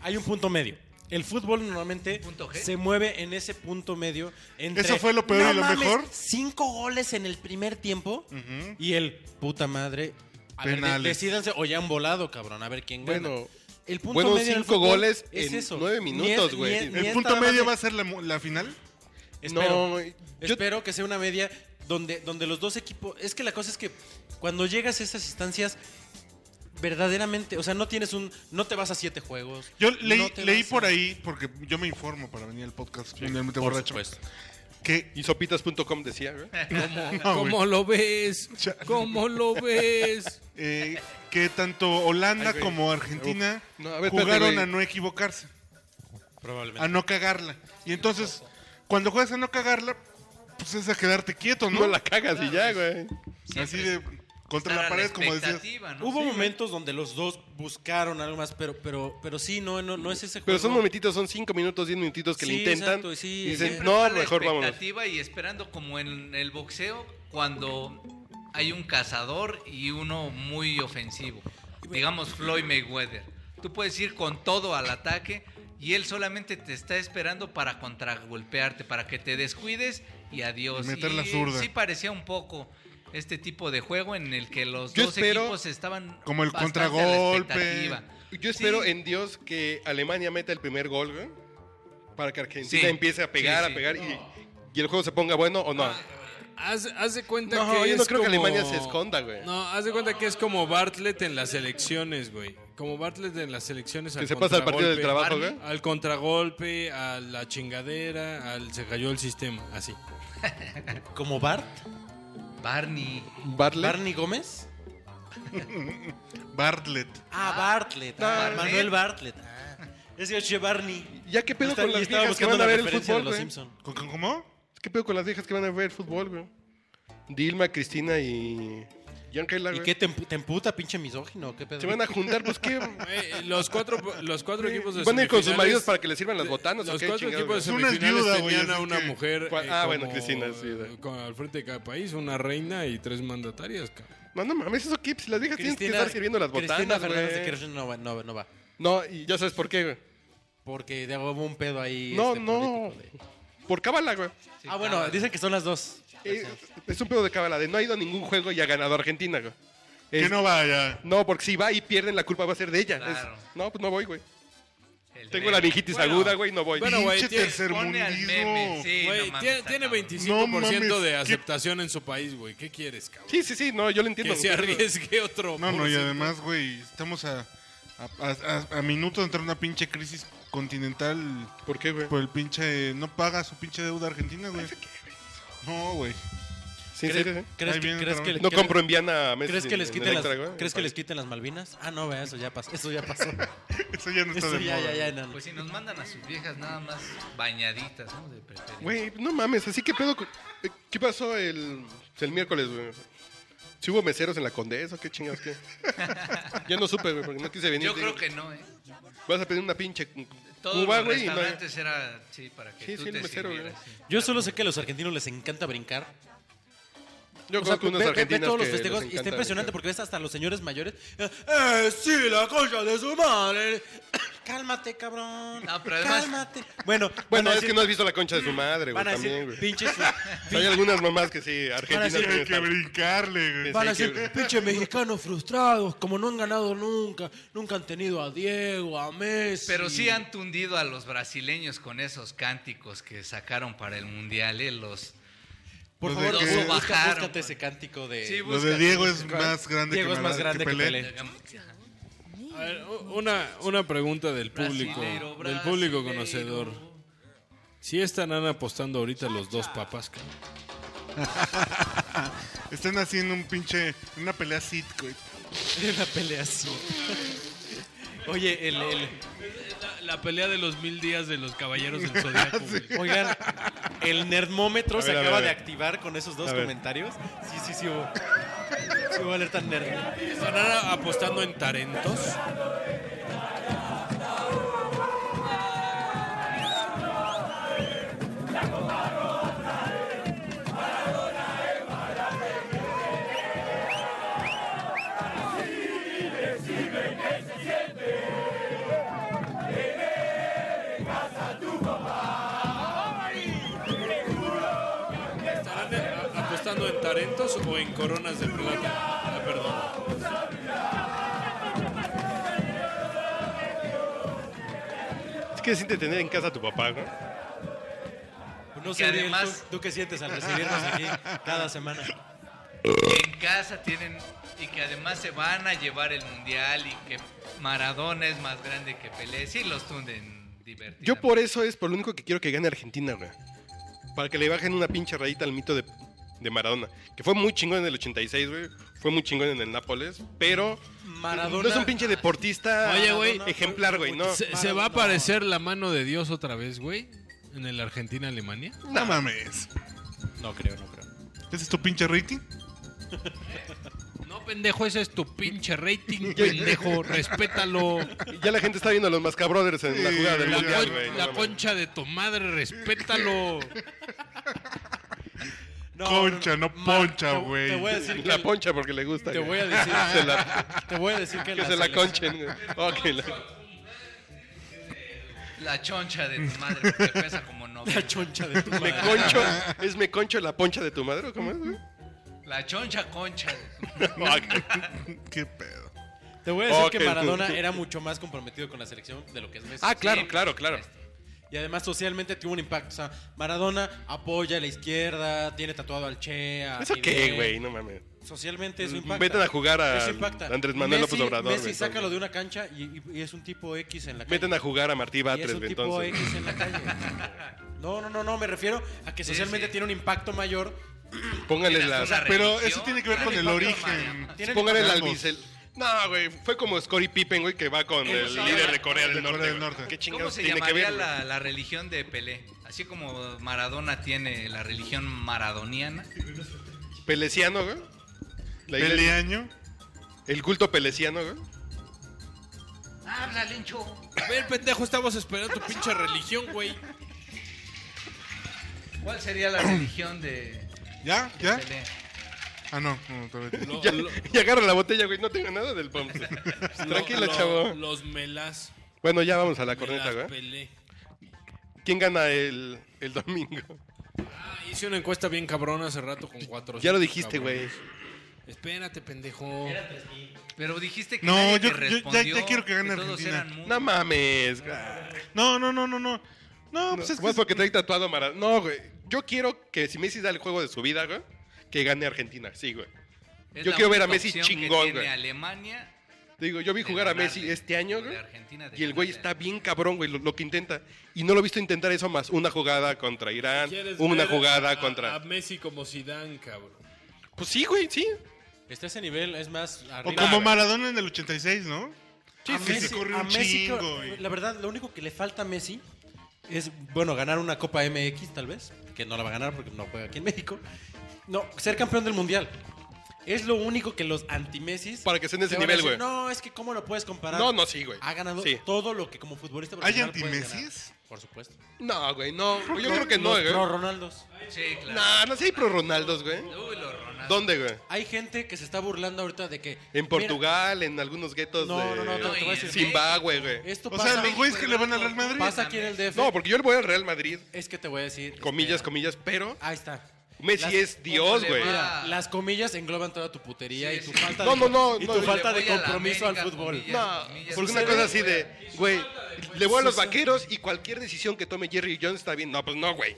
[SPEAKER 3] Hay un punto medio. El fútbol normalmente
[SPEAKER 1] ¿Punto G?
[SPEAKER 3] se mueve en ese punto medio. Entre,
[SPEAKER 2] ¿Eso fue lo peor
[SPEAKER 3] "No
[SPEAKER 2] y lo
[SPEAKER 3] mames,
[SPEAKER 2] mejor"?
[SPEAKER 3] Cinco goles en el primer tiempo y el puta madre. A ver, de-
[SPEAKER 2] Penales.
[SPEAKER 3] decídanse, o ya han volado, cabrón, a ver quién gana.
[SPEAKER 4] Bueno,
[SPEAKER 3] el punto
[SPEAKER 4] bueno,
[SPEAKER 3] medio en el
[SPEAKER 4] cinco
[SPEAKER 3] fútbol
[SPEAKER 4] goles
[SPEAKER 3] es
[SPEAKER 4] en
[SPEAKER 3] eso.
[SPEAKER 4] nueve
[SPEAKER 3] Ni es-
[SPEAKER 4] minutos,
[SPEAKER 3] ni
[SPEAKER 4] güey.
[SPEAKER 3] es-
[SPEAKER 4] El
[SPEAKER 3] ni
[SPEAKER 2] ¿el
[SPEAKER 3] es
[SPEAKER 2] punto
[SPEAKER 3] nada más
[SPEAKER 2] medio
[SPEAKER 3] de-
[SPEAKER 2] va a ser la, mu- la final?
[SPEAKER 3] Espero,
[SPEAKER 4] No, yo-
[SPEAKER 3] espero que sea una media donde, donde los dos equipos. Es que la cosa es que cuando llegas a esas instancias, verdaderamente, o sea, no tienes un. No te vas a siete juegos.
[SPEAKER 2] Yo leí,
[SPEAKER 3] no te
[SPEAKER 2] leí
[SPEAKER 3] vas
[SPEAKER 2] por
[SPEAKER 3] a-
[SPEAKER 2] ahí, porque yo me informo para venir al podcast mundialmente
[SPEAKER 3] por
[SPEAKER 2] borracho,
[SPEAKER 3] supuesto.
[SPEAKER 2] que
[SPEAKER 4] Y sopitas.com decía, güey.
[SPEAKER 1] Eh,
[SPEAKER 4] Ah,
[SPEAKER 6] ¿Cómo lo ves? ¿Cómo lo ves?
[SPEAKER 2] eh, que tanto Holanda
[SPEAKER 4] Ay, güey.
[SPEAKER 2] como Argentina
[SPEAKER 4] Uf. No, a ver, espérate,
[SPEAKER 2] jugaron
[SPEAKER 4] güey.
[SPEAKER 2] a no equivocarse,
[SPEAKER 3] Probablemente.
[SPEAKER 2] a no cagarla. Y entonces, cuando juegas a no cagarla, pues es a quedarte quieto, ¿no?
[SPEAKER 4] No la cagas y ya, güey.
[SPEAKER 2] Así de contra
[SPEAKER 1] Estar
[SPEAKER 2] la
[SPEAKER 1] a
[SPEAKER 2] pared, como decías.
[SPEAKER 1] expectativa, ¿no?
[SPEAKER 3] Hubo
[SPEAKER 1] Sí,
[SPEAKER 3] momentos donde los dos buscaron algo más, pero, pero, pero sí, no, no, no es ese juego.
[SPEAKER 4] Pero son momentitos, son cinco minutos, diez minutitos que le
[SPEAKER 3] Sí,
[SPEAKER 4] intentan.
[SPEAKER 3] exacto, y sí,
[SPEAKER 4] y dicen,
[SPEAKER 3] siempre
[SPEAKER 4] no,
[SPEAKER 1] está la
[SPEAKER 4] mejor vámonos.
[SPEAKER 1] expectativa y esperando como en el boxeo cuando hay un cazador y uno muy ofensivo. Digamos Floyd Mayweather. Tú puedes ir con todo al ataque y él solamente te está esperando para contragolpearte, para que te descuides y adiós.
[SPEAKER 2] Y meter la zurda.
[SPEAKER 1] Sí parecía un poco este tipo de juego en el que los
[SPEAKER 4] Yo
[SPEAKER 1] dos
[SPEAKER 4] espero-
[SPEAKER 1] equipos estaban
[SPEAKER 2] Como el
[SPEAKER 1] bastante a la
[SPEAKER 2] contragolpe.
[SPEAKER 1] expectativa.
[SPEAKER 4] Yo espero
[SPEAKER 1] Sí.
[SPEAKER 4] en Dios que Alemania meta el primer gol, güey, Para que Argentina
[SPEAKER 1] Sí.
[SPEAKER 4] empiece a pegar,
[SPEAKER 1] Sí, sí.
[SPEAKER 4] a pegar y, y el juego se ponga bueno o no.
[SPEAKER 3] Ah,
[SPEAKER 6] Haz, haz de cuenta
[SPEAKER 4] No,
[SPEAKER 6] que.
[SPEAKER 4] yo no
[SPEAKER 6] es
[SPEAKER 4] creo que
[SPEAKER 6] como-
[SPEAKER 4] Alemania se esconda, güey.
[SPEAKER 6] No, haz de cuenta que es como Bartlett en las elecciones, güey. Como Bartlett en las elecciones.
[SPEAKER 4] que se pasa al partido del
[SPEAKER 6] contragolpe,
[SPEAKER 4] trabajo, güey.
[SPEAKER 6] Al contragolpe, a la chingadera, al se cayó el sistema, así.
[SPEAKER 3] Como Bart,
[SPEAKER 1] Barney.
[SPEAKER 4] Bartlett.
[SPEAKER 3] Barney Gómez.
[SPEAKER 2] Bartlett.
[SPEAKER 3] Ah, Bartlett. ah,
[SPEAKER 1] Bartlett.
[SPEAKER 3] Manuel Bartlett. Ah. Es que che, Barney.
[SPEAKER 4] ¿Ya qué pedo
[SPEAKER 3] Está-
[SPEAKER 4] con
[SPEAKER 3] y
[SPEAKER 4] las
[SPEAKER 3] estaba
[SPEAKER 4] viejas que
[SPEAKER 3] buscando
[SPEAKER 4] van a
[SPEAKER 3] una
[SPEAKER 4] ver el
[SPEAKER 3] referencia de
[SPEAKER 4] fútbol,
[SPEAKER 3] los
[SPEAKER 4] güey?
[SPEAKER 3] Simpson.
[SPEAKER 2] ¿Con- con- ¿Cómo?
[SPEAKER 4] ¿Qué pedo con las viejas que van a ver el fútbol, güey? Dilma, Cristina y... John Kayla,
[SPEAKER 3] ¿Y
[SPEAKER 4] güey.
[SPEAKER 3] qué te, empu- te emputa, pinche misógino? ¿Qué pedo?
[SPEAKER 4] Se van a juntar, pues qué.
[SPEAKER 5] Eh, los cuatro, los cuatro equipos de
[SPEAKER 4] Van a ir con sus
[SPEAKER 5] semifinales-
[SPEAKER 4] maridos para que les sirvan las botanas.
[SPEAKER 5] Los
[SPEAKER 4] ¿o qué
[SPEAKER 5] cuatro
[SPEAKER 4] chingados,
[SPEAKER 5] equipos de
[SPEAKER 2] güey? Es una
[SPEAKER 5] semifinales
[SPEAKER 2] viuda, güey,
[SPEAKER 5] tenían a
[SPEAKER 2] así
[SPEAKER 5] una
[SPEAKER 2] que-
[SPEAKER 5] mujer
[SPEAKER 4] ¿Cuál?
[SPEAKER 5] eh,
[SPEAKER 4] Ah, bueno,
[SPEAKER 5] como-
[SPEAKER 4] Cristina, sí, de-
[SPEAKER 5] con- al frente de cada país, una reina y tres mandatarias. cabrón.
[SPEAKER 4] güey? No, no mames, eso qué. Si las viejas tienen que estar sirviendo las
[SPEAKER 3] Cristina
[SPEAKER 4] botanas.
[SPEAKER 3] Fernández de
[SPEAKER 4] güey.
[SPEAKER 3] Kirchner no va, no, no va.
[SPEAKER 4] No, y ya sabes por qué, güey.
[SPEAKER 3] Porque de hubo un pedo ahí.
[SPEAKER 4] No,
[SPEAKER 3] este,
[SPEAKER 4] no.
[SPEAKER 3] político de-
[SPEAKER 4] Por cábala, güey.
[SPEAKER 3] ah, bueno, dicen que son las dos.
[SPEAKER 4] Eh, es un pedo de cábala, de no ha ido a ningún juego y ha ganado Argentina, güey.
[SPEAKER 2] Que
[SPEAKER 4] Es-
[SPEAKER 2] no vaya.
[SPEAKER 4] No, porque si va y pierden, la culpa va a ser de ella.
[SPEAKER 1] Claro.
[SPEAKER 4] Es- no, pues no voy, güey.
[SPEAKER 1] El
[SPEAKER 4] Tengo
[SPEAKER 1] meme.
[SPEAKER 4] la meningitis
[SPEAKER 1] Bueno,
[SPEAKER 4] aguda, güey, no voy.
[SPEAKER 5] bueno, güey,
[SPEAKER 2] Pinche
[SPEAKER 5] tiene-
[SPEAKER 2] tercer
[SPEAKER 1] Pone al meme,
[SPEAKER 2] mundismo.
[SPEAKER 1] sí,
[SPEAKER 5] Güey,
[SPEAKER 1] no mames,
[SPEAKER 5] tiene,
[SPEAKER 1] está
[SPEAKER 5] tiene
[SPEAKER 1] cabrón.
[SPEAKER 5] 25%
[SPEAKER 2] No mames,
[SPEAKER 5] de
[SPEAKER 2] ¿qué-
[SPEAKER 5] aceptación en su país, güey. ¿Qué quieres, cabrón?
[SPEAKER 4] Sí, sí, sí, no, yo lo entiendo.
[SPEAKER 5] que se
[SPEAKER 4] güey.
[SPEAKER 5] arriesgue otro.
[SPEAKER 2] No, no, y
[SPEAKER 5] por-
[SPEAKER 2] además, güey, estamos a, a, a- a- a minutos de entrar en una pinche crisis continental
[SPEAKER 4] ¿Por qué, güey?
[SPEAKER 2] por el pinche... No paga su pinche deuda argentina, güey. No, güey.
[SPEAKER 4] Sí, sí, sí, sí.
[SPEAKER 3] ¿Crees
[SPEAKER 2] Ahí
[SPEAKER 3] que,
[SPEAKER 2] viene
[SPEAKER 3] crees
[SPEAKER 2] otra
[SPEAKER 3] que,
[SPEAKER 2] vez.
[SPEAKER 4] No
[SPEAKER 3] crees-
[SPEAKER 4] compro en Viana a Messi
[SPEAKER 3] ¿Crees que
[SPEAKER 4] en-
[SPEAKER 3] les
[SPEAKER 4] en
[SPEAKER 3] quiten las,
[SPEAKER 4] Electra, güey.
[SPEAKER 3] ¿crees que les quiten las Malvinas? Ah, no, vea, eso ya pasó. Eso ya pasó.
[SPEAKER 2] Eso ya no está
[SPEAKER 3] eso
[SPEAKER 2] de
[SPEAKER 3] ya,
[SPEAKER 2] moda.
[SPEAKER 3] ya, ya, no.
[SPEAKER 1] Pues si nos mandan a sus viejas nada más bañaditas, ¿no? De preferencia.
[SPEAKER 4] Güey, no mames, así que pedo. con- eh, ¿Qué pasó el, el miércoles, güey? ¿Si hubo meseros en la condesa? ¿Qué chingados qué? Yo no supe, güey, porque no quise venir.
[SPEAKER 1] Yo
[SPEAKER 4] Digo,
[SPEAKER 1] creo que no, ¿eh?
[SPEAKER 4] Vas a pedir una pinche
[SPEAKER 1] Todos
[SPEAKER 4] Cuba,
[SPEAKER 1] los
[SPEAKER 4] güey. y no-
[SPEAKER 1] restaurantes era, sí, para que
[SPEAKER 4] Sí,
[SPEAKER 1] tú
[SPEAKER 4] sí, el
[SPEAKER 1] te
[SPEAKER 4] mesero, güey.
[SPEAKER 1] sirvieras, sí.
[SPEAKER 3] Yo solo sé que a los argentinos les encanta brincar.
[SPEAKER 4] Yo
[SPEAKER 3] O sea,
[SPEAKER 4] conozco unos
[SPEAKER 3] ve- ve- ve
[SPEAKER 4] argentinos
[SPEAKER 3] todos los
[SPEAKER 4] que les
[SPEAKER 3] festejos y
[SPEAKER 4] encanta,
[SPEAKER 3] está impresionante
[SPEAKER 4] güey.
[SPEAKER 3] porque ves hasta los señores mayores. eh, ¡Eh, sí, la concha de su madre! Cálmate, cabrón.
[SPEAKER 1] No, pero además-
[SPEAKER 3] Cálmate. Bueno, van
[SPEAKER 4] Bueno,
[SPEAKER 3] a
[SPEAKER 4] es
[SPEAKER 3] decir-
[SPEAKER 4] que no has visto la concha de su madre, güey,
[SPEAKER 3] Van a decir,
[SPEAKER 4] también, güey.
[SPEAKER 3] pinches,
[SPEAKER 4] Hay algunas mamás que sí, argentinas.
[SPEAKER 3] decir,
[SPEAKER 4] tienen
[SPEAKER 2] Hay que
[SPEAKER 4] tal-
[SPEAKER 2] brincarle, güey.
[SPEAKER 3] van a
[SPEAKER 4] Sí, que-
[SPEAKER 3] decir, pinches mexicanos frustrados, como no han ganado nunca, nunca han tenido a Diego, a Messi.
[SPEAKER 1] Pero sí han tundido a los brasileños con esos cánticos que sacaron para el mundial, ¿eh? Los.
[SPEAKER 3] Por
[SPEAKER 2] Los
[SPEAKER 4] Pues
[SPEAKER 3] favor,
[SPEAKER 2] de que-
[SPEAKER 3] busca- busca-
[SPEAKER 1] bajaron.
[SPEAKER 3] búscate ese cántico de...
[SPEAKER 1] Sí,
[SPEAKER 2] Lo de
[SPEAKER 1] búscate.
[SPEAKER 2] Diego es más grande
[SPEAKER 3] Diego
[SPEAKER 2] que
[SPEAKER 3] es más
[SPEAKER 2] Mala-
[SPEAKER 3] grande que Pelé.
[SPEAKER 5] A ver, u- una, una pregunta del público,
[SPEAKER 1] Brasileiro,
[SPEAKER 5] del público
[SPEAKER 1] brasileiro.
[SPEAKER 5] conocedor. Si estarán apostando ahorita los dos papas, cabrón.
[SPEAKER 2] Están haciendo un pinche... Una pelea sit, güey.
[SPEAKER 3] Una pelea así. Oye, el- el,
[SPEAKER 5] La, la pelea de los mil días de los caballeros del zodiaco. güey.
[SPEAKER 3] Oigan, el nerdmómetro
[SPEAKER 4] A
[SPEAKER 3] se
[SPEAKER 4] ver, a ver,
[SPEAKER 3] acaba
[SPEAKER 4] a
[SPEAKER 3] de
[SPEAKER 4] ver.
[SPEAKER 3] activar con esos dos
[SPEAKER 4] A ver.
[SPEAKER 3] comentarios. Sí, sí, sí hubo. Sí hubo alerta nerd.
[SPEAKER 5] ¿Estarán a- apostando en tarentos? ¿Estarán eh, a- apostando en tarentos o en coronas de plata? Ah, perdón.
[SPEAKER 4] Es que siente tener en casa a tu papá, ¿no?
[SPEAKER 3] No
[SPEAKER 1] Que
[SPEAKER 3] sé, Ariel,
[SPEAKER 1] además-
[SPEAKER 3] ¿tú, tú qué sientes al recibirnos aquí cada semana?
[SPEAKER 1] que en casa tienen y que además se van a llevar el mundial y que Maradona es más grande que Pelé. Sí, los tunden divertidos.
[SPEAKER 4] Yo por eso es por lo único que quiero que gane Argentina, güey. Para que le bajen una pinche rayita al mito de, de Maradona. Que fue muy chingón en el 86, güey. Fue muy chingón en el Nápoles. Pero
[SPEAKER 3] Maradona.
[SPEAKER 4] no es un pinche deportista
[SPEAKER 5] Oye, güey.
[SPEAKER 4] ejemplar, güey. No,
[SPEAKER 5] ¿Se, se va a aparecer la mano de Dios otra vez, güey? En el Argentina-Alemania.
[SPEAKER 2] No mames.
[SPEAKER 3] No creo, no creo.
[SPEAKER 2] ¿Ese es tu pinche rating?
[SPEAKER 5] No, pendejo, ese es tu pinche rating, pendejo. Respétalo.
[SPEAKER 4] ya la gente está viendo a los Mascabrothers en la
[SPEAKER 2] Sí,
[SPEAKER 4] jugada del
[SPEAKER 5] La,
[SPEAKER 4] Mundial,
[SPEAKER 5] con-
[SPEAKER 4] güey. no
[SPEAKER 5] la
[SPEAKER 4] mames.
[SPEAKER 5] concha de tu madre, respétalo.
[SPEAKER 3] No,
[SPEAKER 2] Concha, no poncha,
[SPEAKER 3] te-
[SPEAKER 2] güey.
[SPEAKER 3] Te voy a decir que.
[SPEAKER 4] La poncha porque le gusta.
[SPEAKER 3] te
[SPEAKER 4] güey.
[SPEAKER 3] voy a decir.
[SPEAKER 4] Se la-
[SPEAKER 3] Te voy a decir que.
[SPEAKER 4] que se la conchen, güey. Ok, la-
[SPEAKER 1] La choncha de tu madre que pesa como no.
[SPEAKER 3] La choncha de tu madre.
[SPEAKER 4] Me concho. ¿Es me concho la poncha de tu madre? o ¿Cómo es, güey?
[SPEAKER 1] La choncha concha. de tu madre.
[SPEAKER 4] ah,
[SPEAKER 2] ¿Qué pedo?
[SPEAKER 3] Te voy a decir
[SPEAKER 4] Ok,
[SPEAKER 3] que
[SPEAKER 4] tú-
[SPEAKER 3] Maradona
[SPEAKER 4] tú-
[SPEAKER 3] era mucho más comprometido con la selección de lo que es Messi.
[SPEAKER 4] Ah, claro, claro, claro.
[SPEAKER 3] Y además socialmente tuvo un impacto. O sea, Maradona apoya a la izquierda, tiene tatuado al Che. a
[SPEAKER 4] ¿Eso qué,
[SPEAKER 3] Fidel.
[SPEAKER 4] güey? No mames.
[SPEAKER 3] Socialmente eso impacta.
[SPEAKER 4] Veten a jugar a
[SPEAKER 3] Eso impacta.
[SPEAKER 4] Andrés Manuel
[SPEAKER 3] Messi-
[SPEAKER 4] López Obrador,
[SPEAKER 3] Messi
[SPEAKER 4] güey,
[SPEAKER 3] sácalo
[SPEAKER 4] entonces.
[SPEAKER 3] de una cancha y, y- y es un tipo X en la calle.
[SPEAKER 4] Meten a jugar a Martí
[SPEAKER 3] y
[SPEAKER 4] Batres,
[SPEAKER 3] es un
[SPEAKER 4] güey,
[SPEAKER 3] tipo
[SPEAKER 4] entonces.
[SPEAKER 3] X en la calle. No, no, no, no, me refiero a que socialmente
[SPEAKER 1] sí.
[SPEAKER 3] tiene un impacto mayor.
[SPEAKER 4] Póngale
[SPEAKER 1] Tienes
[SPEAKER 4] la.
[SPEAKER 1] una
[SPEAKER 2] Pero
[SPEAKER 1] religión,
[SPEAKER 2] eso tiene que ver
[SPEAKER 1] la
[SPEAKER 2] con el
[SPEAKER 1] religión
[SPEAKER 2] origen.
[SPEAKER 1] romana.
[SPEAKER 3] Tiene el
[SPEAKER 4] Póngale el
[SPEAKER 2] Ambos.
[SPEAKER 4] albicel. No, güey, fue como Scottie Pippen, güey, que va con el,
[SPEAKER 1] sí,
[SPEAKER 4] líder
[SPEAKER 1] ahora-
[SPEAKER 4] de Corea del
[SPEAKER 2] de
[SPEAKER 4] Norte.
[SPEAKER 2] Corea del
[SPEAKER 4] güey.
[SPEAKER 2] Norte.
[SPEAKER 4] ¿Qué
[SPEAKER 1] ¿Cómo
[SPEAKER 4] chingados
[SPEAKER 1] se
[SPEAKER 4] tiene que
[SPEAKER 1] llamaría
[SPEAKER 4] ver? güey?
[SPEAKER 1] la, la religión de Pelé? Así como Maradona tiene la religión maradoniana.
[SPEAKER 4] Peleciano, güey. La iglesia-
[SPEAKER 2] Peleaño.
[SPEAKER 4] el culto pelesiano, güey.
[SPEAKER 1] Habla, Ah, pues, lincho.
[SPEAKER 9] A ver, pendejo, estamos esperando tu pinche religión, güey.
[SPEAKER 1] ¿Cuál sería la religión de
[SPEAKER 2] ¿Ya?
[SPEAKER 4] ¿Eh?
[SPEAKER 2] ¿Ya?
[SPEAKER 1] Pelé?
[SPEAKER 2] Ah, no. no, todavía no.
[SPEAKER 4] Ya-
[SPEAKER 9] lo-
[SPEAKER 4] Y agarra la botella, güey. No tengo nada del pomps. Tranquila,
[SPEAKER 9] Lo- lo-
[SPEAKER 4] chavo.
[SPEAKER 9] Los melas.
[SPEAKER 4] Bueno, ya vamos a la corneta,
[SPEAKER 9] melas
[SPEAKER 4] güey.
[SPEAKER 9] Pelé.
[SPEAKER 4] ¿Quién gana el, el domingo?
[SPEAKER 9] Ah, hice una encuesta bien cabrona hace rato con cuatro.
[SPEAKER 3] Pues
[SPEAKER 4] Ya lo dijiste, güey.
[SPEAKER 9] Espérate, pendejo.
[SPEAKER 1] Pero dijiste que
[SPEAKER 2] No,
[SPEAKER 1] nadie
[SPEAKER 2] yo-
[SPEAKER 1] te
[SPEAKER 2] yo- ya-
[SPEAKER 1] respondió,
[SPEAKER 2] ya quiero que gane
[SPEAKER 1] todos
[SPEAKER 2] Argentina.
[SPEAKER 1] eran muy-
[SPEAKER 4] No mames. güey.
[SPEAKER 2] No, no, no, no, no. No, pues es que
[SPEAKER 4] Más porque trae tatuado a Maradona. No, güey. Yo quiero que si Messi da el juego de su vida, güey, que gane Argentina. Sí, güey.
[SPEAKER 1] Es
[SPEAKER 4] Yo
[SPEAKER 1] la
[SPEAKER 4] quiero ver a
[SPEAKER 1] única
[SPEAKER 4] Messi
[SPEAKER 1] opción que
[SPEAKER 4] chingón,
[SPEAKER 1] tiene
[SPEAKER 4] güey.
[SPEAKER 1] Alemania.
[SPEAKER 4] Te digo, yo vi
[SPEAKER 1] de
[SPEAKER 4] jugar a
[SPEAKER 1] ganarle,
[SPEAKER 4] Messi este año,
[SPEAKER 1] de
[SPEAKER 4] güey.
[SPEAKER 1] Argentina, de
[SPEAKER 4] Y el güey
[SPEAKER 1] ganarle.
[SPEAKER 4] está bien cabrón, güey, lo, lo que intenta. Y no lo he visto intentar eso más una jugada contra Irán,
[SPEAKER 9] ¿Quieres
[SPEAKER 4] una
[SPEAKER 9] ver
[SPEAKER 4] jugada
[SPEAKER 9] a- a-
[SPEAKER 4] contra...
[SPEAKER 9] A Messi como Zidane, cabrón.
[SPEAKER 4] Pues sí, güey, sí.
[SPEAKER 3] Está a ese nivel, es más arriba.
[SPEAKER 2] O como Maradona en el 86, ¿no? Sí, sí, se corre
[SPEAKER 3] a
[SPEAKER 2] un
[SPEAKER 3] Messi,
[SPEAKER 2] chingo.
[SPEAKER 3] creo-
[SPEAKER 2] güey.
[SPEAKER 3] la verdad, lo único que le falta a Messi es, bueno, ganar una Copa MX, tal vez, que no la va a ganar porque no juega aquí en México. No, ser campeón del Mundial. Es lo único que los anti-Messis...
[SPEAKER 4] Para que estén en ese
[SPEAKER 3] te van a
[SPEAKER 4] nivel,
[SPEAKER 3] decir,
[SPEAKER 4] güey.
[SPEAKER 3] No, es que cómo lo puedes comparar.
[SPEAKER 4] No, no, sí, güey.
[SPEAKER 3] Ha ganado
[SPEAKER 4] Sí.
[SPEAKER 3] todo lo que como futbolista
[SPEAKER 2] ¿Hay
[SPEAKER 3] profesional puedes
[SPEAKER 2] anti-Messis?
[SPEAKER 3] ganar. Por supuesto.
[SPEAKER 4] No, güey, no. güey, Yo creo que no, ¿eh?
[SPEAKER 3] Los
[SPEAKER 4] güey.
[SPEAKER 3] pro Ronaldos.
[SPEAKER 1] Sí, claro.
[SPEAKER 4] No, no sé, hay pro Ronaldos, güey.
[SPEAKER 1] Uy, los Ronaldo.
[SPEAKER 4] ¿Dónde, güey?
[SPEAKER 3] Hay gente que se está burlando ahorita de que...
[SPEAKER 4] En
[SPEAKER 3] mira,
[SPEAKER 4] Portugal, en algunos guetos
[SPEAKER 3] No,
[SPEAKER 4] de
[SPEAKER 3] no, no, no,
[SPEAKER 1] te voy a decir-
[SPEAKER 4] Zimbabue, güey.
[SPEAKER 3] esto
[SPEAKER 2] O
[SPEAKER 3] pasa,
[SPEAKER 2] sea, los güeyes que le van al Real Madrid.
[SPEAKER 3] pasa aquí en el DF.
[SPEAKER 4] No, porque yo le voy al Real Madrid,
[SPEAKER 3] Es que te voy a decir... este,
[SPEAKER 4] comillas,
[SPEAKER 3] espera.
[SPEAKER 4] comillas, pero
[SPEAKER 3] Ahí está.
[SPEAKER 4] Messi
[SPEAKER 3] Las-
[SPEAKER 4] es Dios,
[SPEAKER 1] le
[SPEAKER 4] güey.
[SPEAKER 1] va?
[SPEAKER 3] Mira, las comillas engloban toda tu putería
[SPEAKER 1] Sí,
[SPEAKER 3] y tu
[SPEAKER 1] sí.
[SPEAKER 3] falta
[SPEAKER 4] No,
[SPEAKER 3] de,
[SPEAKER 4] no, no,
[SPEAKER 3] y
[SPEAKER 4] no,
[SPEAKER 3] tu
[SPEAKER 4] le
[SPEAKER 3] falta
[SPEAKER 1] voy
[SPEAKER 3] de
[SPEAKER 1] a la
[SPEAKER 3] compromiso
[SPEAKER 1] América,
[SPEAKER 3] al fútbol.
[SPEAKER 1] comillas.
[SPEAKER 4] No,
[SPEAKER 1] comillas,
[SPEAKER 4] porque
[SPEAKER 1] sucede,
[SPEAKER 4] una cosa así
[SPEAKER 1] güey.
[SPEAKER 4] de, güey, le voy a los vaqueros y cualquier decisión que tome Jerry Jones está bien. No, pues no, güey.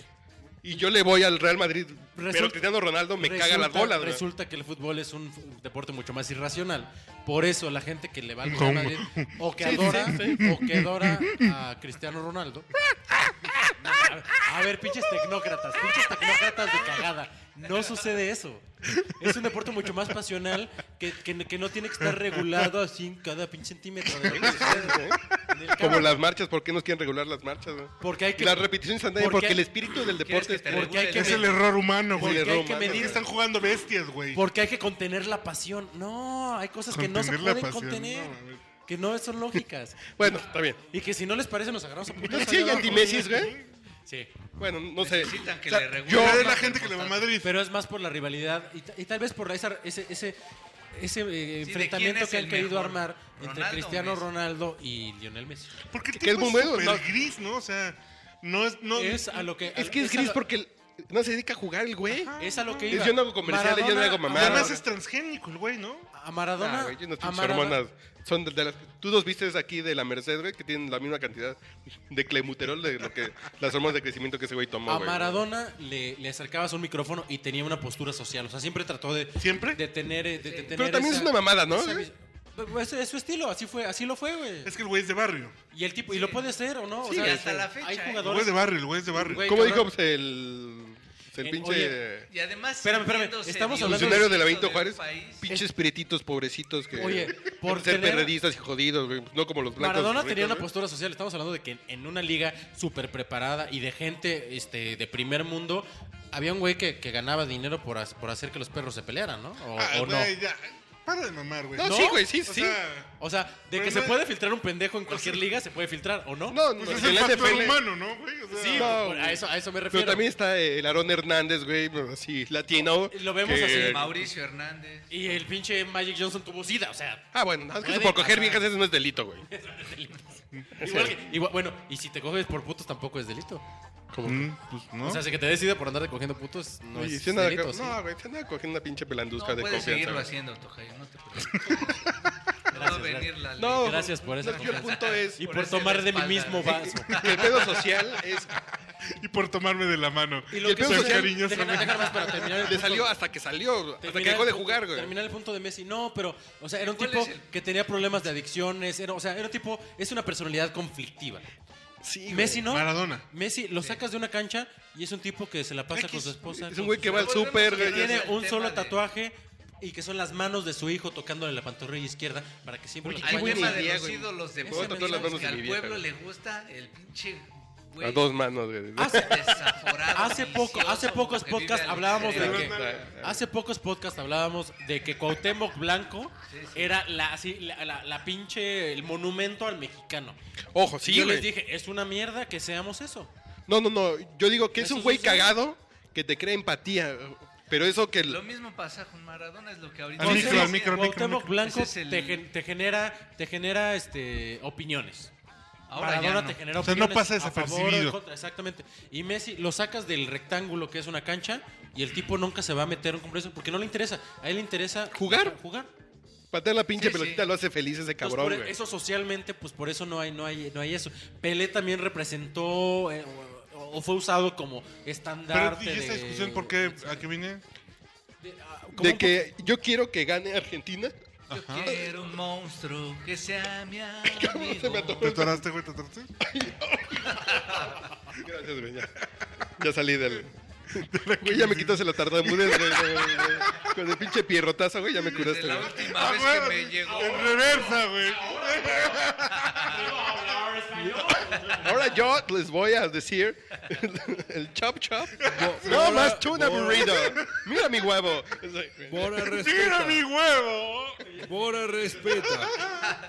[SPEAKER 4] Y yo le voy al Real Madrid, pero
[SPEAKER 3] Resulta-
[SPEAKER 4] Cristiano Ronaldo me caga las
[SPEAKER 3] Resulta-
[SPEAKER 4] bolas, güey.
[SPEAKER 3] Resulta que el fútbol es un f- deporte mucho más irracional. Por eso la gente que le va al
[SPEAKER 2] No,
[SPEAKER 3] Real
[SPEAKER 2] ma-
[SPEAKER 3] Madrid o que
[SPEAKER 4] Sí, sí,
[SPEAKER 3] adora
[SPEAKER 4] sí.
[SPEAKER 3] o que adora a Cristiano Ronaldo. No, a ver- A ver, pinches tecnócratas, pinches tecnócratas de cagada. No sucede eso. Es un deporte mucho más pasional que, que- que no tiene que estar regulado así en cada pinche centímetro. de lo que sucede. ¿eh?
[SPEAKER 4] Como las marchas, ¿por qué nos quieren regular las marchas? güey?
[SPEAKER 3] Porque hay que-
[SPEAKER 4] Las repeticiones andan ahí,
[SPEAKER 3] porque
[SPEAKER 4] porque
[SPEAKER 3] hay-
[SPEAKER 4] el espíritu del
[SPEAKER 1] ¿Quieres
[SPEAKER 4] deporte
[SPEAKER 1] que
[SPEAKER 4] es
[SPEAKER 1] te
[SPEAKER 4] por-
[SPEAKER 1] regule
[SPEAKER 3] hay que
[SPEAKER 1] la-
[SPEAKER 2] Es el error humano,
[SPEAKER 4] el
[SPEAKER 2] güey.
[SPEAKER 3] Porque
[SPEAKER 4] error
[SPEAKER 3] hay que
[SPEAKER 4] humano,
[SPEAKER 2] Es que
[SPEAKER 3] medir
[SPEAKER 2] Están jugando bestias, güey.
[SPEAKER 3] Porque hay que contener la pasión. No, hay cosas que no se
[SPEAKER 2] Contener la
[SPEAKER 3] pueden
[SPEAKER 2] pasión,
[SPEAKER 3] contener.
[SPEAKER 2] no, mames.
[SPEAKER 3] que no son lógicas.
[SPEAKER 4] Bueno, está bien.
[SPEAKER 3] y que si no les parece, nos agarramos a
[SPEAKER 4] ¿No
[SPEAKER 3] putazos
[SPEAKER 4] sí hay
[SPEAKER 3] allá abajo.
[SPEAKER 4] anti-Messis, güey?
[SPEAKER 3] Sí.
[SPEAKER 4] Bueno, no sé.
[SPEAKER 1] Necesitan que
[SPEAKER 4] O sea,
[SPEAKER 1] le regulen.
[SPEAKER 2] Yo
[SPEAKER 1] Yo-
[SPEAKER 2] de la gente que le va a Madrid.
[SPEAKER 3] Pero es más por la rivalidad y, ta- y tal vez por esa- ese, ese,
[SPEAKER 1] Sí,
[SPEAKER 3] ese eh,
[SPEAKER 1] ¿de quién
[SPEAKER 3] enfrentamiento
[SPEAKER 1] es
[SPEAKER 3] que han
[SPEAKER 1] el
[SPEAKER 3] querido
[SPEAKER 1] mejor?
[SPEAKER 3] armar entre
[SPEAKER 1] ¿Ronaldo o
[SPEAKER 3] Cristiano
[SPEAKER 1] Messi?
[SPEAKER 3] Ronaldo y Lionel Messi.
[SPEAKER 2] Porque el
[SPEAKER 4] que es
[SPEAKER 2] tipo es
[SPEAKER 4] bombero,
[SPEAKER 2] súper
[SPEAKER 4] ¿no?
[SPEAKER 2] gris, ¿no? O sea, no es... No,
[SPEAKER 3] Es a lo que.
[SPEAKER 4] Es que es
[SPEAKER 3] a
[SPEAKER 4] gris
[SPEAKER 3] lo-
[SPEAKER 4] porque el- no se dedica a jugar el güey.
[SPEAKER 3] Es a lo que
[SPEAKER 4] Es-
[SPEAKER 3] iba.
[SPEAKER 4] yo no hago comerciales, yo no hago
[SPEAKER 3] Maradona-
[SPEAKER 4] mamadas.
[SPEAKER 2] Además es transgénico el güey, ¿no?
[SPEAKER 3] A Maradona.
[SPEAKER 4] Ah, güey, yo no
[SPEAKER 3] a
[SPEAKER 4] tengo
[SPEAKER 3] Maradona-
[SPEAKER 4] hormonas. Son de, de las. Tú dos vistes aquí de la Merced, güey, que tienen la misma cantidad de clemuterol de lo que las hormonas de crecimiento que ese güey tomó,
[SPEAKER 3] A
[SPEAKER 4] güey.
[SPEAKER 3] Maradona le, le acercabas un micrófono y tenía una postura social. O sea, siempre trató de.
[SPEAKER 2] ¿Siempre?
[SPEAKER 3] De tener. eh, de- de tener
[SPEAKER 4] Pero también
[SPEAKER 3] esa-
[SPEAKER 4] es una mamada, ¿no?
[SPEAKER 3] esa mis- Pues es su estilo, así fue, así lo fue, güey.
[SPEAKER 2] Es que el güey es de barrio.
[SPEAKER 3] Y el tipo, y lo puede ser o no. o
[SPEAKER 1] Sí, y hasta la fecha,
[SPEAKER 3] Hay
[SPEAKER 1] ¿eh?
[SPEAKER 2] El güey es
[SPEAKER 3] jugadores.
[SPEAKER 2] de barrio, el güey es de barrio.
[SPEAKER 3] Güey,
[SPEAKER 4] ¿Cómo
[SPEAKER 3] cabrón.
[SPEAKER 4] dijo pues, el. El
[SPEAKER 3] Eh,
[SPEAKER 4] pinche.
[SPEAKER 3] oye,
[SPEAKER 1] Y además,
[SPEAKER 3] Espérame, espérame,
[SPEAKER 1] sintiéndose
[SPEAKER 3] estamos hablando
[SPEAKER 4] Funcionario
[SPEAKER 3] de-
[SPEAKER 4] de la
[SPEAKER 1] Diosito
[SPEAKER 4] Benito
[SPEAKER 1] del
[SPEAKER 4] Juárez,
[SPEAKER 1] país.
[SPEAKER 4] pinches piretitos pobrecitos que
[SPEAKER 3] Oye, por
[SPEAKER 4] ser
[SPEAKER 3] tener-
[SPEAKER 4] perredistas y jodidos, güey, no como los blancos.
[SPEAKER 3] Maradona
[SPEAKER 4] ricos,
[SPEAKER 3] tenía una
[SPEAKER 4] güey.
[SPEAKER 3] postura social. Estamos hablando de que en una liga súper preparada y de gente este, de primer mundo, había un güey que, que ganaba dinero por, ha- por hacer que los perros se pelearan, ¿no? O,
[SPEAKER 2] Ah,
[SPEAKER 3] o no.
[SPEAKER 2] güey, ya. Para de mamar, güey.
[SPEAKER 4] No, sí, güey, sí, sí.
[SPEAKER 3] O sea, de que
[SPEAKER 2] Pero
[SPEAKER 3] se
[SPEAKER 2] no-
[SPEAKER 3] puede filtrar un pendejo en cualquier liga, se puede filtrar, ¿o no?
[SPEAKER 4] no,
[SPEAKER 2] Pues
[SPEAKER 4] no,
[SPEAKER 2] es
[SPEAKER 4] en
[SPEAKER 2] el
[SPEAKER 4] la
[SPEAKER 2] factor
[SPEAKER 4] NFL,
[SPEAKER 2] humano, ¿no, güey? O sea,
[SPEAKER 3] Sí,
[SPEAKER 4] no,
[SPEAKER 3] por-
[SPEAKER 4] güey.
[SPEAKER 3] a, eso, a eso me refiero.
[SPEAKER 4] Pero también está el Aarón Hernández, güey, así, latino.
[SPEAKER 3] Lo vemos así,
[SPEAKER 1] Mauricio Hernández.
[SPEAKER 3] Y el pinche Magic Johnson tuvo sida, o sea.
[SPEAKER 4] Ah, bueno, nada más que eso
[SPEAKER 3] Puede
[SPEAKER 4] por coger
[SPEAKER 3] pasar.
[SPEAKER 4] viejas eso no es delito, güey.
[SPEAKER 3] Igual que- igual- bueno, y si te coges por putos tampoco es delito.
[SPEAKER 2] mm, pues no.
[SPEAKER 3] O sea, si que te des sida por andar cogiendo putos no
[SPEAKER 4] Oye,
[SPEAKER 3] es
[SPEAKER 4] si andaba-
[SPEAKER 3] delito. sí.
[SPEAKER 4] No, güey, se anda cogiendo una pinche
[SPEAKER 1] No,
[SPEAKER 4] pelanduzca de
[SPEAKER 1] puedes
[SPEAKER 4] confianza.
[SPEAKER 1] seguirlo
[SPEAKER 4] güey.
[SPEAKER 1] haciendo, Tocayo, no te preocupes. No va a venir la ley.
[SPEAKER 4] No,
[SPEAKER 3] Gracias por esa
[SPEAKER 4] no, yo el
[SPEAKER 3] confianza.
[SPEAKER 4] punto es
[SPEAKER 3] Y
[SPEAKER 1] Por
[SPEAKER 3] por
[SPEAKER 1] ese
[SPEAKER 3] tomar de mi
[SPEAKER 1] respaldo,
[SPEAKER 3] mismo
[SPEAKER 1] ¿no?
[SPEAKER 3] vaso.
[SPEAKER 4] que el pedo social es
[SPEAKER 2] Y por tomarme de la mano.
[SPEAKER 3] Y
[SPEAKER 4] lo que
[SPEAKER 2] Tan
[SPEAKER 4] es social-
[SPEAKER 2] cariñoso.
[SPEAKER 3] Déjame, déjame más para terminar el
[SPEAKER 4] le
[SPEAKER 3] punto.
[SPEAKER 4] salió hasta que salió, hasta
[SPEAKER 3] Terminar
[SPEAKER 4] que dejó
[SPEAKER 3] el
[SPEAKER 4] de
[SPEAKER 3] punto-
[SPEAKER 4] jugar, güey.
[SPEAKER 3] Terminar el punto de Messi. No, pero, o sea, era un
[SPEAKER 1] ¿Cuál
[SPEAKER 3] tipo
[SPEAKER 1] es el-
[SPEAKER 3] que tenía problemas de adicciones. Era, o sea, era un tipo, es una personalidad conflictiva. Messi no.
[SPEAKER 2] Maradona.
[SPEAKER 3] Messi lo sacas de una cancha y es un tipo que se la pasa con su esposa.
[SPEAKER 4] Es
[SPEAKER 3] con
[SPEAKER 4] un güey
[SPEAKER 3] sus
[SPEAKER 4] que va al
[SPEAKER 1] Volvemos
[SPEAKER 4] súper,
[SPEAKER 1] a que
[SPEAKER 4] güey.
[SPEAKER 1] tiene-
[SPEAKER 3] tiene
[SPEAKER 1] Es el
[SPEAKER 3] un
[SPEAKER 1] tema
[SPEAKER 3] solo
[SPEAKER 1] de-
[SPEAKER 3] tatuaje y que son las manos de su hijo tocándole la pantorrilla izquierda para que siempre lo
[SPEAKER 1] Al
[SPEAKER 4] buena
[SPEAKER 1] tema de
[SPEAKER 3] acompañe.
[SPEAKER 4] idea,
[SPEAKER 1] los
[SPEAKER 4] güey.
[SPEAKER 1] ídolos de
[SPEAKER 3] Ese
[SPEAKER 1] Puebla,
[SPEAKER 3] mensaje
[SPEAKER 1] que
[SPEAKER 4] de mi
[SPEAKER 1] al
[SPEAKER 4] vieja,
[SPEAKER 1] pueblo
[SPEAKER 4] güey.
[SPEAKER 1] le gusta el pinche güey.
[SPEAKER 4] A dos manos, güey.
[SPEAKER 3] Hace,
[SPEAKER 1] Desaforado.
[SPEAKER 3] hace poco,
[SPEAKER 1] vicioso,
[SPEAKER 3] hace pocos
[SPEAKER 1] que vive
[SPEAKER 3] podcasts
[SPEAKER 1] al
[SPEAKER 3] hablábamos de
[SPEAKER 1] exterior.
[SPEAKER 3] que hace pocos podcasts hablábamos de que Cuauhtémoc Blanco era la, así, la, la- la pinche el monumento al mexicano.
[SPEAKER 4] Ojo,
[SPEAKER 3] Y
[SPEAKER 4] sí,
[SPEAKER 3] yo
[SPEAKER 4] güey.
[SPEAKER 3] les dije, es una mierda que seamos eso.
[SPEAKER 4] No, no, no. Yo digo que es
[SPEAKER 3] Eso
[SPEAKER 4] un güey
[SPEAKER 3] sucede.
[SPEAKER 4] cagado que te crea empatía. Pero eso que... el-
[SPEAKER 1] Lo mismo pasa con Maradona, es lo que ahorita...
[SPEAKER 2] Al micro,
[SPEAKER 1] Sí,
[SPEAKER 2] al micro, al micro,
[SPEAKER 3] Cuauhtémoc
[SPEAKER 2] micro.
[SPEAKER 3] Blanco
[SPEAKER 1] Ese es el-
[SPEAKER 3] te, gen- te genera te genera este opiniones.
[SPEAKER 1] Ahora ya
[SPEAKER 3] Maradona
[SPEAKER 1] no.
[SPEAKER 3] te genera
[SPEAKER 2] O sea, no
[SPEAKER 3] opiniones
[SPEAKER 2] pasa
[SPEAKER 3] a favor o en
[SPEAKER 2] desapercibido.
[SPEAKER 3] contra, exactamente. Y Messi lo sacas del rectángulo que es una cancha y el tipo nunca se va a meter en un compromiso porque no le interesa. A él le interesa
[SPEAKER 4] ¿Jugar?
[SPEAKER 3] Jugar.
[SPEAKER 4] Patear la pinche
[SPEAKER 1] Sí, sí.
[SPEAKER 4] pelotita lo hace feliz ese
[SPEAKER 3] Entonces,
[SPEAKER 4] cabrón,
[SPEAKER 3] por
[SPEAKER 4] güey.
[SPEAKER 3] eso socialmente, pues por eso no hay, no hay, no hay eso. Pelé también representó eh, o, o fue usado como
[SPEAKER 2] Pero,
[SPEAKER 3] estandarte.
[SPEAKER 2] ¿y esta
[SPEAKER 3] de-
[SPEAKER 2] discusión por qué? ¿A qué vine?
[SPEAKER 3] de- ah, como
[SPEAKER 4] De
[SPEAKER 3] un poco-
[SPEAKER 4] que yo quiero que gane Argentina.
[SPEAKER 1] Yo quiero un monstruo que sea mi amigo.
[SPEAKER 4] Se me atoró.
[SPEAKER 2] ¿Te atoraste, güey? ¿Te atoraste?
[SPEAKER 4] Gracias, güey. Ya, Ya salí del. Güey, ya me quitas el atardamudez, güey. güey, güey. Con el pinche pierrotazo, güey, ya me
[SPEAKER 1] Desde
[SPEAKER 4] curaste,
[SPEAKER 1] la
[SPEAKER 4] güey.
[SPEAKER 1] última vez que me llegó.
[SPEAKER 2] Ah, En reversa, güey.
[SPEAKER 4] Ahora yo les voy a decir el chop chop. No más tuna burrito. Mira mi huevo.
[SPEAKER 9] Bora
[SPEAKER 2] ¡Mira
[SPEAKER 9] respeta.
[SPEAKER 2] mi huevo!
[SPEAKER 9] Bora respeta.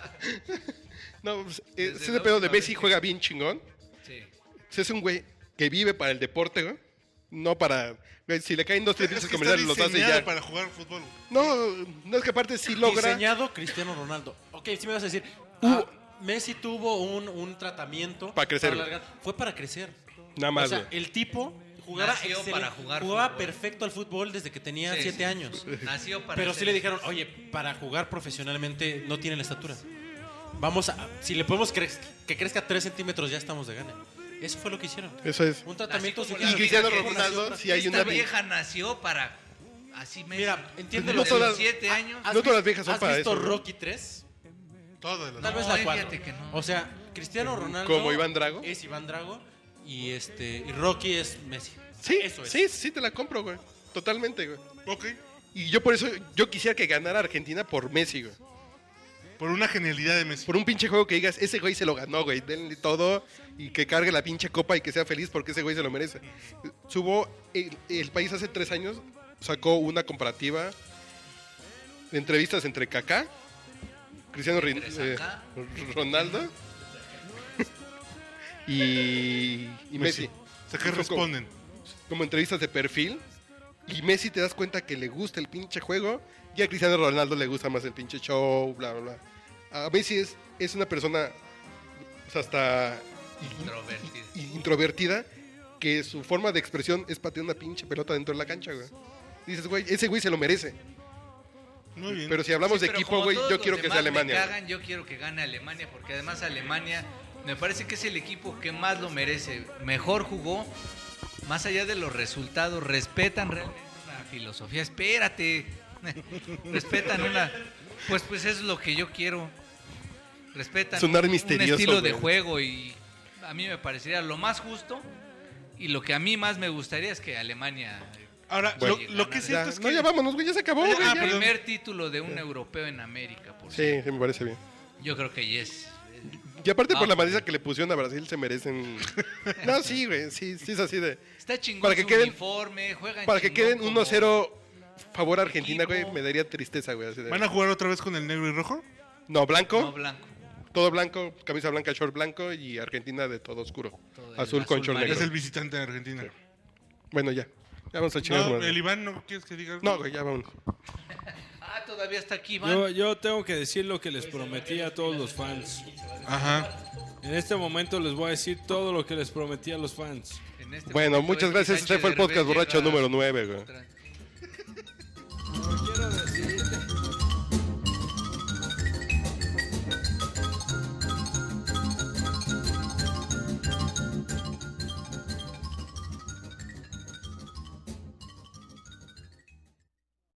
[SPEAKER 4] No, pues, eh,
[SPEAKER 1] Desde
[SPEAKER 4] ese
[SPEAKER 1] la
[SPEAKER 4] pedo de
[SPEAKER 1] última
[SPEAKER 4] Messi
[SPEAKER 1] vez.
[SPEAKER 4] juega bien chingón.
[SPEAKER 1] Sí.
[SPEAKER 4] Ese es un güey que vive para el deporte, güey. No para. güey, si le caen dos, tres
[SPEAKER 2] Es
[SPEAKER 4] pinches
[SPEAKER 2] que está
[SPEAKER 4] comerciales, los hace
[SPEAKER 2] diseñado
[SPEAKER 4] ya.
[SPEAKER 2] para jugar fútbol. güey.
[SPEAKER 4] No, no es que aparte sí logra.
[SPEAKER 3] Diseñado Cristiano Ronaldo. Ok, sí me vas a decir. ah, Messi tuvo un, un tratamiento.
[SPEAKER 4] Para crecer,
[SPEAKER 3] alargar- Fue para crecer.
[SPEAKER 4] Nada más,
[SPEAKER 3] O sea,
[SPEAKER 4] güey.
[SPEAKER 3] el tipo jugaba,
[SPEAKER 1] Nació
[SPEAKER 3] excelente-
[SPEAKER 1] para jugar
[SPEAKER 3] jugaba
[SPEAKER 1] fútbol.
[SPEAKER 3] perfecto al fútbol desde que tenía
[SPEAKER 1] Sí,
[SPEAKER 3] 7
[SPEAKER 1] sí.
[SPEAKER 3] años.
[SPEAKER 1] Nació para
[SPEAKER 3] Pero
[SPEAKER 1] ser
[SPEAKER 3] sí le
[SPEAKER 1] eso.
[SPEAKER 3] dijeron, oye, para jugar profesionalmente no tiene la estatura. Vamos a. Si le podemos cre- que crezca 3 centímetros, ya estamos de gana. Eso fue lo que hicieron.
[SPEAKER 4] Eso es.
[SPEAKER 3] Un tratamiento
[SPEAKER 1] Así como
[SPEAKER 4] Y
[SPEAKER 1] la
[SPEAKER 3] cirúrgico.
[SPEAKER 4] Cristiano
[SPEAKER 1] vieja que-
[SPEAKER 4] Ronaldo, si hay
[SPEAKER 1] Esta
[SPEAKER 4] una.
[SPEAKER 1] vieja nació para... Así me...
[SPEAKER 3] Mira, entiéndelo.
[SPEAKER 4] No
[SPEAKER 1] Desde los
[SPEAKER 4] todas-
[SPEAKER 1] siete años.
[SPEAKER 4] No todas las viejas son
[SPEAKER 3] ¿Has
[SPEAKER 4] para
[SPEAKER 3] visto
[SPEAKER 4] eso, ¿no?
[SPEAKER 3] Rocky 3?
[SPEAKER 2] Todas las.
[SPEAKER 3] Tal vez
[SPEAKER 1] No,
[SPEAKER 3] la cuatro.
[SPEAKER 1] fíjate que no.
[SPEAKER 3] O sea, Cristiano Ronaldo.
[SPEAKER 4] ¿Como Iván Drago?
[SPEAKER 3] Es Iván Drago. Y este. Y Rocky es Messi.
[SPEAKER 4] Sí,
[SPEAKER 3] Eso es.
[SPEAKER 4] sí, sí te la compro, güey. Totalmente, güey.
[SPEAKER 2] Ok.
[SPEAKER 4] Y yo por eso, yo quisiera que ganara Argentina por Messi, güey.
[SPEAKER 2] Por una genialidad de Messi.
[SPEAKER 4] Por un pinche juego que digas, ese güey se lo ganó, güey. Denle todo y que cargue la pinche copa y que sea feliz porque ese güey se lo merece. Subo, el, el país hace tres años sacó una comparativa de entrevistas entre Kaká, Cristiano Rin-
[SPEAKER 1] Entre
[SPEAKER 4] eh,
[SPEAKER 1] Kaká.
[SPEAKER 4] Ronaldo y, y Messi.
[SPEAKER 2] O sea, ¿qué responden?
[SPEAKER 4] como entrevistas de perfil. Y Messi te das cuenta que le gusta el pinche juego. Y a Cristiano Ronaldo le gusta más el pinche show, bla, bla, bla. A Messi es, es una persona o sea, hasta in-
[SPEAKER 1] Introvertida.
[SPEAKER 4] in- introvertida que su forma de expresión es patear una pinche pelota dentro de la cancha, güey. Dices, güey, ese güey se lo merece.
[SPEAKER 2] Muy bien.
[SPEAKER 4] Pero si hablamos
[SPEAKER 1] Sí,
[SPEAKER 4] de
[SPEAKER 1] pero
[SPEAKER 4] equipo,
[SPEAKER 1] como
[SPEAKER 4] güey,
[SPEAKER 1] todos
[SPEAKER 4] yo
[SPEAKER 1] los
[SPEAKER 4] quiero que sea
[SPEAKER 1] demás me
[SPEAKER 4] Alemania. güey.
[SPEAKER 1] cagan, yo quiero que gane Alemania, porque además Alemania me parece que es el equipo que más lo merece. Mejor jugó, más allá de los resultados, respetan realmente una filosofía. Espérate, respetan una. Pues, pues es lo que yo quiero. Respetan
[SPEAKER 4] Sonar
[SPEAKER 1] un
[SPEAKER 4] misterioso,
[SPEAKER 1] estilo de
[SPEAKER 4] güey.
[SPEAKER 1] juego y a mí me parecería lo más justo y lo que a mí más me gustaría es que Alemania.
[SPEAKER 2] Ahora,
[SPEAKER 1] Bueno.
[SPEAKER 2] lo, lo que
[SPEAKER 4] Ya,
[SPEAKER 2] siento es que.
[SPEAKER 4] No, ya vámonos, güey, ya se acabó,
[SPEAKER 2] Ya,
[SPEAKER 4] güey.
[SPEAKER 2] ah,
[SPEAKER 4] ya.
[SPEAKER 1] el
[SPEAKER 2] perdón.
[SPEAKER 1] primer título de un europeo en América, por
[SPEAKER 4] Sí, sí, me parece bien.
[SPEAKER 1] yo creo que yes.
[SPEAKER 4] Y aparte
[SPEAKER 1] Ah,
[SPEAKER 4] por la
[SPEAKER 1] güey.
[SPEAKER 4] madriza que le pusieron a Brasil se merecen... no, sí, güey, sí, sí es así de...
[SPEAKER 1] Está chingón
[SPEAKER 4] Para que
[SPEAKER 1] su
[SPEAKER 4] queden-
[SPEAKER 1] uniforme, juegan
[SPEAKER 4] Para que
[SPEAKER 1] chingón
[SPEAKER 4] queden
[SPEAKER 1] como-
[SPEAKER 4] 1-0 favor a Argentina,
[SPEAKER 1] Equipo.
[SPEAKER 4] güey, me daría tristeza, güey. así de-
[SPEAKER 2] ¿Van a jugar otra vez con el negro y rojo?
[SPEAKER 4] No, blanco,
[SPEAKER 1] No, blanco.
[SPEAKER 4] todo blanco, camisa blanca, short blanco y Argentina de todo oscuro.
[SPEAKER 1] Todo el
[SPEAKER 4] azul con
[SPEAKER 1] azul
[SPEAKER 4] short
[SPEAKER 1] marino.
[SPEAKER 4] negro.
[SPEAKER 2] Es el visitante de Argentina.
[SPEAKER 4] Bueno, ya. Ya vamos a chingar.
[SPEAKER 2] No,
[SPEAKER 4] madre.
[SPEAKER 2] el Iván, ¿no quieres que diga algo?
[SPEAKER 4] No, güey, ya vamos.
[SPEAKER 1] Ah, todavía está aquí, Iván.
[SPEAKER 9] Yo, yo tengo que decir lo que les prometí a todos los fans.
[SPEAKER 2] Ajá.
[SPEAKER 9] En este momento les voy a decir todo lo que les prometí a los fans.
[SPEAKER 1] En este
[SPEAKER 4] Bueno,
[SPEAKER 1] momento,
[SPEAKER 4] muchas
[SPEAKER 1] X
[SPEAKER 4] gracias.
[SPEAKER 1] Sánchez
[SPEAKER 4] Este fue el podcast
[SPEAKER 1] Derbez
[SPEAKER 4] borracho
[SPEAKER 1] llega-
[SPEAKER 4] número 9, güey.
[SPEAKER 1] Tra-